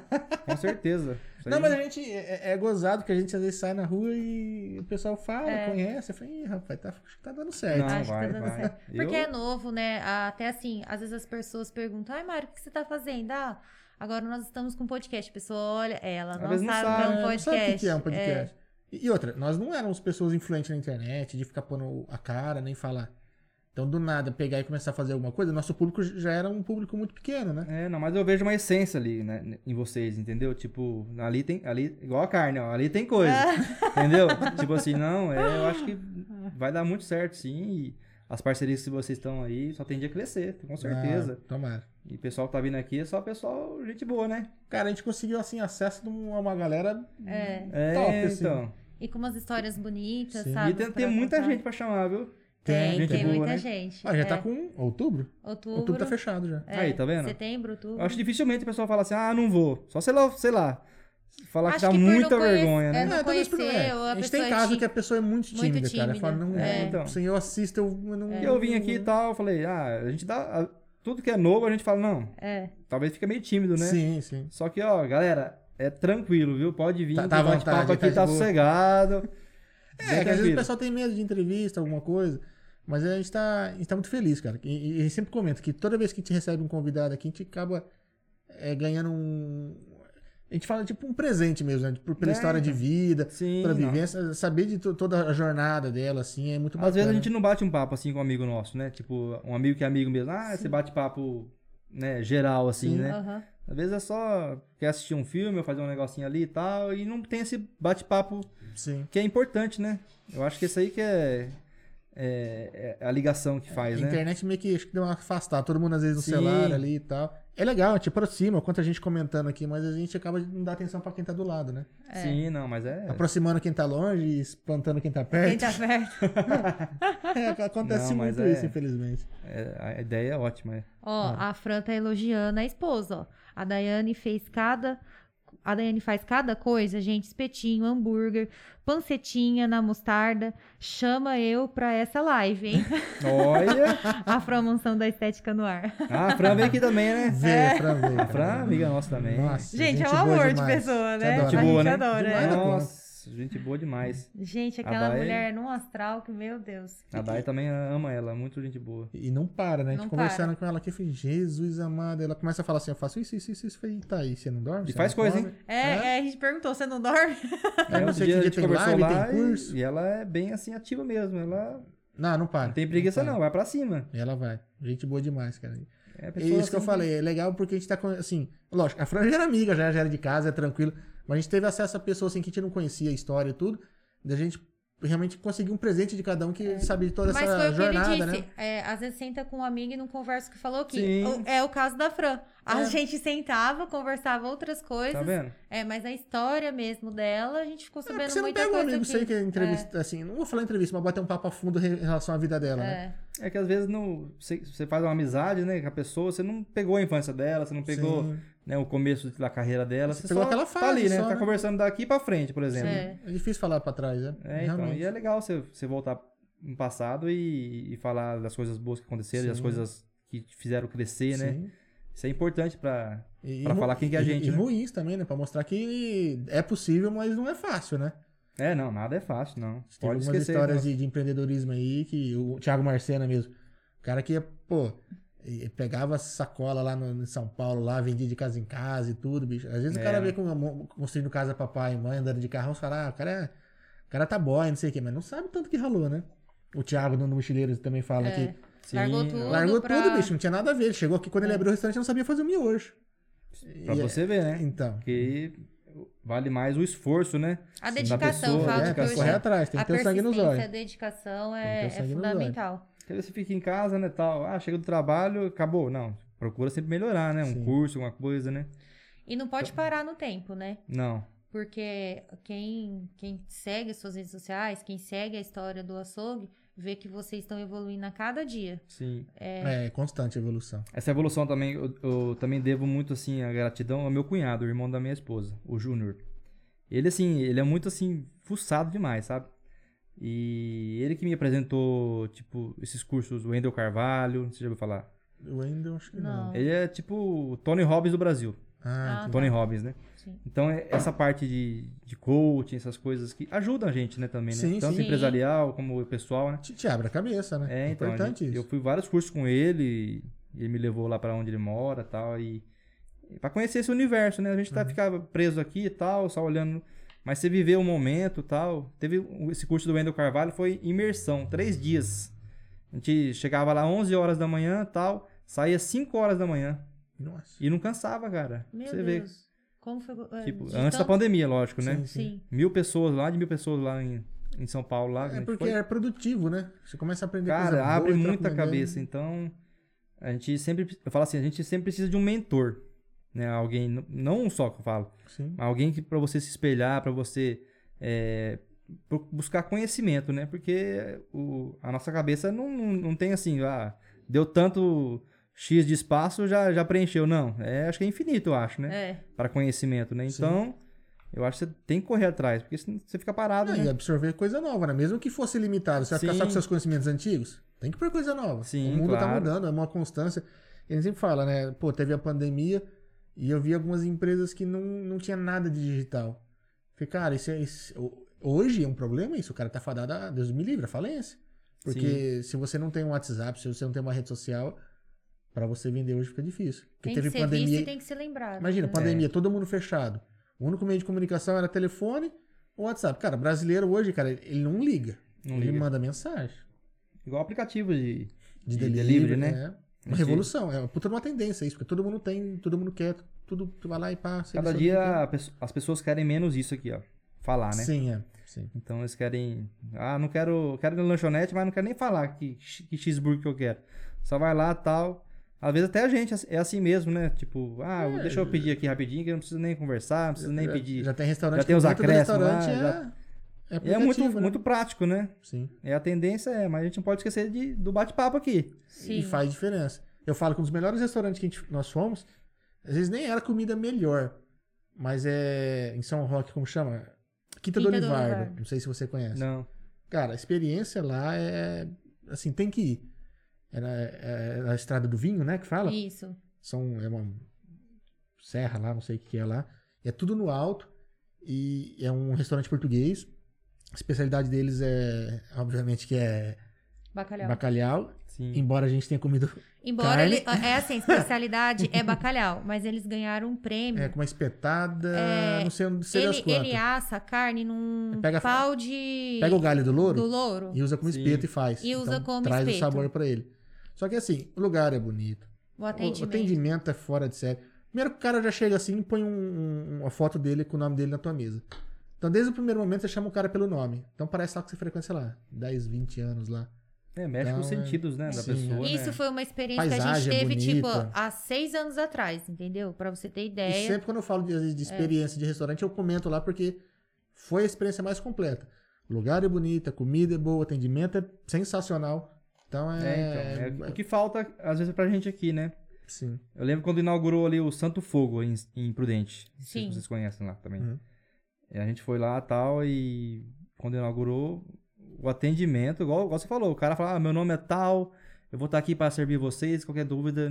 C: com certeza. Isso
B: Não,
C: aí-
B: mas a gente é, é gozado que a gente às vezes sai na rua e o pessoal fala, conhece. Eu falei, Ih, rapaz, tá, acho que tá dando certo.
C: Não,
A: Acho que tá
C: vai,
A: dando
C: vai.
A: certo. Porque
C: Eu-
A: é novo, né? Ah, Até assim, às vezes as pessoas perguntam, ai, Mário, o que você tá fazendo? Ah, agora nós estamos com um podcast. A pessoa olha, ela não
C: vezes
A: sabe,
C: não
A: que é
C: sabe,
A: um
B: Ah, Não
A: podcast.
B: sabe o que que é um podcast. E e outra, nós não éramos pessoas influentes na internet, de ficar pondo a cara, nem falar. Então, do nada, pegar e começar a fazer alguma coisa, nosso público já era um público muito pequeno, né?
C: É, não, mas eu vejo uma essência ali, né, em vocês, entendeu? Tipo, ali tem, ali, igual a carne, ó, ali tem coisa,
A: [laughs]
C: entendeu? Tipo assim, não, é, eu acho que vai dar muito certo, sim, e as parcerias que vocês estão aí só tende a crescer, com certeza.
B: Ah, tomara.
C: E o pessoal que tá vindo aqui é só pessoal, gente boa, né?
B: Cara, a gente conseguiu, assim, acesso de um- a uma galera
A: É.
C: É,
B: top, assim.
C: então.
A: E com umas histórias bonitas,
B: Sim.
A: sabe?
C: e tem,
A: Ah, pra
C: tem muita
A: contar.
C: gente pra chamar, viu?
A: Tem,
C: gente
A: tem,
C: boa,
A: muita
C: né?
A: gente.
B: Ah, já
A: é.
B: tá com outubro?
A: Outubro.
B: Outubro tá fechado já.
A: é,
C: Aí, tá vendo?
A: Setembro, outubro.
C: Eu acho que dificilmente o pessoal fala assim, ah, não vou. Só sei lá, sei lá. Falar que
A: Acho
C: dá
A: que por não
C: muita
A: conhecer-
C: vergonha,
A: é,
C: né?
A: não
B: É, talvez
A: conheceu,
B: por- é.
A: ou a
B: A gente
A: pessoa
B: tem
A: é
B: caso
A: tímida.
B: que a pessoa é muito tímida, cara.
A: tímida.
B: Fala, não,
A: É.
C: Então.
B: assim, eu assisto, eu não...
A: né?
C: E eu vim aqui e tal, eu falei, ah, a gente dá. a- Tudo que é novo, a gente fala, não.
A: É.
C: Talvez fica meio tímido, né?
B: Sim, sim.
C: Só que, ó, galera, é tranquilo, viu? Pode vir,
B: Tá-
C: tá,
B: tá à
C: bate
B: vontade,
C: papo
B: tá
C: aqui,
B: de
C: tá
B: boa.
C: sossegado.
B: É, que
C: Bem
B: às vezes o
C: tranquilo.
B: pessoal tem medo de entrevista, alguma coisa. Mas a gente tá, a gente tá muito feliz, cara. E, e a gente sempre comenta que toda vez que a gente recebe um convidado aqui, a gente acaba é, ganhando um. A gente fala tipo um presente mesmo, né? Tipo, pela
C: É,
B: história de vida,
C: Sim.
B: pela
C: não.
B: vivência, saber de to- toda a jornada dela, assim, é muito bacana.
C: Às vezes a gente não bate um papo assim com um amigo nosso, né? Tipo, um amigo que é amigo mesmo. Ah, você bate papo, né, geral, assim,
B: Sim.
C: né?
A: Aham.
C: Às vezes é só quer assistir um filme ou fazer um negocinho ali e tal, e não tem esse bate-papo
B: Sim.
C: que é importante, né? Eu acho que isso aí que é, é- é a ligação que
B: A
C: faz, né?
B: internet meio que acho que deu uma afastada, todo mundo às vezes no
C: Sim.
B: celular ali e tal. É legal, te aproxima, quanta gente comentando aqui, mas a gente acaba de não dar atenção pra quem tá do lado, né?
A: É.
C: Sim, não, mas é.
B: Aproximando quem tá longe, espantando quem tá
A: Quem
B: perto.
A: tá perto.
B: É, acontece
C: Não, mas
B: muito
C: é-
B: isso, infelizmente.
C: é- a ideia é ótima. é.
A: Ó,
B: Ah.
A: a Fran tá elogiando a esposa, ó. A Daiane fez cada. A Daiane faz cada coisa, gente. Espetinho, hambúrguer, pancetinha na mostarda. Chama eu pra essa live,
B: [laughs]
A: hein?
C: Olha!
A: a Fran Mansão da Estética no ar.
C: Ah, a Fran veio aqui também, né?
B: Vê, Fran, vê.
C: [laughs] A Fran, é amiga nossa também.
B: Nossa,
A: Gente, é um
B: boa
A: amor de
B: demais.
A: pessoa,
B: Te
A: né?
B: adoro.
C: Gente
A: a gente
C: boa, né?
A: adora.
B: Demais.
A: é.
B: Nada contra.
C: Nossa. Nossa, gente boa demais.
A: Gente, aquela
C: Dai-
A: mulher num astral que, meu Deus.
C: A Dai também ama ela, muito gente boa.
B: [laughs] E não para, né? A gente
A: Não
B: conversando com ela aqui, eu falei, Jesus amado. Ela começa a falar assim, eu faço isso, isso, isso, isso. Eu Falei, tá aí, você não dorme?
C: E
B: Você
C: faz
B: não
C: coisa,
B: come?"
C: hein?
A: É, é, a gente perguntou, você não dorme?
B: É, não
C: outro
B: sei que
C: dia a
B: dia
C: gente
B: tem
C: conversou
B: live,
C: lá
B: tem curso.
C: E, e ela é bem assim ativa mesmo, ela
B: Não, não para.
C: não tem preguiça
B: para.
C: não, vai pra cima.
B: E ela vai. Gente boa demais, cara.
C: É a
B: É
C: pessoa
B: isso que eu
C: assim,
B: falei, é legal porque a gente tá com, assim, lógico, a Fran já era amiga, já, já era de casa, é tranquilo, mas a gente teve acesso a pessoas assim que a gente não conhecia a história e tudo, da gente realmente conseguir um presente de cada um que sabe de toda
A: É. Mas foi
B: essa
A: o que ele
B: jornada,
A: disse.
B: né?
A: É, às vezes senta com um amigo e não conversa o que falou aqui.
C: Sim.
A: O- É o caso da Fran. A
B: É.
A: gente sentava, conversava outras
C: Tá
A: coisas.
C: vendo?
A: é, mas a história mesmo dela, a gente ficou
B: É, porque
A: sabendo
B: você não
A: muita
B: pega um
A: coisa
B: amigo
A: aqui.
B: sei que é entrevista, assim, não vou falar entrevista, mas bater um papo a fundo re- em relação à vida dela, né?
A: É.
C: É que às vezes não, você, você faz uma amizade, né, com a pessoa, você não pegou a infância dela, você não pegou
B: Sim.
C: né, o começo da carreira dela, você,
B: pegou
C: só
B: aquela
C: tá
B: fase
C: ali, né?
B: só,
C: tá
B: né?
C: conversando daqui pra frente, por exemplo.
A: É.
B: É difícil falar pra trás, né?
C: É, então, e é legal você, você voltar no passado e, e falar das coisas boas que aconteceram, das
B: Sim.
C: coisas que te fizeram crescer, né?
B: Sim.
C: Isso é importante pra,
B: E,
C: pra
B: e ru-
C: falar quem que é a
B: e-
C: gente,
B: E
C: né?
B: ruins também, né? Pra mostrar que é possível, mas não é fácil, né?
C: É, não, nada é fácil, não.
B: Teve
C: Pode
B: algumas
C: esquecer.
B: histórias
C: não.
B: de, de empreendedorismo aí que o Thiago Marcena mesmo, o cara que, pô, e- pegava sacola lá no, em São Paulo, lá, vendia de casa em casa e tudo, bicho. Às vezes o
C: É.
B: cara vê com a mão- construindo casa pra pai e mãe, andando de carro, fala, ah, o cara, é- o cara tá boy, não sei o quê, mas não sabe tanto que ralou, né? O Thiago do Mochileiros também fala que
C: Sim,
A: Largou
C: não.
A: tudo.
B: largou
A: pra-
B: tudo, bicho, não tinha nada a ver. Ele chegou aqui quando ele abriu o restaurante, não sabia fazer um miojo.
C: Pra
B: E-
C: você ver, né?
B: Então,
C: Porque vale mais o esforço, né?
A: A
C: Da
A: dedicação,
C: pessoa,
A: falo
B: é,
A: que
B: tem
A: hoje
B: que correr atrás, tem
A: a
B: que ter o sangue nos
A: persistência, a
B: olhos.
A: dedicação
B: Tem
A: é,
B: que ter o
A: é
B: sangue nos olhos.
A: fundamental.
C: Porque você fica em casa, né, tal. Ah, chega do trabalho, acabou. Não, procura sempre melhorar, né? Um
B: Sim.
C: curso, alguma coisa, né?
A: E não pode
B: Então,
A: parar no tempo, né?
C: Não.
A: Porque quem, quem segue as suas redes sociais, quem segue a história do açougue, vê que vocês estão evoluindo a cada dia.
C: Sim.
B: É, constante a evolução.
C: Essa evolução também, eu, eu também devo muito, assim, a gratidão ao meu cunhado, o irmão da minha esposa, o Júnior. Ele, assim, ele é muito, assim, fuçado demais, sabe? E ele que me apresentou, tipo, esses cursos, o Wendel Carvalho, você já ouviu falar?
B: Eu ainda acho que não.
A: Não.
C: Ele é, tipo, o Tony Robbins do Brasil.
B: Ah,
A: Ah,
C: Tony Robbins, né?
A: Sim.
C: Então, é- essa parte de, de coaching, essas coisas que ajudam a gente, né, também, né?
B: Sim,
C: Tanto
A: sim.
C: empresarial como pessoal, né?
B: Te, te abre a cabeça, né?
C: É, então, a
B: importante
C: gente-
B: isso.
C: eu fui vários cursos com ele, e ele me levou lá pra onde ele mora, tal, e e pra conhecer esse universo, né? A
B: Uhum.
C: gente tá ficava preso aqui e tal, só olhando, mas você viveu o momento, tal. Teve um- esse curso do Wendel Carvalho foi imersão, três dias. A gente chegava lá 11 horas da manhã, tal, saía 5 horas da manhã
B: Nossa.
C: e não cansava, cara. Pra
A: Meu
C: você vê,
A: Deus. Como foi. é,
C: tipo,
A: de
C: antes da
A: tanto-
C: pandemia, lógico, né?
B: Sim,
A: Sim.
C: Mil pessoas lá, de mil pessoas lá em, em São Paulo lá. que a
B: É
C: gente
B: porque
C: foi.
B: é produtivo, né? Você começa a aprender coisa
C: Cara,
B: boa, tá
C: abre
B: troca
C: muita
B: uma ideia. né?
C: cabeça. Então, a gente sempre. Eu falo assim, a gente sempre precisa de um mentor. Né? Alguém, n- não um só que eu falo,
B: Sim.
C: mas alguém que para você se espelhar, para você é, pro- buscar conhecimento, né? Porque o, a nossa cabeça não, não, não tem assim, ah, deu tanto X de espaço, já, já preencheu. Não, é, acho que é infinito, eu acho, né?
A: É.
C: Para conhecimento, né?
B: Sim.
C: Então, eu acho que você tem que correr atrás, porque senão você fica parado,
B: Não,
C: né?
B: e absorver coisa nova, né? Mesmo que fosse limitado, você vai ficar
C: Sim.
B: só com seus conhecimentos antigos? Tem que pôr coisa nova.
C: Sim,
B: o mundo tá
C: claro.
B: mudando, é uma constância. A gente sempre fala, né? Pô, teve a pandemia e eu vi algumas empresas que não, não tinha nada de digital. Falei, cara, isso, é- isso- ho- hoje é um problema isso. O cara tá fadado a Deus me livre, a falência. Porque se você não tem um WhatsApp, se você não tem uma rede social, pra você vender hoje fica difícil. Porque
A: Tem
B: teve
A: que ser visto
B: pandemia.
A: e tem que ser lembrado.
B: Imagina,
C: É.
A: né?
B: pandemia, todo mundo fechado. O único meio de comunicação era telefone ou WhatsApp. Cara, brasileiro hoje, cara, ele não liga.
C: Não
B: ele
C: liga.
B: manda mensagem.
C: Igual aplicativo de,
B: De
C: de
B: delivery,
C: delivery, né?
B: né? Uma
C: Entendi.
B: revolução. É uma puta de uma tendência isso, porque todo mundo tem, todo mundo quer, tudo tu vai lá e pá.
C: Cada
B: seleciona
C: dia a pesso- as pessoas querem menos isso aqui, ó. Falar,
B: o que
C: né?
B: quer. Sim, é. Sim.
C: Então eles querem. Ah, não quero. Quero ir na lanchonete, mas não quero nem falar que, x- que cheeseburger que eu quero. Só vai lá tal. Às vezes até a gente é assim mesmo, né? Tipo, ah,
B: É,
C: deixa eu
B: já- É,
C: pedir aqui rapidinho, que eu não preciso nem conversar, não preciso nem
B: já,
C: pedir.
B: Já tem restaurante.
C: já tem os
B: que dentro do
C: acréscimos lá,
B: restaurante
C: já-
B: é, é,
C: E é muito,
B: aplicativo, né?
C: muito prático, né?
B: Sim.
C: É a tendência, é, mas a gente não pode esquecer de, do bate-papo aqui.
A: Sim.
B: E faz diferença. Eu falo que um dos melhores restaurantes que a gente- nós fomos, às vezes nem era comida melhor, mas é em São Roque, como chama? Quinta,
A: Quinta
B: do
A: do
B: Olivardo.
A: Olivardo.
B: Não sei se você conhece.
C: Não.
B: Cara, a experiência lá é. Assim, tem que ir. É na, é na estrada do vinho, né? Que fala?
A: Isso.
B: São, é uma serra lá, não sei o que que é lá. E é tudo no alto. E é um restaurante português. A especialidade deles é, obviamente, que é
A: Bacalhau.
B: bacalhau.
C: Sim.
B: Embora a gente tenha comido
A: Embora
B: Carne.
A: ele. É assim, a especialidade é bacalhau, mas eles ganharam um prêmio.
B: é, com uma espetada,
A: É,
B: não sei, não sei das
A: ele,
B: quantas.
A: ele assa a carne num
B: Pega a-
A: pau de.
B: Pega o galho do louro
A: do louro.
B: e usa como
C: Sim.
B: espeto e faz. Então,
A: E usa como
B: traz
A: espeto.
B: o sabor pra ele. Só que assim, o lugar é bonito.
A: O
B: O- O
A: atendimento.
B: atendimento é fora de série. Primeiro que o cara já chega assim e põe um- um- uma foto dele com o nome dele na tua mesa. Então, desde o primeiro momento, você chama o cara pelo nome. Então, parece lá que você frequenta, sei lá, 10, 20 anos lá.
C: É, mexe
B: Então,
C: com os
B: é-
C: sentidos, né? Da
B: Sim,
C: pessoa.
A: Isso
C: né?
A: foi uma experiência que
B: Paisagem
A: a
B: é
A: gente teve, tipo,
B: bonita.
A: há seis anos atrás, entendeu? Pra você ter
B: E
A: ideia. É.
B: sempre quando eu falo de, de experiência de restaurante, eu comento lá porque foi a experiência mais completa. O lugar é bonito, a comida é boa, o atendimento é sensacional. Então, é...
C: É, então. É o que falta, às vezes, pra gente aqui, né?
B: Sim.
C: Eu lembro quando inaugurou ali o Santo Fogo em, em Prudente. Não sei
A: Sim.
C: se vocês conhecem lá também.
B: Uhum.
C: É, a gente foi lá e tal, e quando inaugurou, o atendimento, igual, igual você falou, o cara fala, ah, meu nome é tal, eu vou estar aqui para servir vocês, qualquer dúvida.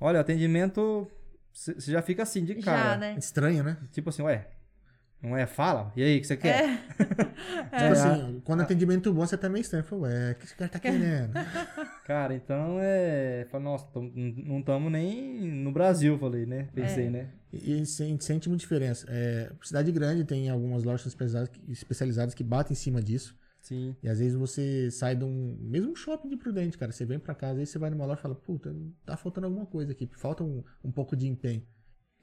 C: Olha, o atendimento, você você já fica assim, de cara.
A: Já, né?
B: Estranho, né?
C: Tipo assim, ué, não é? Fala, e aí, o que você quer? [laughs]
A: É.
B: tipo assim,
C: É.
B: quando o atendimento bom, você tá meio estranho. Fala, ué, o que esse cara tá
A: É.
B: querendo?
C: Cara, então é. Falei, nossa, tamo- não estamos nem no Brasil, falei, né? Pensei,
A: É.
C: né?
B: E a gente sente- sente uma diferença. É, cidade grande tem algumas lojas especializadas que, especializadas que batem em cima disso.
C: Sim.
B: E às vezes você sai de um. Mesmo um shopping de Prudente, cara. Você vem pra casa, aí você vai numa loja e fala: Puta, tá faltando alguma coisa aqui. Falta um, um pouco de empenho.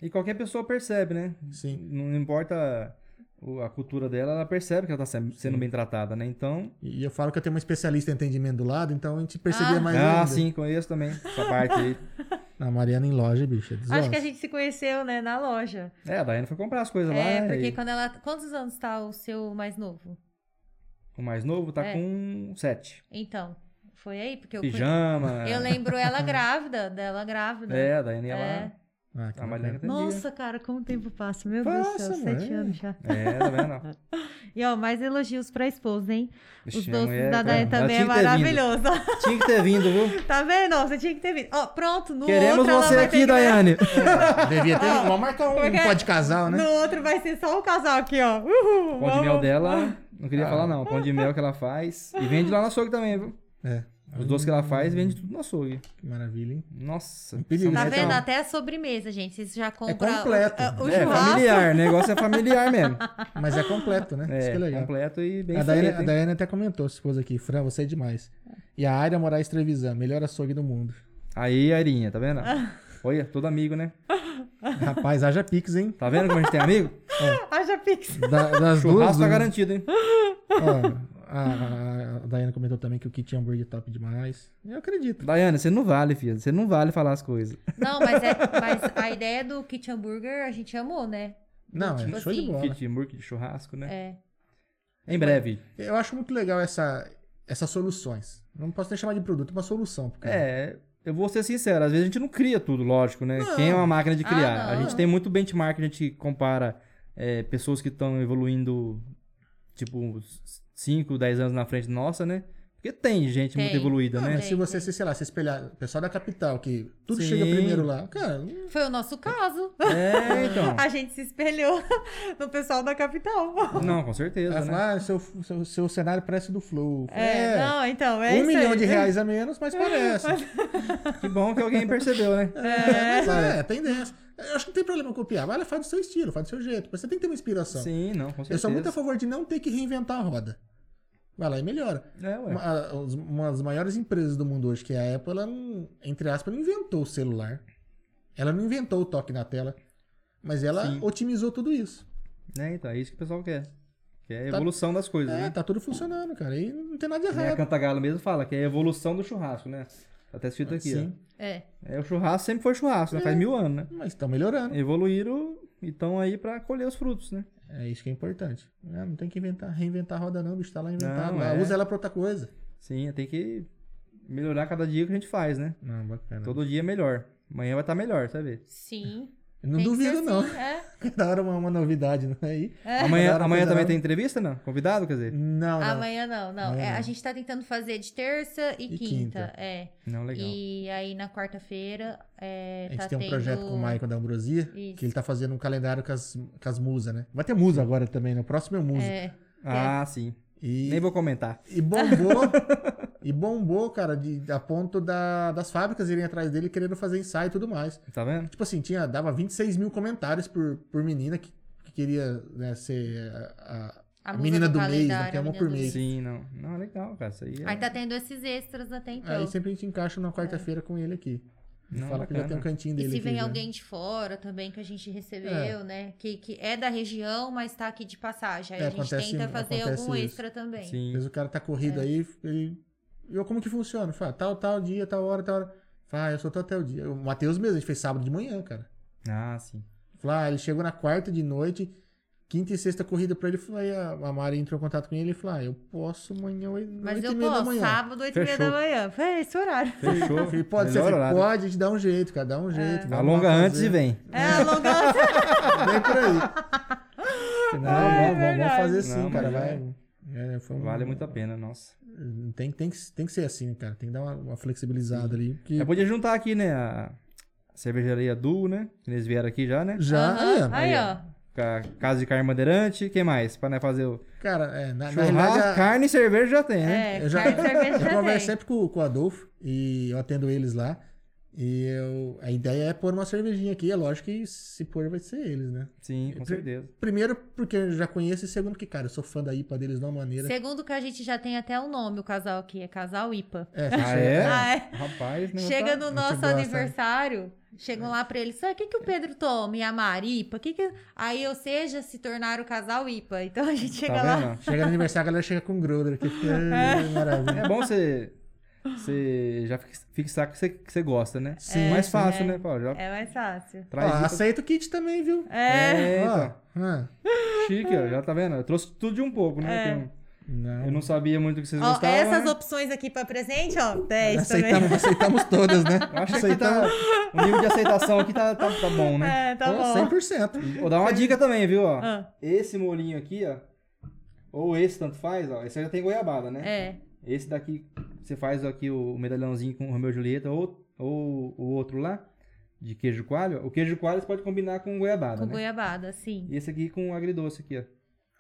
C: E qualquer pessoa percebe, né?
B: Sim.
C: Não importa o- a cultura dela, ela percebe que ela tá se- sendo bem tratada, né? Então.
B: E eu falo que eu tenho uma especialista em atendimento do lado, então a gente percebia
A: Ah.
B: mais
C: ah,
B: ainda.
C: sim, conheço também essa parte [laughs] aí.
B: A Mariana em loja, bicho. É
A: Acho que a
B: desosso.
A: gente se conheceu, né, na loja.
C: É, a Daiane foi comprar as coisas
A: é,
C: lá.
A: porque
C: e
A: quando ela. Quantos anos tá o seu mais novo?
C: O mais novo tá
A: É.
C: com sete.
A: Então, foi aí, porque eu conhe-
C: Pijama.
A: [laughs] Eu lembro ela grávida, dela grávida.
C: É, a Daiane ia
A: É.
C: lá.
B: Ah, que
C: A Mariana
B: bacana.
C: atendia.
A: Nossa, cara, como o tempo passa. Meu Deus
B: Passa,
A: do céu, sete
B: mano.
A: anos já.
C: É, tá vendo?
A: E ó, mais elogios pra esposa, hein? [laughs] Os
C: Vixe, minha
A: doces
C: mulher, tá
A: da
C: cara,
A: Daiane
C: ela
A: também é
C: tinha que ter vindo.
A: maravilhoso. [laughs]
C: Tinha que ter vindo, viu?
A: tá vendo? Ó, Você tinha que ter visto. Ó, pronto, no
C: Queremos
A: outro ela
C: você
A: vai ter
C: aqui,
A: que- [laughs]
C: [laughs] Daiane. tá-
B: Devia ter. Vamos marcar
A: Como é que
B: um
A: é?
B: pó de casal, né?
A: No outro vai ser só o casal aqui, ó. Uhul!
C: Pão de mel
A: vamos.
C: dela, não queria
B: Ah.
C: falar não. Pão de mel que ela faz. E vende lá no açougue também, viu?
B: É.
C: Os doces que ela faz, vende tudo no açougue.
B: Que maravilha, hein?
C: Nossa.
B: Um perigo,
A: Tá
B: né?
A: vendo?
B: Então,
A: Até a sobremesa, gente. Vocês já compram
B: completo.
A: o, o
C: é,
A: churrasco.
C: familiar, o negócio é familiar mesmo.
B: Mas é completo, né? [laughs] Isso
C: [laughs] É,
B: que é legal.
C: completo e bem
B: a, Daiane,
C: feito,
B: a
C: hein?
B: Daiane até comentou, se esposa aqui, Fran, você é demais. E a Aira Moraes Trevisan, melhor açougue
A: [laughs]
B: do mundo.
C: Aí, Airinha,
B: [laughs]
C: tá vendo? Olha, todo amigo, né?
B: Rapaz, haja pix, hein?
C: Tá vendo como a gente tem
B: [laughs]
C: amigo?
A: Haja Pix.
B: Da-
C: [laughs]
B: das duas. né?
C: Churrasco tá
B: uma.
C: garantido, hein?
B: Ó, a, a, a Daiane comentou também que o kit hambúrguer é top demais. Eu acredito.
C: Daiane, você não vale, filha. Você não vale falar as coisas.
A: Não, mas, [laughs] é, mas a ideia do kit hambúrguer a gente amou, né?
B: Não, é
A: Tipo
B: show de
A: assim.
B: bola.
C: Kit murk de churrasco, né?
A: É.
C: Em breve.
B: Eu acho muito legal essa, essas soluções. Não posso nem chamar de produto, é uma solução. pro cara.
C: É, eu vou ser sincero, às vezes a gente não cria tudo, lógico, né? Quem é uma máquina de
A: Ah,
C: criar? a
A: não.
C: gente tem muito benchmark, a gente compara é, pessoas que estão evoluindo, tipo, 5, 10 anos na frente nossa, né? Porque tem gente muito
A: Tem.
C: evoluída,
B: Não,
C: né?
B: mas se você, se, sei lá, se espelhar o pessoal da capital, que tudo
C: Sim.
B: chega primeiro lá, cara,
A: Foi o nosso caso.
C: É, então.
B: [laughs]
A: A gente se espelhou [laughs] no pessoal da capital.
C: Não, com certeza,
B: vai
C: né?
B: falar, ah, seu, seu, seu cenário parece do Flow.
A: É, não, então, é
B: um
A: isso
B: milhão
A: aí. É,
B: de reais a menos, mas parece.
C: Que bom que alguém percebeu, né?
B: É, mas é, tem dessa. Eu acho que não tem problema em copiar. Vai lá, faz do seu estilo, faz do seu jeito. Mas você tem que ter uma inspiração.
C: Sim, não, com certeza.
B: Eu sou muito a favor de não ter que reinventar a roda. Vai lá e melhora.
C: É, ué.
B: Uma, a- os- uma das maiores empresas do mundo hoje, que é a Apple, ela não, entre aspas, não inventou o celular. Ela não inventou o toque na tela. Mas ela
C: Sim.
B: otimizou tudo isso.
C: É, então, é isso que o pessoal quer. Que é a
B: Tá-
C: evolução das coisas,
B: É,
C: né?
B: tá tudo funcionando, cara. E não tem nada de
C: Que nem A
B: errado.
C: Cantagalo mesmo fala que é a evolução do churrasco, né? Tá até escrito aqui, ó.
B: Ah, Sim, É.
A: É.
C: É, o churrasco sempre foi churrasco, né? Faz mil anos, né?
B: mas estão melhorando.
C: Evoluíram e estão aí pra colher os frutos, né?
B: É isso que é importante. É, não tem que inventar, reinventar a roda, não, bicho. Tá lá inventado.
C: Não,
B: lá.
C: é.
B: Usa ela pra outra coisa.
C: Sim, tem que melhorar cada dia que a gente faz, né?
B: Não, bacana.
C: Todo dia é melhor. Amanhã tá vai estar melhor, sabe?
A: Sim.
B: Não
A: Tem que ser
B: duvido, não.
A: assim, é.
B: [laughs] Cada hora uma, uma novidade, não é aí?
C: Amanhã,
B: Cada hora
C: amanhã
B: coisa
C: também
B: nova. Hum.
C: tem entrevista, não? Convidado, quer dizer?
B: Ah, Não, não.
A: Amanhã não, não.
B: Amanhã
A: É,
B: não.
A: a gente tá tentando fazer de terça e,
B: E
A: quinta.
B: quinta.
A: É.
C: Não, legal.
A: E aí na quarta-feira é,
B: A gente
A: tá
B: tem um
A: tendo...
B: projeto com o Maicon da Ambrosia,
A: Isso.
B: que ele tá fazendo um calendário com as, com as musas, né? Vai ter musa agora também, né? O próximo é o musa.
A: É,
C: Ah, sim.
B: E,
C: Nem vou comentar.
B: e
A: [laughs]
B: bombou, e bombou, cara, de, a ponto da- das fábricas irem atrás dele querendo fazer ensaio e tudo mais.
C: Tá vendo?
B: Tipo assim, tinha, dava 26 mil comentários por, por menina que, que queria né, ser a,
A: a
B: a
A: musa
B: menina do mês, né?
A: calendário,
B: Tem
A: a
B: uma
A: menina
B: por
A: do
B: mês.
C: Sim, não. Não, legal, cara. Isso aí é.
A: Aí tá tendo esses extras até
B: a-
A: então.
B: Aí sempre a gente encaixa na quarta-feira com ele aqui.
C: Não,
B: Fala que já
C: bacana.
B: tem um cantinho
A: E
B: dele
A: se
B: aqui.
A: vem
B: já.
A: alguém de fora também que a gente recebeu, né? Que, que é da região, mas tá aqui de passagem. Aí
B: É,
A: a gente
B: acontece-
A: tenta fazer
B: acontece
A: algum
B: isso.
A: extra também.
B: Às
C: Sim.
B: vezes o cara tá
A: É.
B: corrido aí, ele. Eu, como que funciona? Fala, tal, tal dia, tal hora, tal hora. Fala, ah, eu só tô até o dia. O Matheus mesmo, a gente fez sábado de manhã, cara.
C: Ah, sim.
B: Fala, ah, ele chegou na quarta de noite, quinta e sexta corrida pra ele. Falou, aí a, a Mari entrou em contato com ele e falou, ah, eu posso amanhã, oito
A: Mas
B: oito
A: eu
B: e meia da
A: posso,
B: manhã.
A: sábado, 8 e meia da
C: Fechou.
A: manhã. É esse horário.
C: Fechou.
B: Eu falei, pode ser, Eu
C: Melhor
B: falei,
C: horário.
B: pode, a gente dá um jeito, cara, dá um jeito. vamos lá
C: Alonga
B: fazer.
C: antes e vem.
A: É, alongando.
B: Vem por
A: [laughs]
B: aí. Não,
A: é
B: vamos, vamos
A: verdade.
B: fazer sim,
C: Não,
B: cara,
C: mas
B: vai. É, foi um-
C: Vale muito a pena, nossa.
B: Tem, tem, que, tem que ser assim, cara. Tem que dar uma, uma flexibilizada ali. porque-
C: Eu podia juntar aqui, né? A cervejaria Duo, né? Que eles vieram aqui já, né?
B: Já,
A: Aham.
B: é.
A: Aí, ó.
C: Ca- Casa de carne bandeirante. Quem mais? Pra né, fazer o
B: Cara, é, na, na
C: churrasco,
B: realidade, a-
C: carne e cerveja já tem, né?
A: É,
B: eu já-
A: carne e cerveja
B: [laughs] eu
A: já tem.
B: converso sempre com, com o Adolfo e eu atendo eles lá. E eu- a ideia é pôr uma cervejinha aqui. É lógico que se pôr vai ser eles, né?
C: Sim, com
B: Pre-
C: certeza.
B: Primeiro, porque eu já conheço, e segundo, que, cara, eu sou fã da IPA deles de uma maneira.
A: Segundo que a gente já tem até o nome, o casal aqui, é casal IPA.
B: É,
C: Ah, é?
A: Ah, é.
C: Rapaz, né?
A: Chega
C: tá-
A: no
B: gente
A: nosso
B: gosta, É. né?
A: aniversário, chegam lá pra ele, sabe o que, que o Pedro toma? E a Maripa? Que que... Aí, ou seja, se tornaram o casal IPA. Então a gente chega
C: Tá
A: lá.
C: vendo?
B: Chega no aniversário, a galera chega com Groder
A: [laughs]
B: aqui. Fica, "Ai, maravilha.
C: É bom você. Você já fix- fixar que você, que você gosta, né?
B: Sim.
C: Mais fácil,
A: é.
C: né? Pô, já
A: É mais fácil.
C: traz
B: Ó,
C: isso.
B: aceita o kit também, viu?
A: É.
C: É,
B: Ah, Ó,
C: então.
B: ah,
C: Chique, ó, já tá vendo? Eu trouxe tudo de um pouco, né? Que Eu, eu
B: não.
C: não sabia muito o que vocês
A: É. Ó,
C: gostavam.
A: essas
C: né?
A: opções aqui pra presente, ó, 10 É também.
B: Aceitamos, aceitamos todas, né?
C: Eu acho que tá, o nível de aceitação aqui tá, tá, tá bom, né?
A: [laughs] É, [laughs] tá
B: Pô,
A: bom.
B: 100%.
C: Vou dar uma dica também, viu? Ó,
A: Ah,
C: Esse molinho aqui, ó. Ou esse, tanto faz, ó. Esse aí já tem goiabada, né?
A: é.
C: Esse daqui, você faz aqui o medalhãozinho com o Romeu e Julieta ou, ou o outro lá, de queijo coalho. O queijo coalho você pode combinar com goiabada,
A: Com
C: né?
A: goiabada, sim.
C: E esse aqui com agridoce aqui, ó.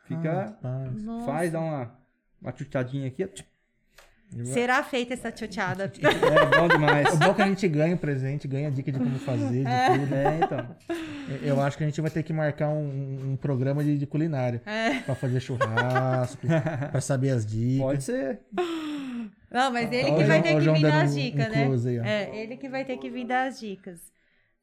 C: Fica,
B: Ah,
A: Nossa.
C: faz, dá uma, uma chuteadinha aqui. ó.
A: Será feita essa
B: [laughs]
A: tchotchada.
C: É bom demais.
B: O [laughs] bom é que a gente ganha o presente, ganha dica de como fazer, de tudo.
C: é, então. [laughs]
B: Eu acho que a gente vai ter que marcar um, um programa de, de culinária.
A: É.
B: Pra
A: [laughs]
B: fazer churrasco, pra saber as dicas.
C: Pode ser.
A: Não, mas ele
B: Ó,
A: que
B: o
A: vai
B: João-
A: ter
B: ó, o
A: que
B: João
A: vir dar
B: dando
A: as
B: um- um
A: dicas, né?
B: close aí, ó.
A: É, ele que vai ter que vir dar as dicas.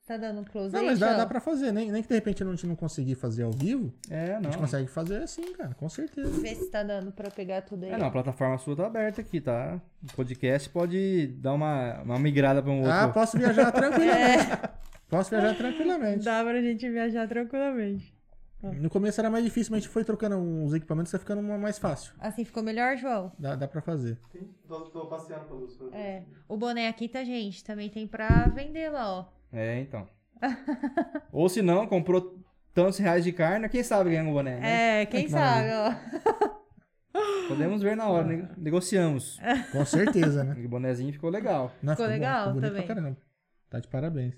A: Tá dando um close
B: Não,
A: aí,
B: mas dá,
A: João?
B: dá pra fazer, nem, nem que de repente a gente não conseguir fazer ao vivo,
C: É, não.
B: a gente consegue fazer assim, cara, com certeza.
A: Vê se tá dando pra eu pegar tudo aí.
C: É, não, a plataforma sua tá aberta aqui, tá? O podcast pode dar uma, uma migrada pra um outro.
B: Ah, posso viajar tranquilamente. Posso viajar tranquilamente.
A: É. Dá pra gente viajar tranquilamente.
B: No começo era mais difícil, mas a gente foi trocando uns equipamentos, tá ficando uma mais fácil.
A: Assim ficou melhor, João?
B: Dá, dá pra fazer.
D: Sim, tô, tô passeando pelos produtos.
A: É. O boné aqui, tá, gente? Também tem pra vender lá, ó.
C: É, então. Ou se não, comprou tantos reais de carne, quem sabe ganha um boné, né?
A: É, quem
B: que
A: sabe,
B: maravilha.
A: ó.
C: Podemos ver na hora, nego- negociamos.
B: Com certeza, né?
C: O bonezinho ficou legal.
B: Nossa,
A: Ficou
B: bom,
A: legal
B: bonito
A: também.
B: pra caramba. Tá de parabéns.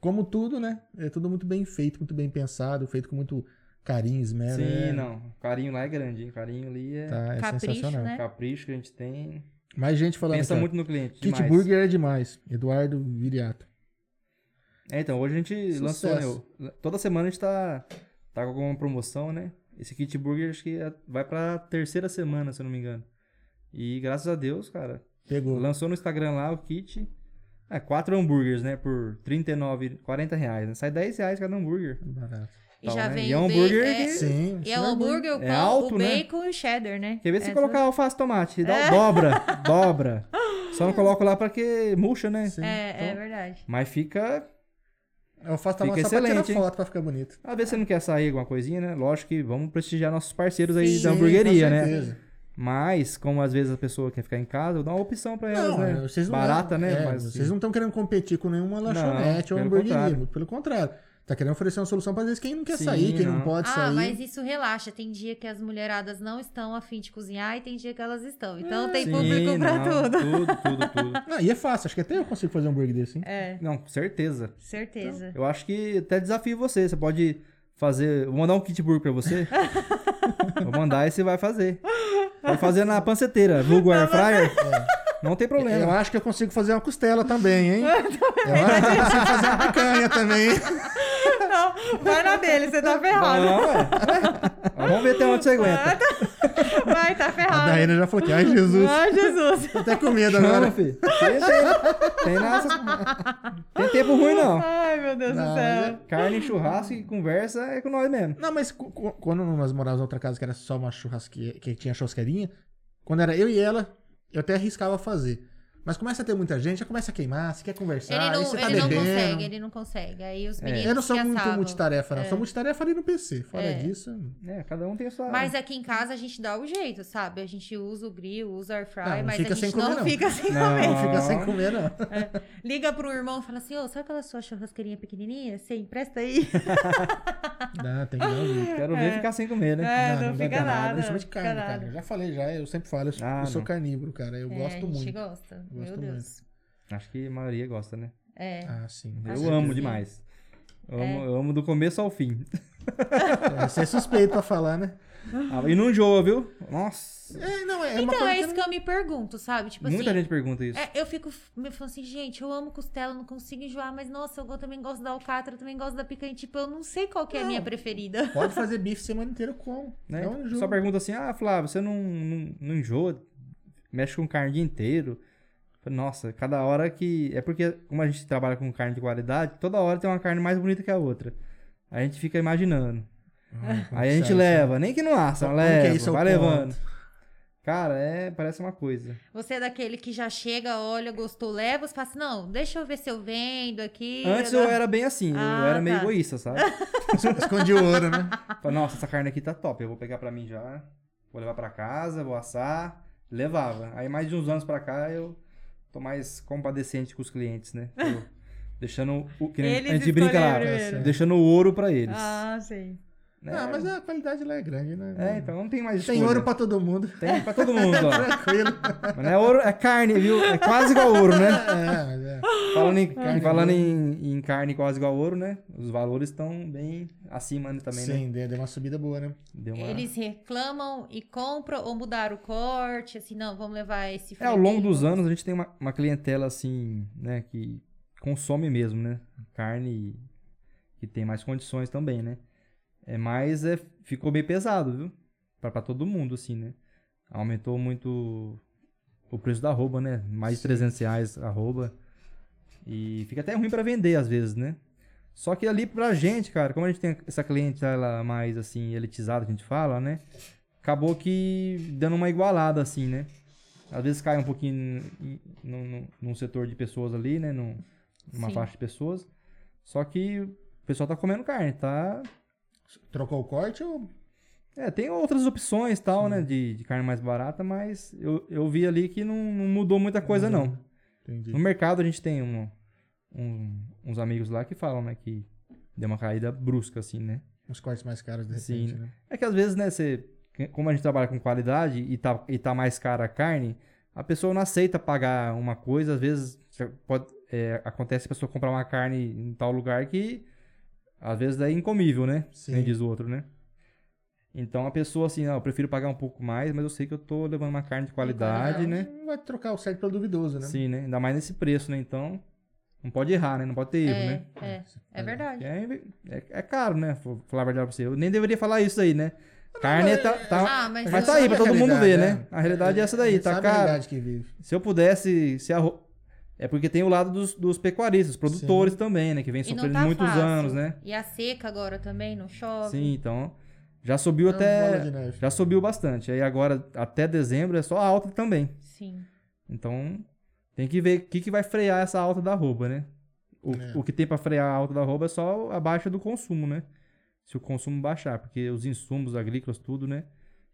B: Como tudo, né? É tudo muito bem feito, muito bem pensado, feito com muito carinho, esmero.
C: Sim,
B: é,
C: não. O carinho lá é grande, hein? O carinho ali é
B: Tá, é
A: Capricho,
B: sensacional.
A: né?
C: capricho que a gente tem.
B: Mais gente falando
C: Pensa
B: aqui, ó.
C: muito no cliente.
B: Kit
C: demais.
B: Burger é demais. Eduardo Viriato.
C: É, então, hoje a gente lançou, né?
B: Sucesso.
C: o- Toda semana a gente tá, tá com alguma promoção, né? Esse kit burger acho que é- vai pra terceira semana, se eu não me engano. E graças a Deus, cara,
B: Pegou.
C: Lançou no Instagram lá o kit. É, quatro hambúrgueres, né? Por 39, 40 reais. Né? Sai 10 reais cada hambúrguer.
B: Barato.
A: E
C: Então,
A: já
C: né?
A: vem
C: E é
A: o
C: um
A: bacon.
C: hambúrguer
A: é-
C: que-
B: Sim.
A: E é o
B: sim,
A: hambúrguer, o
C: É
A: pão,
C: alto,
A: o
C: né?
A: bacon e o cheddar, né?
C: Quer ver se
A: É,
C: você colocar alface tomate? Dá, Dobra, [laughs] dobra. Só não coloco lá pra que murcha, né?
B: sim.
A: É, é
C: Então-
A: verdade.
C: Mas fica.
B: Eu faço tava só
C: Fica
B: pra
C: excelente,
B: tirar
C: hein?
B: foto pra ficar bonito.
C: Às vezes você não quer sair alguma coisinha, né? Lógico que vamos prestigiar nossos parceiros aí
A: Sim.
C: da hamburgueria,
B: com
C: né?
B: certeza.
C: Mas, como às vezes a pessoa quer ficar em casa, eu dou uma opção pra elas,
B: Não,
C: né?
B: vocês não
C: Barata, né?
B: é,
C: Mas,
B: vocês não estão querendo competir com nenhuma lanchonete ou
C: pelo
B: hamburgueria.
C: contrário.
B: muito Pelo contrário. Tá querendo oferecer uma solução pra, às vezes, quem não quer
C: Sim,
B: sair, quem não,
C: não.
B: pode
A: Ah,
B: sair.
A: mas isso relaxa. Tem dia que as mulheradas não estão afim de cozinhar e tem dia que elas estão. Então tem
C: Sim,
A: público pra
C: não, Então
A: tudo.
C: Tudo, tudo, tudo.
B: [laughs] Ah, e é fácil. Acho que até eu consigo fazer um hambúrguer desse, hein?
A: É,
C: Não, com certeza.
A: certeza.
C: Eu acho que até desafio você. Você pode fazer. Vou mandar um kit burger pra você. Vou mandar e você vai fazer. Vai fazer na panceteira, vulgo air fryer. Não tem
B: Eu
C: problema.
B: acho que eu consigo fazer uma costela também,
A: [laughs]
B: hein? Eu acho que eu consigo fazer uma picanha também. hein?
A: Não, vai na dele, você tá ferrado. tá-
C: Não, ué. Mas Vamos ver até onde você aguenta.
A: Vai, tá
B: A
A: ferrado.
B: Daiane já falou que, ai, Jesus,
A: Ai, Jesus.
B: tô até com medo
C: Não,
B: agora.
A: [laughs]
C: filho. Tem, tem, tem, nada- tem tempo ruim, não.
A: Ai, meu Deus
B: Não,
A: do céu.
C: Carne, churrasco e conversa é com nós mesmo.
B: Não, mas cu- cu- quando nós morávamos em outra casa que era só uma churrasqueira, que tinha churrasqueirinha, quando era eu e ela, eu até arriscava fazer. Mas começa a ter muita gente, já começa a queimar, você quer conversar,
A: Ele,
B: aí
A: não,
B: você tá
A: ele não
B: bebendo. É.
A: consegue, ele não consegue. Aí os meninos.
B: Eu não sou
A: que
B: muito
A: assabam.
B: multitarefa, não. Sou multitarefa ali no PC. Fora
A: É.
B: disso.
C: É, cada um tem a sua.
A: Mas aqui em casa a gente dá o jeito, sabe? A gente usa o grill, usa o air
B: Não,
A: fry,
B: não
A: mas
B: fica
A: a gente
B: sem comer,
A: não,
B: não.
A: fica sem
C: Não.
A: comer.
B: Não fica sem comer,
A: [laughs]
B: não.
A: Liga pro irmão e fala assim: ô, sabe aquela sua churrasqueirinha pequenininha? Você empresta aí?
B: Não, tem que dar um jeito.
C: Quero ver ficar sem comer, né?
A: É,
B: Não,
A: não,
B: não vai
A: fica
B: dar
A: nada.
B: Principalmente
A: fica
B: carne,
A: nada.
B: cara. Eu já falei, já, eu sempre falo, eu sou,
C: Ah,
B: eu sou
C: não.
B: carnívoro, cara. Eu
A: É,
B: gosto
A: A gente
B: muito.
A: gosta. Meu
B: Gosto
A: Deus.
C: Acho que a maioria gosta, né?
A: É.
B: Ah, sim.
A: Acho
C: Eu
A: que
C: amo
A: sim. É.
C: demais. Eu amo, eu amo do começo ao
A: [laughs]
C: fim.
B: É, Você é suspeito pra falar, né?
C: Ah, e não enjoa, viu? Nossa.
B: É, não, é uma
A: Então,
B: coisa
A: é
B: que
A: isso que eu me pergunto, sabe? Tipo
C: Muita
A: assim.
C: gente pergunta isso.
A: é, eu fico f- me falando assim, gente, eu amo costela, não consigo enjoar, mas nossa, eu go- também gosto da alcatra, eu também gosto da picanha. Tipo, eu não sei qual que é a minha preferida. [laughs]
B: Pode fazer bife semana inteira com.
C: né?
A: é
B: Não
A: um
B: enjoo.
C: Só pergunta assim: ah, Flávio, você não, não, não enjoa? Mexe com carne o dia inteiro? Falei, Nossa, cada hora que. É porque, como a gente trabalha com carne de qualidade, toda hora tem uma carne mais bonita que a outra. A gente fica imaginando. Aí a gente
B: Sério,
C: leva, nem que não assa,
B: né? Como que é
C: leva,
B: isso, é o
C: vai
B: ponto?
C: levando. Cara, é, parece uma coisa.
A: Você é daquele que já chega, olha, gostou, leva, você fala assim, não, deixa eu ver se eu vendo aqui. né?"
C: Antes eu era bem assim, eu
A: Ah,
C: era meio
A: tá. [laughs]
C: egoísta, sabe?
B: sério. Esconde o ouro,
C: [laughs]
B: né?
C: Falei, nossa, essa carne aqui tá top, eu vou pegar pra mim já, vou levar pra casa, vou assar, levava. Aí mais de uns anos pra cá eu tô mais compadecente com os clientes, né? Eu-
A: [laughs]
C: deixando o que nem-
A: Eles
C: a gente brinca lá,
A: escolheram
B: primeiro.
C: deixando o ouro pra eles.
A: Ah, sim.
C: né?
B: Ah, mas a qualidade lá é grande, né?
C: É, então não tem mais
B: Tem
C: escolha.
B: ouro pra todo mundo.
C: Tem pra
B: [laughs]
C: todo mundo, ó.
B: Tranquilo.
C: [laughs] Mas não é ouro, é carne, viu? É quase igual ouro, né?
B: É, mas é.
C: Falando em, falando em, em carne quase igual ouro, né? Os valores estão bem acima né, também, né?
B: Sim, deu deu uma subida boa, né?
C: Deu uma...
A: Eles reclamam e compram ou mudaram o corte, assim, não, vamos levar esse
C: É, ao longo
A: franguinho.
C: dos anos a gente tem uma, uma clientela assim, né, que consome mesmo, né? Carne que tem mais condições também, né? É, mas é, ficou bem pesado, viu? Pra, pra todo mundo, assim, né? Aumentou muito o preço da arroba, né? Mais de 300 reais a arroba. E fica até ruim pra vender às vezes, né? Só que ali pra gente, cara, como a gente tem essa clientela mais, assim, elitizada, que a gente fala, né? Acabou que dando uma igualada, assim, né? Às vezes cai um pouquinho em- num, num- num setor de pessoas ali, né? Num- numa
A: Sim.
C: faixa de pessoas. Só que o pessoal tá comendo carne, tá?
B: Trocou o corte ou.
C: É, tem outras opções tal, né? De, de carne mais barata, mas eu, eu vi ali que não, não mudou muita coisa, não.
B: Entendi.
C: No mercado a gente tem um- um- uns amigos lá que falam, né? Que deu uma caída brusca, assim, né?
B: Uns cortes mais caros de
C: Sim.
B: repente, né?
C: É que às vezes, né, você. Como a gente trabalha com qualidade e tá, e tá mais cara a carne, a pessoa não aceita pagar uma coisa, às vezes você pode, é, acontece a pessoa comprar uma carne em tal lugar que às vezes é incomível, né?
B: Sim.
C: Nem diz o outro, né? Então a pessoa assim, ah, eu prefiro pagar um pouco mais, mas eu sei que eu tô levando uma carne de qualidade, né?
B: Não vai trocar o certo pelo duvidoso, né?
C: Sim, né? Ainda mais nesse preço, né? Então, não pode errar, né? Não pode ter erro, né?
A: É, é, é verdade.
C: É, é- é caro, né? Vou falar a verdade pra você. Eu nem deveria falar isso aí, né? Carne é tá, tá-
A: Ah, mas,
C: Mas
A: eu-
C: tá aí pra todo
B: a
C: mundo ver,
B: realidade,
C: né? A realidade é essa daí, tá
B: Sabe a
C: caro.
B: realidade que vive.
C: Se eu pudesse. Se arro- É porque tem o lado dos, dos pecuaristas, produtores também, né? Que vem
A: E não
C: sofrendo
A: tá
C: muitos
A: fácil.
C: anos, né?
A: E a seca agora também, não chove.
C: Sim, então. Já subiu
B: É uma bola de
C: até.
B: neve.
C: Já subiu bastante. Aí agora, até dezembro, é só alta também.
A: Sim.
C: Então, tem que ver o que, que vai frear essa alta da arroba, né? O,
B: É.
C: o que tem pra frear a alta da arroba é só a baixa do consumo, né? Se o consumo baixar, porque os insumos agrícolas, tudo, né?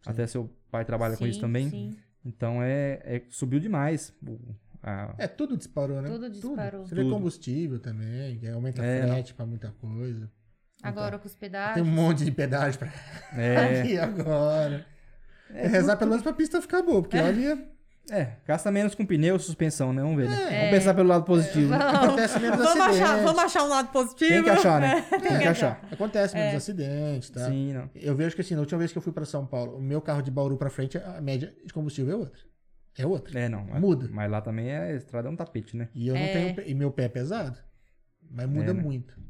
C: Até seu pai trabalha com
A: Sim,
C: isso também.
A: Sim.
C: Então é, é- subiu demais. o- a-
B: É, tudo disparou, né?
A: Tudo disparou.
B: Você vê
C: Tudo.
B: combustível também, que aumenta
C: É,
B: a frete pra muita coisa.
A: Agora com os
B: Tem
A: pedaços.
B: um monte de pedágio pra [laughs]
C: é,
B: aqui agora. É,
C: é,
B: rezar pelo menos pra pista ficar boa, porque olha,
C: é, gasta menos com pneu e suspensão, né? Vamos ver, né?
B: É.
C: Vamos pensar pelo lado positivo. né?
B: acontece
A: [laughs]
B: menos
A: Vamos achar,
B: acidente.
A: vamos então. achar um lado positivo.
C: Tem que achar, né? Tem que
A: que
C: achar.
B: Acontece
A: É.
B: menos acidente, tá?
C: Sim, não.
B: Eu vejo que assim, na última vez que eu fui pra São Paulo, o meu carro de Bauru pra frente, a média de combustível é outra. É outra.
C: É, não. mas-
B: Muda.
C: Mas lá também é, a estrada é um tapete, né?
B: E eu não
A: É.
B: tenho. pé- E meu pé é pesado. Mas muda
C: É, né?
B: muito.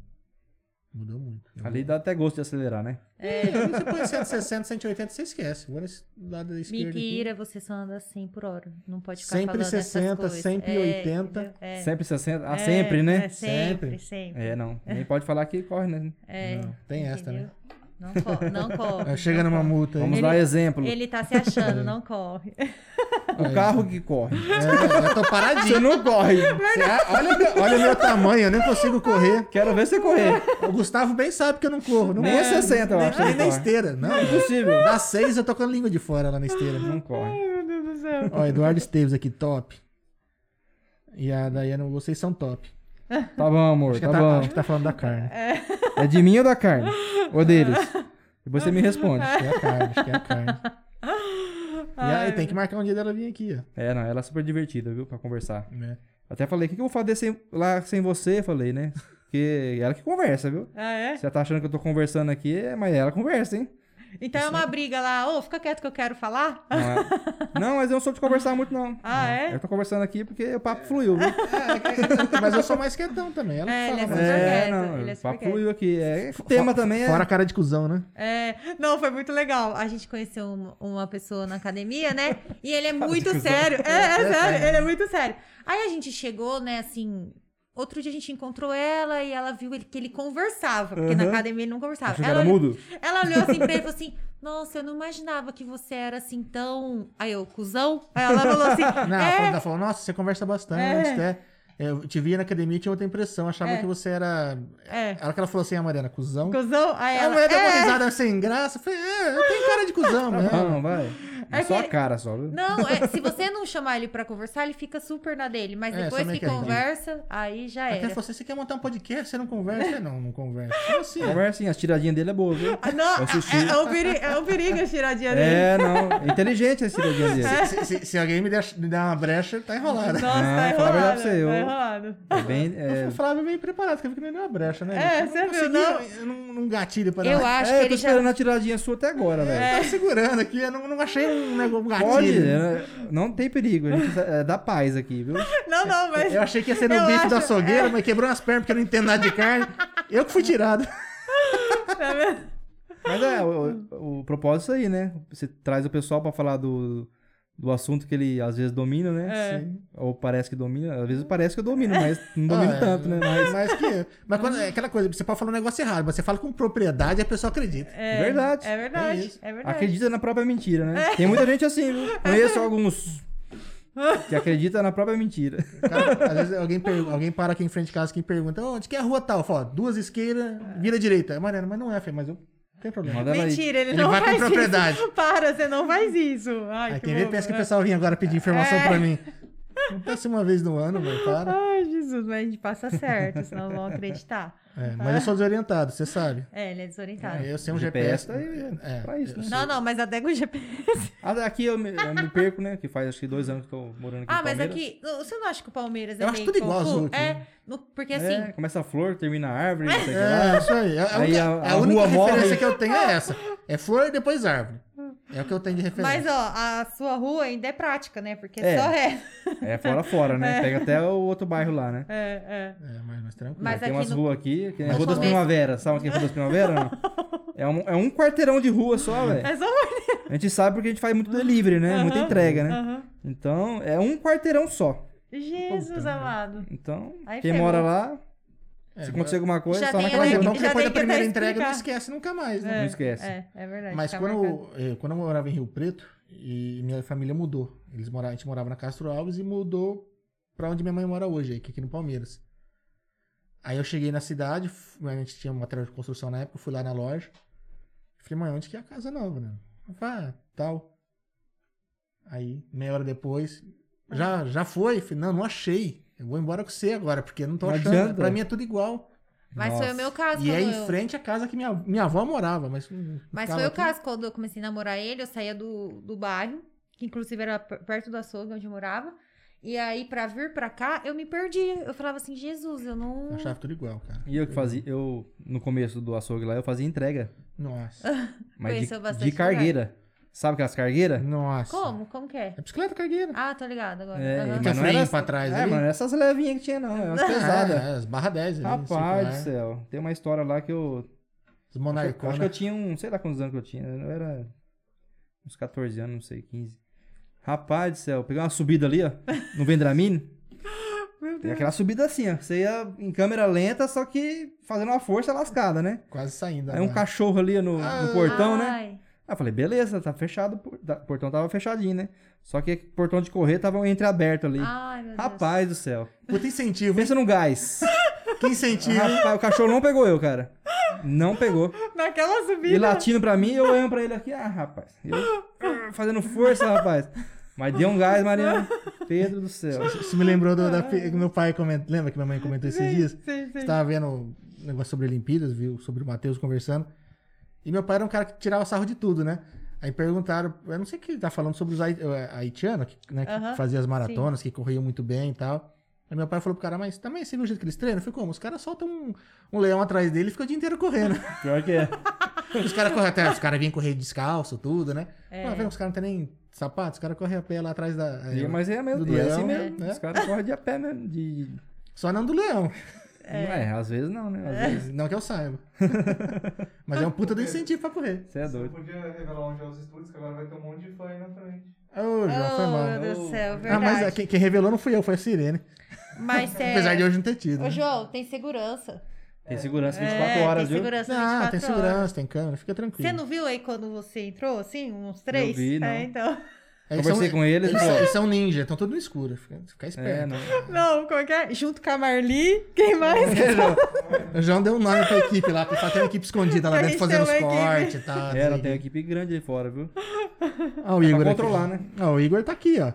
B: Mudou muito. Eu
C: Ali dá até gosto de acelerar, né?
B: É, ali você põe 160, 180, você esquece. Vou nesse lado da esquerda. aqui.
A: Mentira, você só anda assim por hora. Não pode ficar
B: Sempre
A: falando
B: 60,
A: essas coisas.
B: 180.
A: É, entendeu? é,
C: Sempre 60. Ah, sempre,
A: É,
C: né?
A: sempre, sempre.
C: É, não. Nem pode falar que corre, né?
A: É,
B: Não, tem esta,
A: entendeu? Não, co não corre.
B: Chega numa multa aí.
C: Vamos dar exemplo.
A: Ele tá se achando, não corre.
C: O carro que corre.
B: É, eu tô
C: Você
B: paradinho.
C: não corre.
B: Você a- olha, meu- olha meu tamanho, eu nem consigo correr.
C: Quero ver você correr.
B: O Gustavo bem sabe que eu não corro. Não
C: Nem
B: corro.
C: a 60, eu
B: nem,
C: acho é que
B: nem
C: ele
B: na
C: corre.
B: esteira, não.
C: Impossível.
B: Dá 6, eu tô com a língua de fora lá na esteira.
C: Não corre.
B: Ó, Eduardo Esteves aqui, top. E a Dayana, vocês são top.
C: Tá bom, amor.
B: Acho que,
C: Tá
B: tá,
C: bom.
B: acho que tá falando da carne.
C: É de mim ou da carne? Ou deles? Depois você
B: [laughs]
C: me responde.
B: Acho que é a carne, acho que é
A: [laughs]
B: a carne. e aí,
A: Ai,
B: tem que marcar um dia dela vir aqui, ó.
C: É, não. Ela é super divertida, viu? Pra conversar.
A: [laughs]
B: Né?
C: Até falei, o que, que eu vou fazer sem- lá sem você? Falei, né? Porque ela que conversa, viu?
A: Ah, é?
C: Você tá achando que eu tô conversando aqui, é, mas ela conversa, hein?
A: Então é uma briga lá. Ô, fica quieto que eu quero falar.
C: Não, é-
B: [laughs]
C: não, mas eu não sou de conversar muito, não.
A: Ah, é?
C: Eu tô conversando aqui porque o papo fluiu, viu?
B: Mas eu sou mais quietão também. Ela
A: É,
B: é,
A: ele é
B: fala mais.
A: super
C: É,
A: quieto,
C: não,
A: ele é
C: o
A: super
C: papo
A: quieto.
C: fluiu aqui. É, o tema também é.
B: Fora a cara de cuzão, né?
A: É, não, foi muito legal. A gente conheceu um- uma pessoa na academia, né? E ele é muito sério. É, é sério, ele é muito sério. Aí a gente chegou, né, assim. Outro dia a gente encontrou ela e ela viu ele- que ele conversava, porque na
C: Uhum.
A: academia ele não conversava.
C: Achou que
A: Ela
C: era
A: olhou-
C: mudo?
A: ela olhou assim pra ele e falou assim: Nossa, eu não imaginava que você era assim tão. Aí eu, cuzão? Aí ela falou assim:
B: Não, ela falou-
A: É,
B: ela falou, nossa, você conversa bastante,
A: É.
B: né? Eu te via na academia e tinha outra impressão. Achava
A: É.
B: que você era.
A: é.
B: A hora que ela falou assim, a Mariana, cuzão.
A: Cuzão? Aí
B: A
A: ela.
B: mulher deu uma
A: É.
B: risada sem graça. Eu Falei, é, eu tenho cara de cuzão, né?
C: Não, vai. É
A: Aí
C: só a
A: ele-
C: cara, só. viu?
A: Não, é, se você não chamar ele pra conversar, ele fica super na dele. Mas
B: É,
A: depois que
B: só meio que arrepende.
A: conversa, aí já
B: Até
A: era.
B: falou assim: você quer montar um podcast? Você não conversa? Eu falei, Não, não conversa. Como assim?
C: Conversinha, as tiradinhas dele é boa, viu?
A: Ah, Não,
C: Eu assisti.
A: é, é o perigo, é o perigo a tiradinha dele.
C: É, não. É Inteligente as tiradinhas
A: [laughs]
C: dele.
B: Se, se- se alguém me, deixa, me der uma brecha, tá enrolado.
A: Nossa,
C: Ah,
A: tá
C: falar a verdade pra
A: enrolado,
C: você, eu-
A: tá enrolado.
C: É bem. é,
B: O Flávio veio preparado, porque eu fico me deu uma brecha, né?
A: É,
B: Eu
A: você viu,
B: consegui,
A: não?
B: Eu não, não gatilho pra
A: Eu
B: nada.
A: acho
C: é,
A: que
C: eu tô
A: ele já... É,
C: esperando a tiradinha sua até agora, velho.
B: Eu tava segurando aqui, eu não, não achei um, negócio um gatilho.
C: Pode,
A: né?
C: é, não tem perigo, a gente é da paz aqui, viu?
A: Não, não, mas...
B: Eu achei que ia ser no
A: Eu
B: bife
A: acho- é.
B: da açougueira, mas quebrou as pernas porque eu não entendo nada de carne. Eu que fui tirado.
A: tá vendo?
C: Mas é, o, o propósito é isso aí, né? Você traz o pessoal pra falar do, do assunto que ele às vezes domina, né?
A: É.
C: Sim. Ou parece que domina, às vezes parece que eu domino, mas não domino
B: Ah, é,
C: tanto, né? Mas,
B: Mas, mas que. Mas quando, é aquela coisa, você pode falar um negócio errado, mas você fala com propriedade e a pessoa acredita.
A: É,
C: Verdade.
A: É
B: É
A: verdade,
B: isso.
A: é, verdade. É.
C: acredita na própria mentira, né? Tem muita gente assim, viu?
A: [laughs]
C: Conheço alguns que acredita na própria mentira.
B: Cara, às vezes alguém, pergu- alguém para aqui em frente de casa e pergunta: "Ô, onde que é a rua tal? Fala, duas esquerdas, vira direita. Mariana, mas não é, filho, mas eu. Não tem problema.
C: Manda ela aí.
A: Mentira, ele,
B: Ele
A: não
B: vai com
A: faz
B: propriedade.
A: isso. [laughs] Para, você não faz isso. Ai,
B: Aí
A: que
B: quem vê
A: bobo.
B: pensa É que o pessoal vinha agora pedir informação
A: É.
B: pra mim. Acontece uma vez no ano, meu, para.
A: Ai, Jesus, mas a gente passa certo, senão vão acreditar.
B: É, mas eu sou desorientado, você sabe.
A: É, ele é desorientado.
B: Eu sei um
C: O
B: GPS.
C: GPS tá aí,
B: é,
C: pra isso,
B: eu
C: né?
B: sei.
A: Não, não, mas até com o GPS.
C: Ah, Aqui eu me, eu me perco, né? Que faz acho que dois anos que eu tô morando aqui
A: Ah,
C: em
A: mas
C: Palmeiras.
A: aqui, você não acha que o Palmeiras é
B: Eu acho
A: meio
B: tudo igual
A: confuso?
B: azul aqui, né?
A: É, no- porque assim,
C: É, começa a flor, termina a árvore, não
A: [laughs]
C: sei o que lá.
B: É, isso aí. A, a
C: Aí
B: única,
C: a-
B: a
C: a
B: única
C: rua morre.
B: referência que eu tenho é essa. É flor e depois árvore. É o que eu tenho de
A: mas
B: referência.
A: ó, a sua rua ainda é prática, né? Porque
C: É.
A: só é.
C: É fora fora, né? Pega até o outro bairro lá, né?
A: É, é.
B: É, mas, mas tranquilo.
A: Mas
C: tem
A: aqui
C: umas
A: no-
C: ruas aqui, que nem
A: Mas
C: Rua das
A: talvez-
C: Primaveras. Sabe o que é Rua das
A: [laughs]
C: Primaveras? não? É um, é um quarteirão de rua só, velho.
A: É só
C: A gente sabe porque a gente faz muito delivery, né? Muita
A: Aham,
C: entrega, né?
A: aham.
C: Então, é um quarteirão só.
A: Jesus
B: Puta,
A: amado.
C: Então,
A: Aí
C: quem
A: ferrou.
C: mora lá,
B: É,
C: se
B: mas-
C: acontecer alguma coisa,
A: Já
C: só
A: tem
C: naquela
B: mas é
A: ela-
C: região.
B: bom que
A: Já
B: depois
A: tem
B: da
A: que até
B: primeira entrega
A: explicar.
B: não esquece nunca mais, né?
A: É,
C: esquece.
A: É, é verdade.
B: Mas
A: tá marcado.
B: quando, eh, quando eu morava em Rio Preto, e minha família mudou. Eles moravam, a gente morava na Castro Alves e mudou pra onde minha mãe mora hoje, aí, que é aqui no Palmeiras. Aí eu cheguei na cidade, fu- a gente tinha um material de construção na época, eu fui lá na loja. Falei, mãe, onde que é a casa nova, né? Ela falou, ah, tal. Aí, meia hora depois, já, já foi? Falei, Não, não achei. Eu vou embora com você agora, porque eu não tô
C: Não
B: achando.
C: adianta.
B: Pra mim é tudo igual.
A: Mas foi o meu caso.
B: E é
A: quando
B: em
A: eu-
B: frente à casa que minha, minha avó morava, mas. hum,
A: Mas
B: ficava
A: foi o
B: aqui.
A: caso, quando eu comecei a namorar ele, eu saía do, do bairro, que inclusive era per- perto da açougue onde eu morava. E aí, pra vir pra cá, eu me perdia. Eu falava assim, Jesus, eu não.
B: Eu Achava tudo igual, cara.
C: E eu que fazia, eu, no começo do açougue lá, eu fazia entrega.
B: Nossa.
C: Mas
A: Conheceu
C: de,
A: bastante
C: de cargueira. Sabe aquelas cargueiras?
B: Nossa.
A: Como? Como que é?
B: É bicicleta cargueira.
A: Ah, tô ligado agora.
C: É,
A: Aham.
B: Tinha
C: mas não
B: freio
C: era
B: pra trás
C: É,
B: ali?
C: mano, essas levinhas que tinha não, é
A: [laughs]
C: umas
B: Pesada.
C: pesadas.
B: É, né? as barra 10 ali.
C: Rapaz do
B: circular,
C: céu, tem uma história lá que eu
B: Os
C: Acho que- acho que eu
B: monarconas.
C: tinha um, sei lá quantos anos que eu tinha, né? eu era uns 14 anos, não sei, 15. Rapaz do céu, peguei uma subida ali, ó,
B: [laughs]
C: no Vendramini.
A: Meu
C: E aquela subida assim, ó, você ia em câmera lenta, só que fazendo uma força lascada, né?
B: Quase saindo.
C: Aí um
B: agora.
C: cachorro ali no, no
B: Ah.
C: portão, né?
A: Ai,
C: Aí eu falei, beleza, tá fechado, o por- tá- o portão tava fechadinho, né? Só que o portão de correr tava um entreaberto ali.
A: ai, Ah, meu Deus.
C: Rapaz
B: [laughs]
C: do céu.
B: Puta incentivo, hein?
C: Pensa no gás.
B: Que
C: [laughs]
B: incentivo.
C: Rapaz, o cachorro não pegou eu, cara. Não pegou.
A: Naquela subida.
C: E latindo pra mim, eu olhando pra ele aqui, ah, rapaz.
A: Ah.
C: Eu fazendo força, rapaz. Mas deu um gás, Mariana. Pedro do céu.
B: Isso me lembrou do,
A: Ah.
B: da, fi- meu pai comentou. Lembra que minha mãe comentou esses dias? Você tava vendo um negócio sobre Olimpíadas, viu? Sobre o Matheus conversando. E meu pai era um cara que tirava sarro de tudo, né? Aí perguntaram, eu não sei o que ele tá falando sobre os hai- eh, haitianos, que, né, que
A: Aham,
B: fazia as maratonas, que corriam muito bem e tal. Aí meu pai falou pro cara, mas também você viu o jeito que eles treinam? Eu falei, como? Os caras soltam um, um leão atrás dele e ficam o dia inteiro correndo.
A: [laughs]
C: Pior que é.
B: os caras correm até, os caras vêm correr descalço, tudo, né?
A: É.
B: Ah, vendo, os caras não tem nem sapato, os caras correm a pé lá atrás da. eh,
C: E- Mas é mesmo,
B: Do
C: e é assim
B: leão,
C: mesmo.
B: né?
C: Os caras correm de a pé mesmo. De...
B: Só não do leão.
C: É. às vezes não, né? Às vezes.
B: Não que eu saiba. [laughs] Mas é um puta do incentivo pra correr.
C: Você é
D: Você
C: doido.
D: podia revelar onde é os estúdios, que agora vai ter um monte de fã aí na frente.
B: Ô, João, foi
A: Oh, meu
B: mal.
A: Deus do céu,
B: Ah,
A: verdade.
B: mas quem, quem revelou não fui eu, foi a Sirene.
A: Mas é.
B: [laughs] Apesar de hoje não ter tido.
A: Ô,
B: né?
A: João, tem segurança.
C: Tem segurança 24
A: é,
C: horas,
A: tem
C: viu?
A: segurança
B: Ah,
A: 24
B: tem
A: horas.
B: segurança, tem câmera, fica tranquilo.
A: Você não viu aí quando você entrou, assim, uns três?
C: vi, não.
A: É, então. [laughs]
B: É,
C: Conversei
B: são,
C: com eles,
B: eles,
C: pô.
B: eles são ninja, estão tudo no escuro. Fica, fica
C: É,
B: esperto.
C: não.
A: Não, como é que é? Junto com a Marli, quem mais?
B: O João deu um nome pra equipe lá, porque só tem uma equipe escondida lá
A: [laughs] Pra gente
B: dentro fazendo os
A: ter uma
B: cortes e tal.
C: É, não
B: assim.
C: tem equipe grande ali fora, viu?
B: Ah, o Igor
C: pra
B: aqui.
C: controlar, né?
B: Ah, o Igor tá aqui, ó.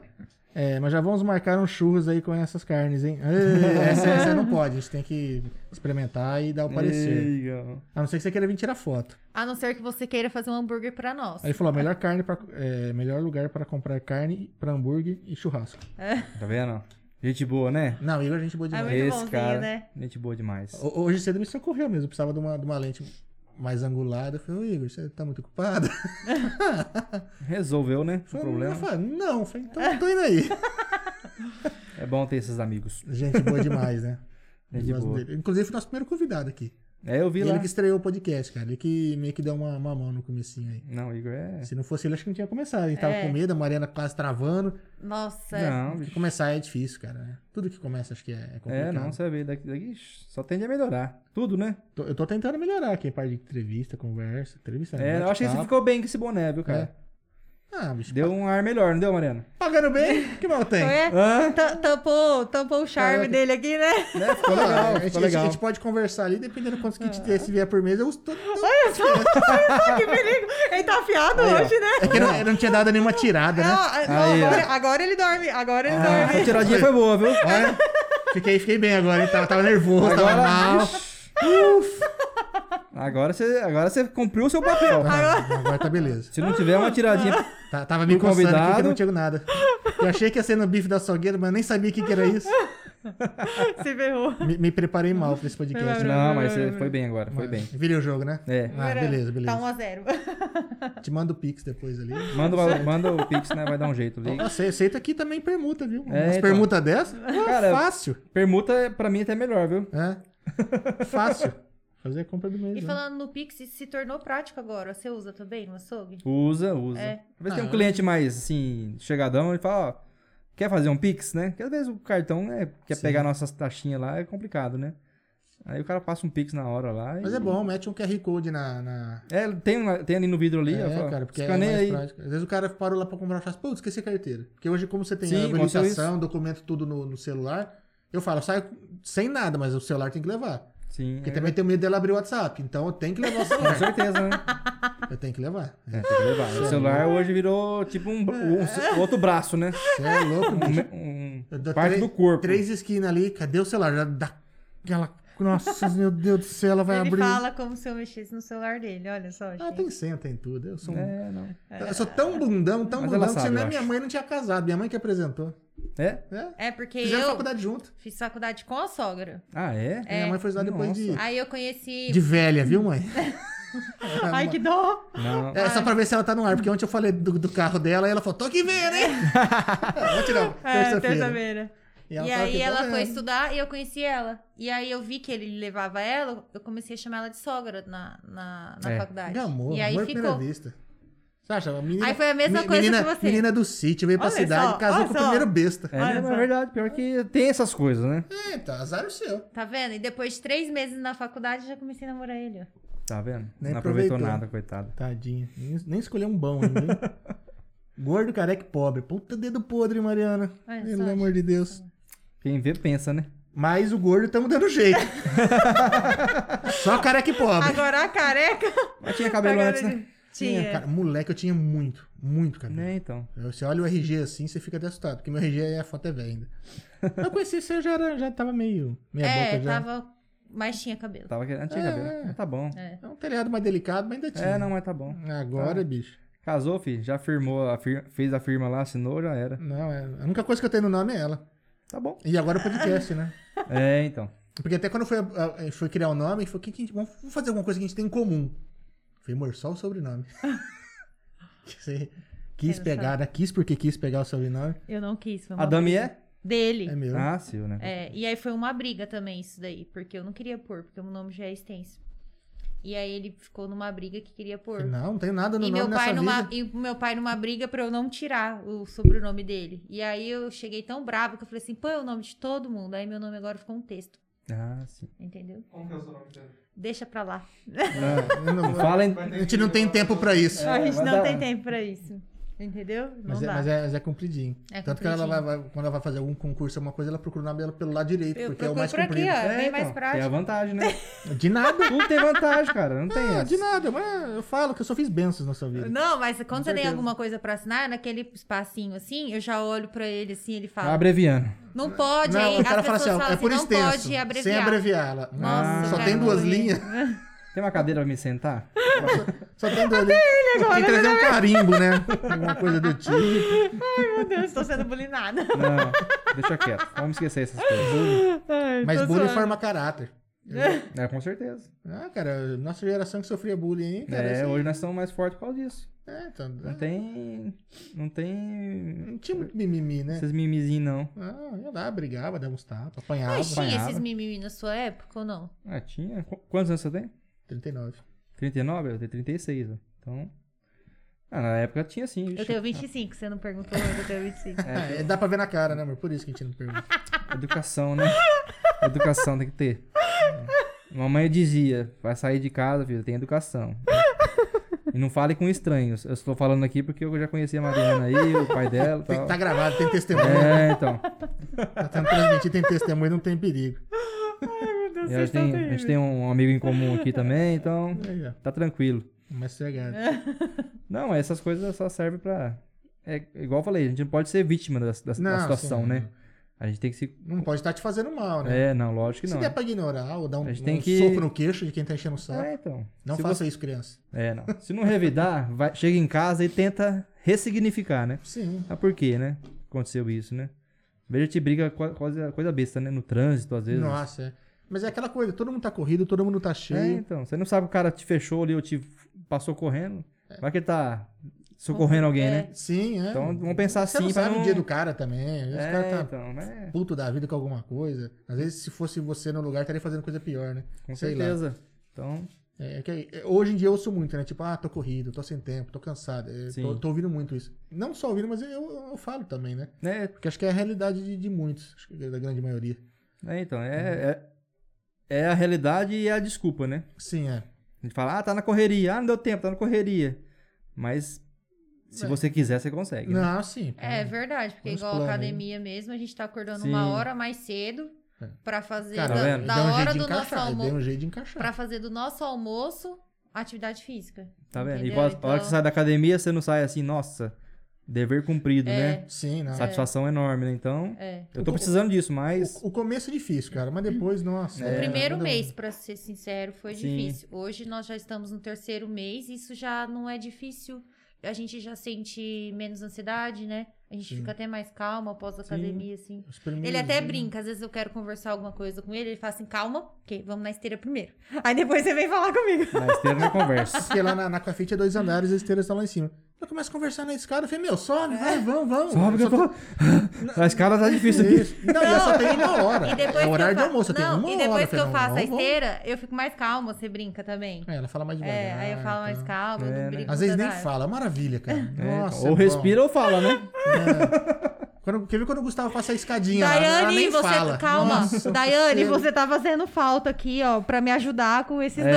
B: É, mas já vamos marcar uns churros aí com essas carnes, hein? Ê, essa, essa não pode, a gente tem que experimentar e dar o parecer.
C: Ei, ó.
B: A não ser que você queira vir tirar foto.
A: A não ser que você queira fazer um hambúrguer pra nós.
B: Aí ele falou, melhor carne para melhor lugar para comprar carne para hambúrguer e churrasco.
C: Tá vendo? Gente boa, né?
B: Não, Igor, a gente boa
A: É
B: demais.
A: muito
C: Esse
A: bonzinho,
C: cara,
A: né?
C: gente boa demais.
B: Ho- Hoje cedo me socorreu mesmo, eu precisava de uma, de uma lente mais angulada. Eu falei, ô Igor, você tá muito ocupado?
C: Resolveu, né? O
B: Falei,
C: problema.
B: Eu falei, não, eu falei, então tô indo aí. [laughs]
C: É bom ter esses amigos.
B: Gente boa demais, né?
C: Gente
B: Eu gosto
C: É boa.
B: dele. Inclusive, foi nosso primeiro convidado aqui.
C: É, eu vi
B: ele
C: lá.
B: que estreou o podcast, cara. Ele que meio que deu uma, uma mão no comecinho aí.
C: Não, Igor é.
B: Se não fosse ele, acho que não tinha começado. Ele tava
A: É.
B: com medo, a Mariana quase travando.
A: Nossa,
C: Não,
B: Porque
C: bicho.
B: Começar é difícil, cara. né? Tudo que começa, acho que é, é complicado.
C: É, não, você vê. Daqui, daqui só tende a melhorar. Tudo, né?
B: Tô- Eu tô tentando melhorar aqui, parte de entrevista, conversa, entrevista.
C: É, eu
B: bate-papo.
C: acho que você ficou bem com esse boné, viu, cara?
B: Ah, bicho,
C: Deu um ar melhor, não
B: [laughs]
C: deu, Mariana?
B: pagando bem, que mal tem?
A: Então é?
C: Hã?
A: Ta- Tampou, tampou o charme
B: Caraca.
A: dele aqui, né? [laughs]
C: Né? Ficou
B: Ah,
C: legal,
B: a, gente, a
C: ficou
B: gente- a
C: legal. Ah.
B: gente pode conversar ali, dependendo quantos kits desse vier por mês, eu uso todo.
C: É
B: todo-
A: Olha que perigo. Ele tá afiado
C: Aí, ó.
A: hoje, né?
B: É que eu não, eu não tinha dado nenhuma tirada, né?
A: Não, não,
C: Aí, ó.
A: agora, agora ele dorme, agora ele
C: Ah,
A: dorme.
C: essa tiradinha foi boa, viu?
B: Olha, fiquei, fiquei bem agora, hein? Tava, tava nervoso, tava
C: [laughs] Agora,
B: mal.
C: Ixi. agora, você, agora você cumpriu o seu papel.
B: Ah, agora tá beleza.
C: Se não tiver uma tiradinha.
B: Tá- tava me
C: Fui
B: coçando aqui que eu
C: convidado.
B: não tinha nada. Eu achei que ia ser no bife da açougueira, mas nem sabia o que, que era isso.
A: [laughs] Se ferrou.
B: Me, me preparei mal pra esse podcast.
C: Não, mas você foi bem agora, foi bem.
B: Virei o jogo, né?
C: É.
B: Ah, beleza, beleza.
A: Tá 1 a 0
B: Te mando o pix depois ali.
C: Manda, o- manda o Pix, né? Vai dar um jeito. ali.
B: Nossa, eu aceito aqui também permuta, viu?
C: É,
B: Umas
C: então.
B: permuta
C: [laughs]
B: dessa? ah,
C: Cara,
B: fácil.
C: Permuta, é, pra mim, até melhor, viu?
B: É. fácil. Fazer a compra do mês.
A: E
B: né?
A: falando no Pix, isso se tornou prático agora. Você usa também no açougue?
C: Usa, usa.
A: É.
C: Às vezes tem
B: Ah.
C: um cliente mais, assim, chegadão, ele fala, ó, quer fazer um Pix, né? Porque às vezes o cartão né, quer
B: Sim.
C: pegar nossas taxinhas lá, é complicado, né? Aí o cara passa um Pix na hora lá. e-
B: Mas é bom, mete um QR Code na. na...
C: É, tem, um- tem ali no vidro ali, ó,
B: É,
C: fala,
B: cara, porque é
C: escaneia
B: mais
C: aí.
B: prático. Às vezes o cara parou lá pra comprar um chassi, pô, esqueci a carteira. Porque hoje, como você tem
C: Sim, aconteceu
B: habilitação, documento tudo no, no celular, eu falo, eu saio sem nada, mas o celular tem que levar.
C: Sim,
B: Porque
C: é, [laughs]
B: também tenho medo dela abrir o WhatsApp, então eu tenho que levar o
C: com
B: [laughs] celular.
C: certeza, né?
B: Eu tenho que levar.
C: É, tem que levar. O celular hoje virou tipo
B: É.
C: um, um- outro braço,
B: [laughs]
C: né?
B: Você é
C: [laughs]
B: louco, bicho.
C: Um- um-
B: Eu dou
C: parte
B: três-
C: do corpo.
B: Três esquinas ali, cadê o celular? Já dá aquela. Nossa, [laughs] meu Deus do céu, ela vai
A: Ele
B: abrir. um.
A: fala como se eu mexesse no celular dele, olha só,
B: Ah,
A: gente.
B: tem senha, tem tudo. Eu sou, um-
C: É, não.
B: eu sou tão bundão, tão
C: Mas ela
B: bundão, que
C: sabe,
B: senão
C: eu
B: minha
C: acho.
B: mãe não tinha casado. Minha mãe que apresentou.
C: É?
B: É?
A: É porque
B: Fizeram
A: eu
B: faculdade junto.
A: fiz faculdade com a sogra.
C: Ah, é?
B: Minha mãe foi estudar depois de,
A: Aí eu conheci.
B: de velha, viu, mãe?
A: [laughs] Ai, que dó! [laughs]
C: Não.
B: É só pra ver se ela tá no ar, porque ontem eu falei do, do carro dela e ela falou, tô aqui vendo,
A: [laughs]
B: hein? É, ontem não,
A: É,
B: terça-feira.
A: terça-feira. E,
B: ela tava
A: aí
B: aqui,
A: ela
B: "Tô
A: foi
B: vendo."
A: estudar e eu conheci ela. E aí eu vi que ele levava ela, eu comecei a chamar ela de sogra na, na, na
C: É.
A: faculdade.
B: Gamou,
A: e aí
B: amor à primeira
A: ficou.
B: vista. Você acha? A menina,
A: Aí foi a mesma
B: me-
A: coisa
B: menina,
A: que você.
B: Menina do sítio, veio pra
A: Olha
B: cidade,
A: só,
B: casou
A: olha
B: com o
A: só.
B: primeiro besta.
C: É,
A: Olha
C: não,
A: só.
C: é verdade, pior que tem essas coisas, né?
B: É, então, azar o seu.
A: Tá vendo? E depois de três meses na faculdade, já comecei a namorar ele. ó.
C: Tá vendo?
B: Nem
C: não aproveitou
B: aproveitou.
C: nada, coitado.
B: Tadinha. Nem, nem escolheu um [laughs] bom ainda. hein? Gordo, careca e pobre. Puta dedo podre, Mariana.
A: Olha só, tá
B: Pelo amor de Deus.
C: Quem vê, pensa, né?
B: Mas o gordo estamos
A: [laughs]
B: dando jeito. Só careca e pobre.
A: Agora a
B: [laughs]
A: careca.
C: Mas tinha cabelo antes, né?
A: Tinha.
B: cara, moleque, eu tinha muito, muito cabelo.
C: Né, então.
B: Você olha o RG assim, você fica até assustado, porque meu RG é a foto é velha
A: [laughs]
B: ainda. Eu conheci você, eu já, era, já tava meio. Minha
A: é,
B: boca já.
A: tava. Mas tinha cabelo.
C: Tava querendo, tinha
B: É,
C: cabelo.
B: é.
C: Tá bom.
A: É.
B: É um telhado mais delicado, mas ainda tinha.
C: É, não, mas tá bom.
B: Agora, bicho.
C: Casou, filho. Já firmou, a fir- fez a firma lá, assinou, já era.
B: Não, é. A única coisa que eu tenho no nome é ela.
C: Tá bom.
B: E agora o podcast, né?
C: É, então.
B: Porque até quando foi, a- a- foi criar o nome, foi que, que a gente, vamos vamos fazer alguma coisa que a gente tem em comum. Foi amor, só o
C: [laughs]
B: sobrenome. Você quis
A: Quero
B: pegar, né? quis porque quis pegar o sobrenome.
A: Eu não quis. Foi uma
C: Adam e é?
A: Dele.
B: É meu.
C: Ah, sim, né?
A: É, e aí foi uma briga também isso daí, porque eu não queria pôr, porque o meu nome já é extenso. E aí ele ficou numa briga que queria pôr.
B: Não, não tem nada no
A: E
B: nome
A: meu,
B: nessa
A: pai numa,
B: vida.
A: e meu pai numa briga pra eu não tirar o sobrenome dele. E aí eu cheguei tão brava que eu falei assim, põe o nome de todo mundo. Aí meu nome agora ficou um texto,
C: Ah, sim.
A: entendeu?
D: Como que é o seu nome inteiro?
A: Deixa pra lá.
B: Não, É, eu não-
C: Fala em...
D: Vai
B: a
D: ter
B: gente
D: que-
B: não tem tempo pra isso.
A: a gente
C: vai
A: não
C: dar-
A: tem tempo pra isso, entendeu? É. Não
B: é um Mas é,
A: dá.
B: mas, é, mas é compridinho.
A: É
B: Tanto que ela vai, vai- quando ela vai fazer algum concurso, alguma coisa, ela procura o nome dela pelo lado direito,
A: Eu
B: porque é o
A: procuro
B: mais
A: por aqui,
B: comprido.
A: ó. É bem mais
C: então, Tem a
A: prático.
C: vantagem, né?
B: De nada.
C: Tudo tem vantagem, cara. Não tem
B: Ah,
C: essa.
B: de nada, mas eu falo que eu só fiz bênçãos na sua vida.
A: Não, mas quando você tem
B: certeza.
A: alguma coisa pra assinar, naquele espacinho assim, eu já olho pra ele assim, ele
C: Tá
A: fala,
C: abreviando.
A: não pode,
B: Ah, Não,
A: aí
B: o cara
A: as
B: fala assim,
A: pessoas
B: ó,
A: falam
B: é por
A: assim, não
B: extenso.
A: pode abreviar.
B: Sem abreviar ela. Ah,
A: Nossa,
B: só
A: cara,
B: tem duas
A: morri.
B: linhas.
C: Tem uma cadeira pra me sentar?
B: Só tem duas linhas. Tem que trazer um carimbo, né? Alguma coisa do tipo.
A: Meu Deus, estou sendo bulinada.
C: [laughs] Não, deixa quieto. Vamos esquecer essas coisas.
A: Então,
B: Mas bullying forma caráter.
C: É, com certeza.
B: Ah, cara, nossa geração que sofria bullying, hein, cara?
C: É,
B: Isso-
C: hoje nós estamos mais fortes por causa disso.
B: é, então,
C: Não tem. Não tem.
B: não tinha muito mimimi, né?
C: Esses mimizinhos, não.
B: Ah, ia lá, brigava, dava uns tapas, apanhava.
A: Mas tinha
C: apanhava.
A: esses mimimi na sua época ou não?
C: Ah, tinha. Qu- Quantos anos você tem?
B: 39.
C: 39? Eu tenho 36, ó. Então. Ah, na época tinha sim.
A: Eu
C: vixe.
A: tenho 25, você não perguntou, mas eu tenho 25.
B: Ah, é, dá pra ver na cara, né, amor? Por isso que a gente não pergunta.
C: Educação, né? educação tem que ter. Mamãe dizia, vai sair de casa, filho, tem educação. E não fale com estranhos. Eu estou falando aqui porque eu já conheci a Mariana aí, o pai dela e
B: Tem-
C: tal.
B: Tá gravado, tem testemunho.
C: É, então.
B: Tá tendo transmitido, tem testemunho, não tem perigo.
C: E a, gente tem, a gente tem um amigo em comum aqui também, então
B: Aí, ó.
C: tá tranquilo.
B: Mas sossegado.
C: Não, essas coisas só servem pra... É igual eu falei, a gente não pode ser vítima das- das- da,
B: Não,
C: situação,
B: sim,
C: né?
B: não.
C: A gente tem que se...
B: Não pode estar te fazendo mal, né?
C: É, não, lógico que
B: Se
C: não.
B: der pra ignorar ou dar um,
C: A gente tem
B: um
C: que-
B: soco no queixo de quem tá enchendo o saco,
C: É, então.
B: não
C: Se
B: faça isso, criança.
C: É, não. Se não revidar, [laughs] vai- chega em casa e tenta ressignificar, né?
B: Sim.
C: Ah, por quê, né? Aconteceu isso, né? Veja te briga co- coisa, coisa besta, né? No trânsito, às vezes.
B: Nossa, é. Mas é aquela coisa, todo mundo tá corrido, todo mundo tá
C: É,
B: cheio.
C: então. Você não sabe o cara te fechou ali ou te passou correndo. Vai que ele tá socorrendo alguém, né?
B: Sim, é.
C: Então vamos pensar
B: Você
C: assim
B: não
C: pra
B: sabe
C: não...
B: o dia do cara também. Às vezes
C: É,
B: o cara tá
C: então, né?
B: puto da vida com alguma coisa. Às vezes, se fosse você no lugar, estaria fazendo coisa pior, né?
C: Com
B: Sei lá.
C: certeza. Então,
B: É, é que, é, hoje em dia eu ouço muito, né? Tipo, ah, tô corrido, tô sem tempo, tô cansado. É,
C: Sim.
B: tô, tô ouvindo muito isso. Não só ouvindo, mas eu, eu falo também, né?
C: né?
B: Porque acho que é a realidade de, de muitos, acho que é da grande maioria.
C: né, então, é, é, é a realidade e a desculpa, né?
B: Sim, é.
C: A gente fala, ah, tá na correria. Ah, não deu tempo, tá na correria. Mas se
B: É.
C: você quiser, você consegue, né?
B: Não, sim.
A: É verdade, porque
B: Uns
A: igual
B: planos aí.
A: academia mesmo, a gente tá acordando
C: Sim.
A: uma hora mais cedo
B: É.
A: pra fazer
B: Cara,
C: Tá
A: da,
C: vendo?
A: da
B: deu um
A: hora
B: jeito de
A: do nosso
B: encaixar. Deu
A: almoço.
B: um jeito de encaixar.
A: Pra fazer do nosso almoço atividade
B: É,
A: física.
C: Tá vendo?
A: Entendeu?
C: Igual a hora que
A: Então-
C: você sai da academia, você não sai assim, nossa, dever cumprido,
A: É.
C: né?
B: Sim, não.
C: Satisfação enorme, né? Então,
A: É.
C: eu tô precisando
B: [laughs]
C: disso, mas.
B: O, o começo é difícil, cara, mas depois, nossa.
A: O
B: é,
A: primeiro
B: manda-
A: mês, pra ser sincero, foi
C: Sim.
A: difícil. Hoje nós já estamos no terceiro mês, isso já não é difícil. A gente já sente menos ansiedade, né? A gente
B: Sim.
A: fica até mais calma após a
C: Sim.
A: academia, assim.
B: os primeiros
A: Ele até
B: dias-
A: brinca, às vezes eu quero conversar alguma coisa com ele, ele fala assim, calma, ok, vamos na esteira primeiro. [laughs] Aí depois você vem falar comigo.
C: Na esteira não conversa.
B: Porque lá na, na Coafit é dois andares, as esteiras estão lá em cima. Eu começo a conversar na escada, eu falei, meu, sobe,
A: É.
B: vai, vamos, vamos.
C: Sobe que
B: [laughs]
C: eu
B: Só
C: tô. [laughs] A escada tá difícil
B: tem
C: aqui.
B: isso. Não, e eu só tenho uma hora.
A: E depois
B: é o horário
A: que eu
B: de
A: fa-
B: almoço, eu tenho
A: Não,
B: uma
A: E
B: hora.
A: depois que
B: falei,
A: eu
B: não,
A: faço a
B: vamos, vamos.
A: esteira, eu fico mais calma, você brinca também.
B: É, ela fala mais devagar.
A: É, aí eu falo mais
B: tá.
A: calma, eu
C: É,
A: não
C: né?
A: brinco.
B: Às vezes nem
A: tanto.
B: fala, é maravilha, cara.
C: É,
B: [laughs] Nossa,
C: ou
B: é bom.
C: respira ou fala,
A: [laughs]
C: né?
B: É. Quando, quer ver quando o Gustavo passa a escadinha lá? Ela
A: Daiane,
B: nem
A: você.
B: fala.
A: Calma.
B: Nossa,
A: Daiane,
B: sério.
A: você tá fazendo falta aqui, ó, pra me ajudar com esses
C: É,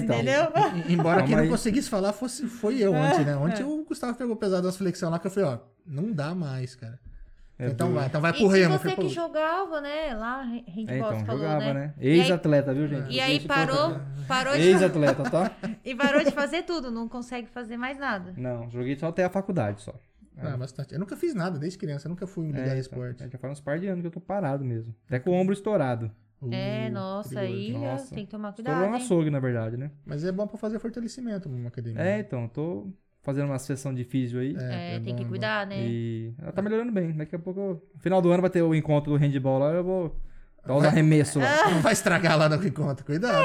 A: dois,
C: então.
A: entendeu?
B: E- Embora
C: Calma
B: quem não
C: aí.
B: conseguisse falar fosse, foi
A: É,
B: eu ontem, né? Ontem o Gustavo pegou pesado das flexões lá, que eu falei, ó, não dá mais, cara.
C: [laughs] É
B: então
C: duro.
B: vai, então vai pro
A: e se
B: remo. Eu
A: você
B: falei,
A: que
B: pô,
A: jogava, né? Lá, Henrique
C: É, então,
A: falou,
C: jogava,
A: né?
C: né?
A: aí-
C: Ex-atleta, viu, gente?
A: E aí
C: Deixa eu
A: parou,
C: colocar
A: parou
C: aqui.
A: de,
C: Ex-atleta, tá?
A: [laughs] e parou de fazer tudo, não consegue fazer mais nada.
C: Não, joguei só até a faculdade só.
B: Ah, bastante. Eu nunca fiz nada desde criança, eu nunca fui em ligar
C: então,
B: esporte.
C: é, já faz uns par de anos que eu tô parado mesmo. Até com o ombro estourado.
B: Uh,
A: é, nossa,
B: perigoso.
A: aí ó,
C: Nossa.
A: tem que tomar cuidado.
C: Estourou um
A: hein?
C: açougue, na verdade, né?
B: Mas é bom pra fazer fortalecimento numa academia.
C: É, então, tô fazendo uma sessão de físio aí.
A: É, tem
B: bom,
A: que
B: bom.
A: cuidar, né?
C: E ela tá melhorando bem. Daqui a pouco, eu- no final do ano, vai ter o encontro do handball lá. Eu vou dar
B: [laughs]
C: os arremessos
A: Ah.
C: lá.
B: Não vai estragar lá no que conta, cuidado.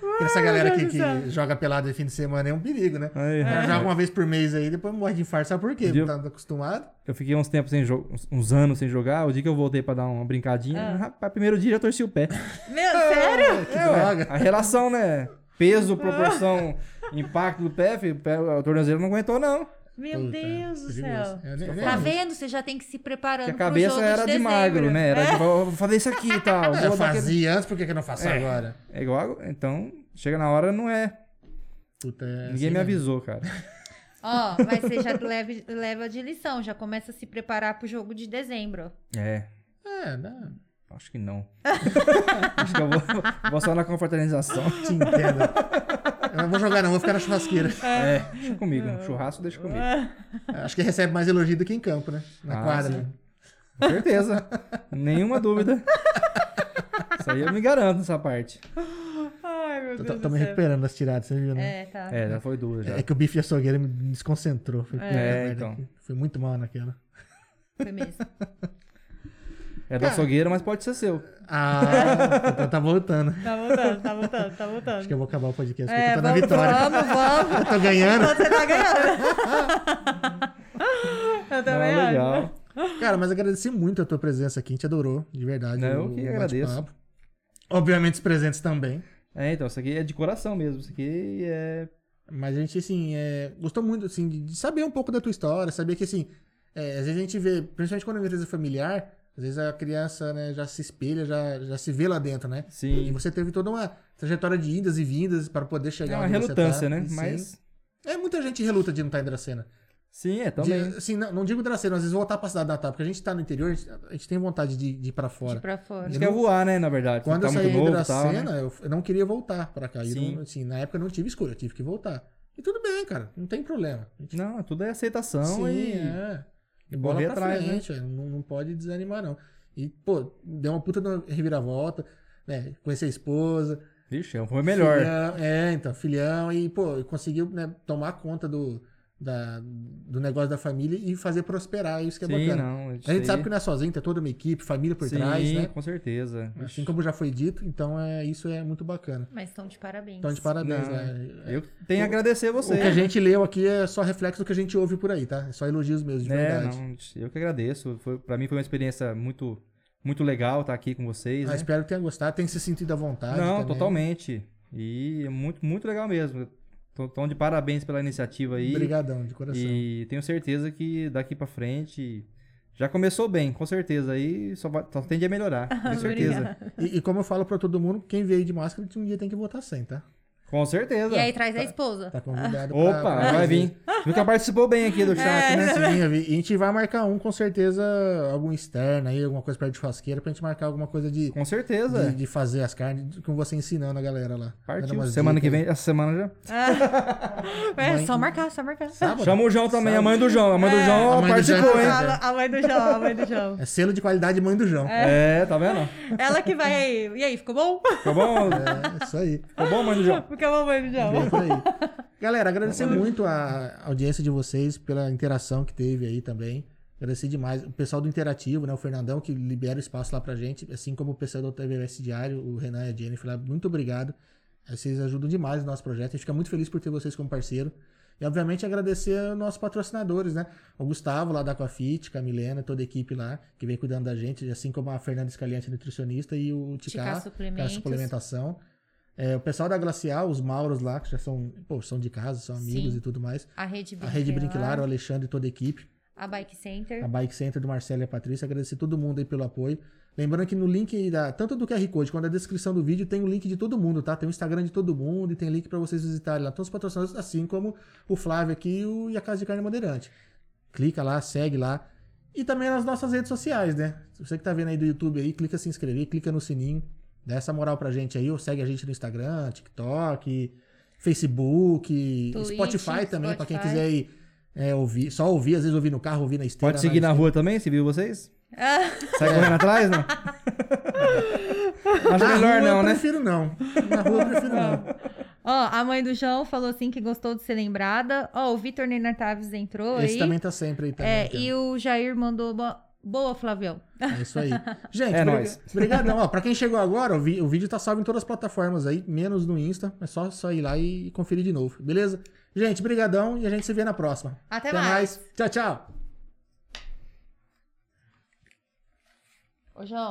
B: Porque Essa galera que,
A: Deus do céu.
B: que joga pelada de fim de semana é um perigo, né?
C: Aí,
B: Ela
C: rapaz.
B: joga uma vez por mês aí, depois morre de infarto, sabe por quê?
C: Viu?
B: Tá acostumado.
C: Eu fiquei uns tempos sem jogo, uns- uns anos sem jogar. O dia que eu voltei pra dar uma brincadinha,
A: Ah.
C: rapaz, primeiro dia já torci
B: [laughs]
C: o pé. [laughs]
A: Meu, sério?
B: Que
C: É, ué,
B: droga.
C: a relação, né?
A: Ah.
C: Peso, proporção, impacto do pé, filho, o pé- o tornozelo não aguentou, não.
A: Meu
B: Puta,
A: Deus do
B: perigoso.
A: céu.
B: É, né, né?
A: Tá vendo? Você já tem que se preparando
C: Porque a
A: pro
C: cabeça
A: jogo
C: era de, magro,
A: dezembro.
C: né? Era
A: É.
C: de, vou fazer isso aqui e [laughs] tal.
B: Eu
C: vou dar aquele-
B: fazia antes, por que, que eu não faço agora?
C: É igual, então, chega na hora, não é.
B: Puta, é
C: Ninguém
B: assim
C: me
B: mesmo.
C: avisou, cara.
A: [laughs] Ó, mas você já leva, leva de lição, já começa a se preparar pro jogo de dezembro.
C: É,
B: É, não.
C: acho que não. [laughs] acho que eu vou, vou só na confraternização.
B: Te entendo. Eu não vou jogar, não, vou ficar na churrasqueira.
C: É, deixa comigo. Churrasco, deixa comigo.
A: É.
B: Acho que recebe mais elogio do que em campo, né? Na
C: Ah,
B: quadra.
C: sim.
B: né?
C: Com certeza. Nenhuma dúvida. Isso aí eu me garanto nessa parte.
A: Ai, meu
B: Tô, tô- tô me recuperando das tiradas, você viu, né?
A: É, tá.
C: É, já foi duas já.
B: É, que o bife açougueiro me desconcentrou. Foi, puta
C: É,
B: merda,
C: então.
B: que- Fui muito mal naquela.
A: Foi mesmo.
C: É do açougueiro, mas pode ser seu.
B: Ah, então tá voltando.
A: [laughs] Tá voltando, tá voltando, tá voltando.
B: Acho que eu vou acabar o podcast porque
A: É,
B: eu tô na
A: vamos,
B: vitória.
A: vamos, vamos.
B: Eu tô ganhando.
C: [laughs]
A: Você tá ganhando. [laughs] Eu
C: Ah,
A: também acho.
C: legal.
B: Cara, mas agradecer muito a tua presença aqui. A gente adorou, de verdade.
C: Não, eu
B: o
C: que
B: bate-papo.
C: agradeço.
B: Obviamente os presentes também.
C: É, então, isso aqui é de coração mesmo. Isso aqui é.
B: Mas a gente, assim, é, gostou muito, assim, de de saber um pouco da tua história, saber que, assim, é, às vezes a gente vê, principalmente quando é uma empresa familiar, às vezes a criança, né, já se espelha, já, já se vê lá dentro, né? E
C: Sim. É
B: você teve toda uma trajetória de indas e vindas para poder chegar
C: É uma
B: onde você
C: relutância,
B: tá.
C: né?
B: Sim.
C: Mas.
B: É, muita gente reluta de não estar em Dracena.
C: Sim, é
B: De,
C: também.
B: assim, não, não digo Dracena, às vezes voltar pra cidade natal, porque a gente tá no interior, a gente, a gente tem vontade de, de ir pra
A: De
B: fora.
A: pra fora.
C: Acho que é voar, né? Na verdade.
B: Quando
C: tá
B: eu
C: muito
B: saí
C: novo
B: da
C: e tal. né?
B: cena, eu eu não queria voltar pra cá. E eu
C: Sim.
B: não- assim, na época eu não tive escolha, eu tive que voltar. E tudo bem, cara, não tem problema. A gente-
C: Não, tudo é aceitação e.
B: é. E
C: e
B: bola
C: correr
B: pra
C: atrás, né?
B: frente, velho, não, não pode desanimar, não. E, pô, deu uma puta de uma reviravolta, né? Conhecer a esposa.
C: Vixe, um foi melhor.
B: filhão- é, então, filhão. E, pô, conseguiu né, tomar conta do, da- do negócio da família e fazer prosperar. Isso que é
C: Sim,
B: bacana.
C: não. isso
B: A gente
C: aí-
B: sabe que não é sozinho, tem toda uma equipe, família por
C: Sim,
B: trás, né?
C: com certeza.
B: Assim como já foi dito, então é, isso é muito bacana.
A: Mas estão de parabéns.
B: Então, de parabéns,
C: Não,
B: né?
C: Eu tenho a agradecer
B: O que a
C: você. né?
B: gente leu aqui é só reflexo do que a gente ouve por aí, tá? É só elogios mesmo, de
C: É,
B: verdade.
C: não, eu que agradeço. Foi, pra mim foi uma experiência muito, muito legal estar aqui com vocês.
B: Ah,
C: né?
B: Espero que tenha gostado, tenha se sentido à vontade.
C: Não,
B: também.
C: totalmente. E é muito, muito legal mesmo. Estão de parabéns pela iniciativa aí.
B: Obrigadão, de coração.
C: E tenho certeza que daqui pra frente já começou bem, com certeza. Aí só, vai- só tende
A: [laughs]
C: a melhorar, com certeza.
A: Obrigada.
B: E, e como eu falo pra todo mundo, quem veio de máscara, um dia tem que votar sem, tá?
C: Com certeza.
A: E aí traz a esposa.
B: Tá convidado pra-
C: Opa,
B: pra
C: vai
B: fazer.
C: vir. Viu que ela participou bem aqui
A: É.
C: do chat, né?
B: Sim, eu vi. E a gente vai marcar um, com certeza, algum externo aí, alguma coisa perto de churrasqueira, pra gente marcar alguma coisa de,
C: Com certeza.
B: de, de fazer as carnes, com você ensinando a galera lá. Dando
C: Partiu.
B: umas
C: Semana que
B: dicas
C: vem, essa semana já.
A: É,
B: Mãe-
A: só marcar, só marcar. [laughs]
B: aí. Sábado?
C: Chama o João também, a mãe do João. A mãe
A: É.
C: do João
B: A mãe do João.
C: participou, hein?
B: Ah,
A: A, a mãe do João, a mãe do João.
B: É selo de qualidade mãe do João. É,
C: É, tá vendo?
A: Ela que vai aí. E aí, ficou bom? [laughs]
C: Ficou bom?
B: É isso aí.
C: Ficou bom, mãe do João?
A: Ficou bom, mãe do João.
B: Bem por É aí. Galera, agradecer muito a audiência de vocês pela interação que teve aí também. Agradecer demais. O pessoal do Interativo, né? O Fernandão, que libera o espaço lá pra gente, assim como o pessoal do TVS Diário, o Renan e a Jennifer lá, muito obrigado. Vocês ajudam demais o nosso projeto. A gente fica muito feliz por ter vocês como parceiro. E, obviamente, agradecer aos nossos patrocinadores, né? O Gustavo, lá da Aquafit, com a Milena, toda a equipe lá, que vem cuidando da gente, assim como a Fernanda Escaliante, nutricionista, e o
A: Ticar
B: Ticá, que é a
A: suplementos.
B: suplementação. É, o pessoal da Glacial, os Mauros lá, que já são, pô, são de casa, são amigos
A: Sim.
B: e tudo mais.
A: A Rede
B: A
A: Brinquilar.
B: Rede Brinquilar, o Alexandre e toda a equipe.
A: A Bike Center.
B: A Bike Center do Marcelo e a Patrícia. Agradecer todo mundo aí pelo apoio. Lembrando que no link aí da, tanto do QR Code quanto da descrição do vídeo tem o link de todo mundo, tá? Tem o Instagram de todo mundo e tem link pra vocês visitarem lá. Todos os patrocinadores, assim como o Flávio aqui e, o- e a Casa de Carne Bandeirante. Clica lá, segue lá. E também nas nossas redes sociais, né? Você que tá vendo aí do YouTube aí, clica se inscrever, clica no sininho, dá essa moral pra gente aí, ou segue a gente no Instagram, TikTok, Facebook,
A: Twitch,
B: Spotify também, pra quem
A: Spotify.
B: quiser aí é, ouvir, só ouvir, às vezes ouvir no carro, ouvir Tá na esteira.
C: Pode seguir na
B: esteira.
C: rua também, se viu vocês?
A: Ah,
C: Sai correndo
A: [laughs]
C: atrás, não? Acho
B: Na rua
C: melhor não,
B: eu
C: né?
B: prefiro não. Na rua eu prefiro não.
A: [laughs] Ó, a mãe do João falou assim que gostou de ser lembrada. Ó, o Vitor Nenartaves entrou
B: Esse
A: aí.
B: também tá sempre aí também.
A: é,
B: cara.
A: e o Jair mandou boa, boa Flavião.
B: É isso aí. Gente,
C: É
B: obri-
C: nóis. [laughs]
B: obrigadão. Ó, pra quem chegou agora, o, vi- o vídeo tá salvo em todas as plataformas aí, menos no Insta. É só, só ir lá e conferir de novo, beleza? Gente, brigadão e a gente se vê na próxima.
A: [laughs] Até mais.
B: Tchau, tchau.
A: Ô, João.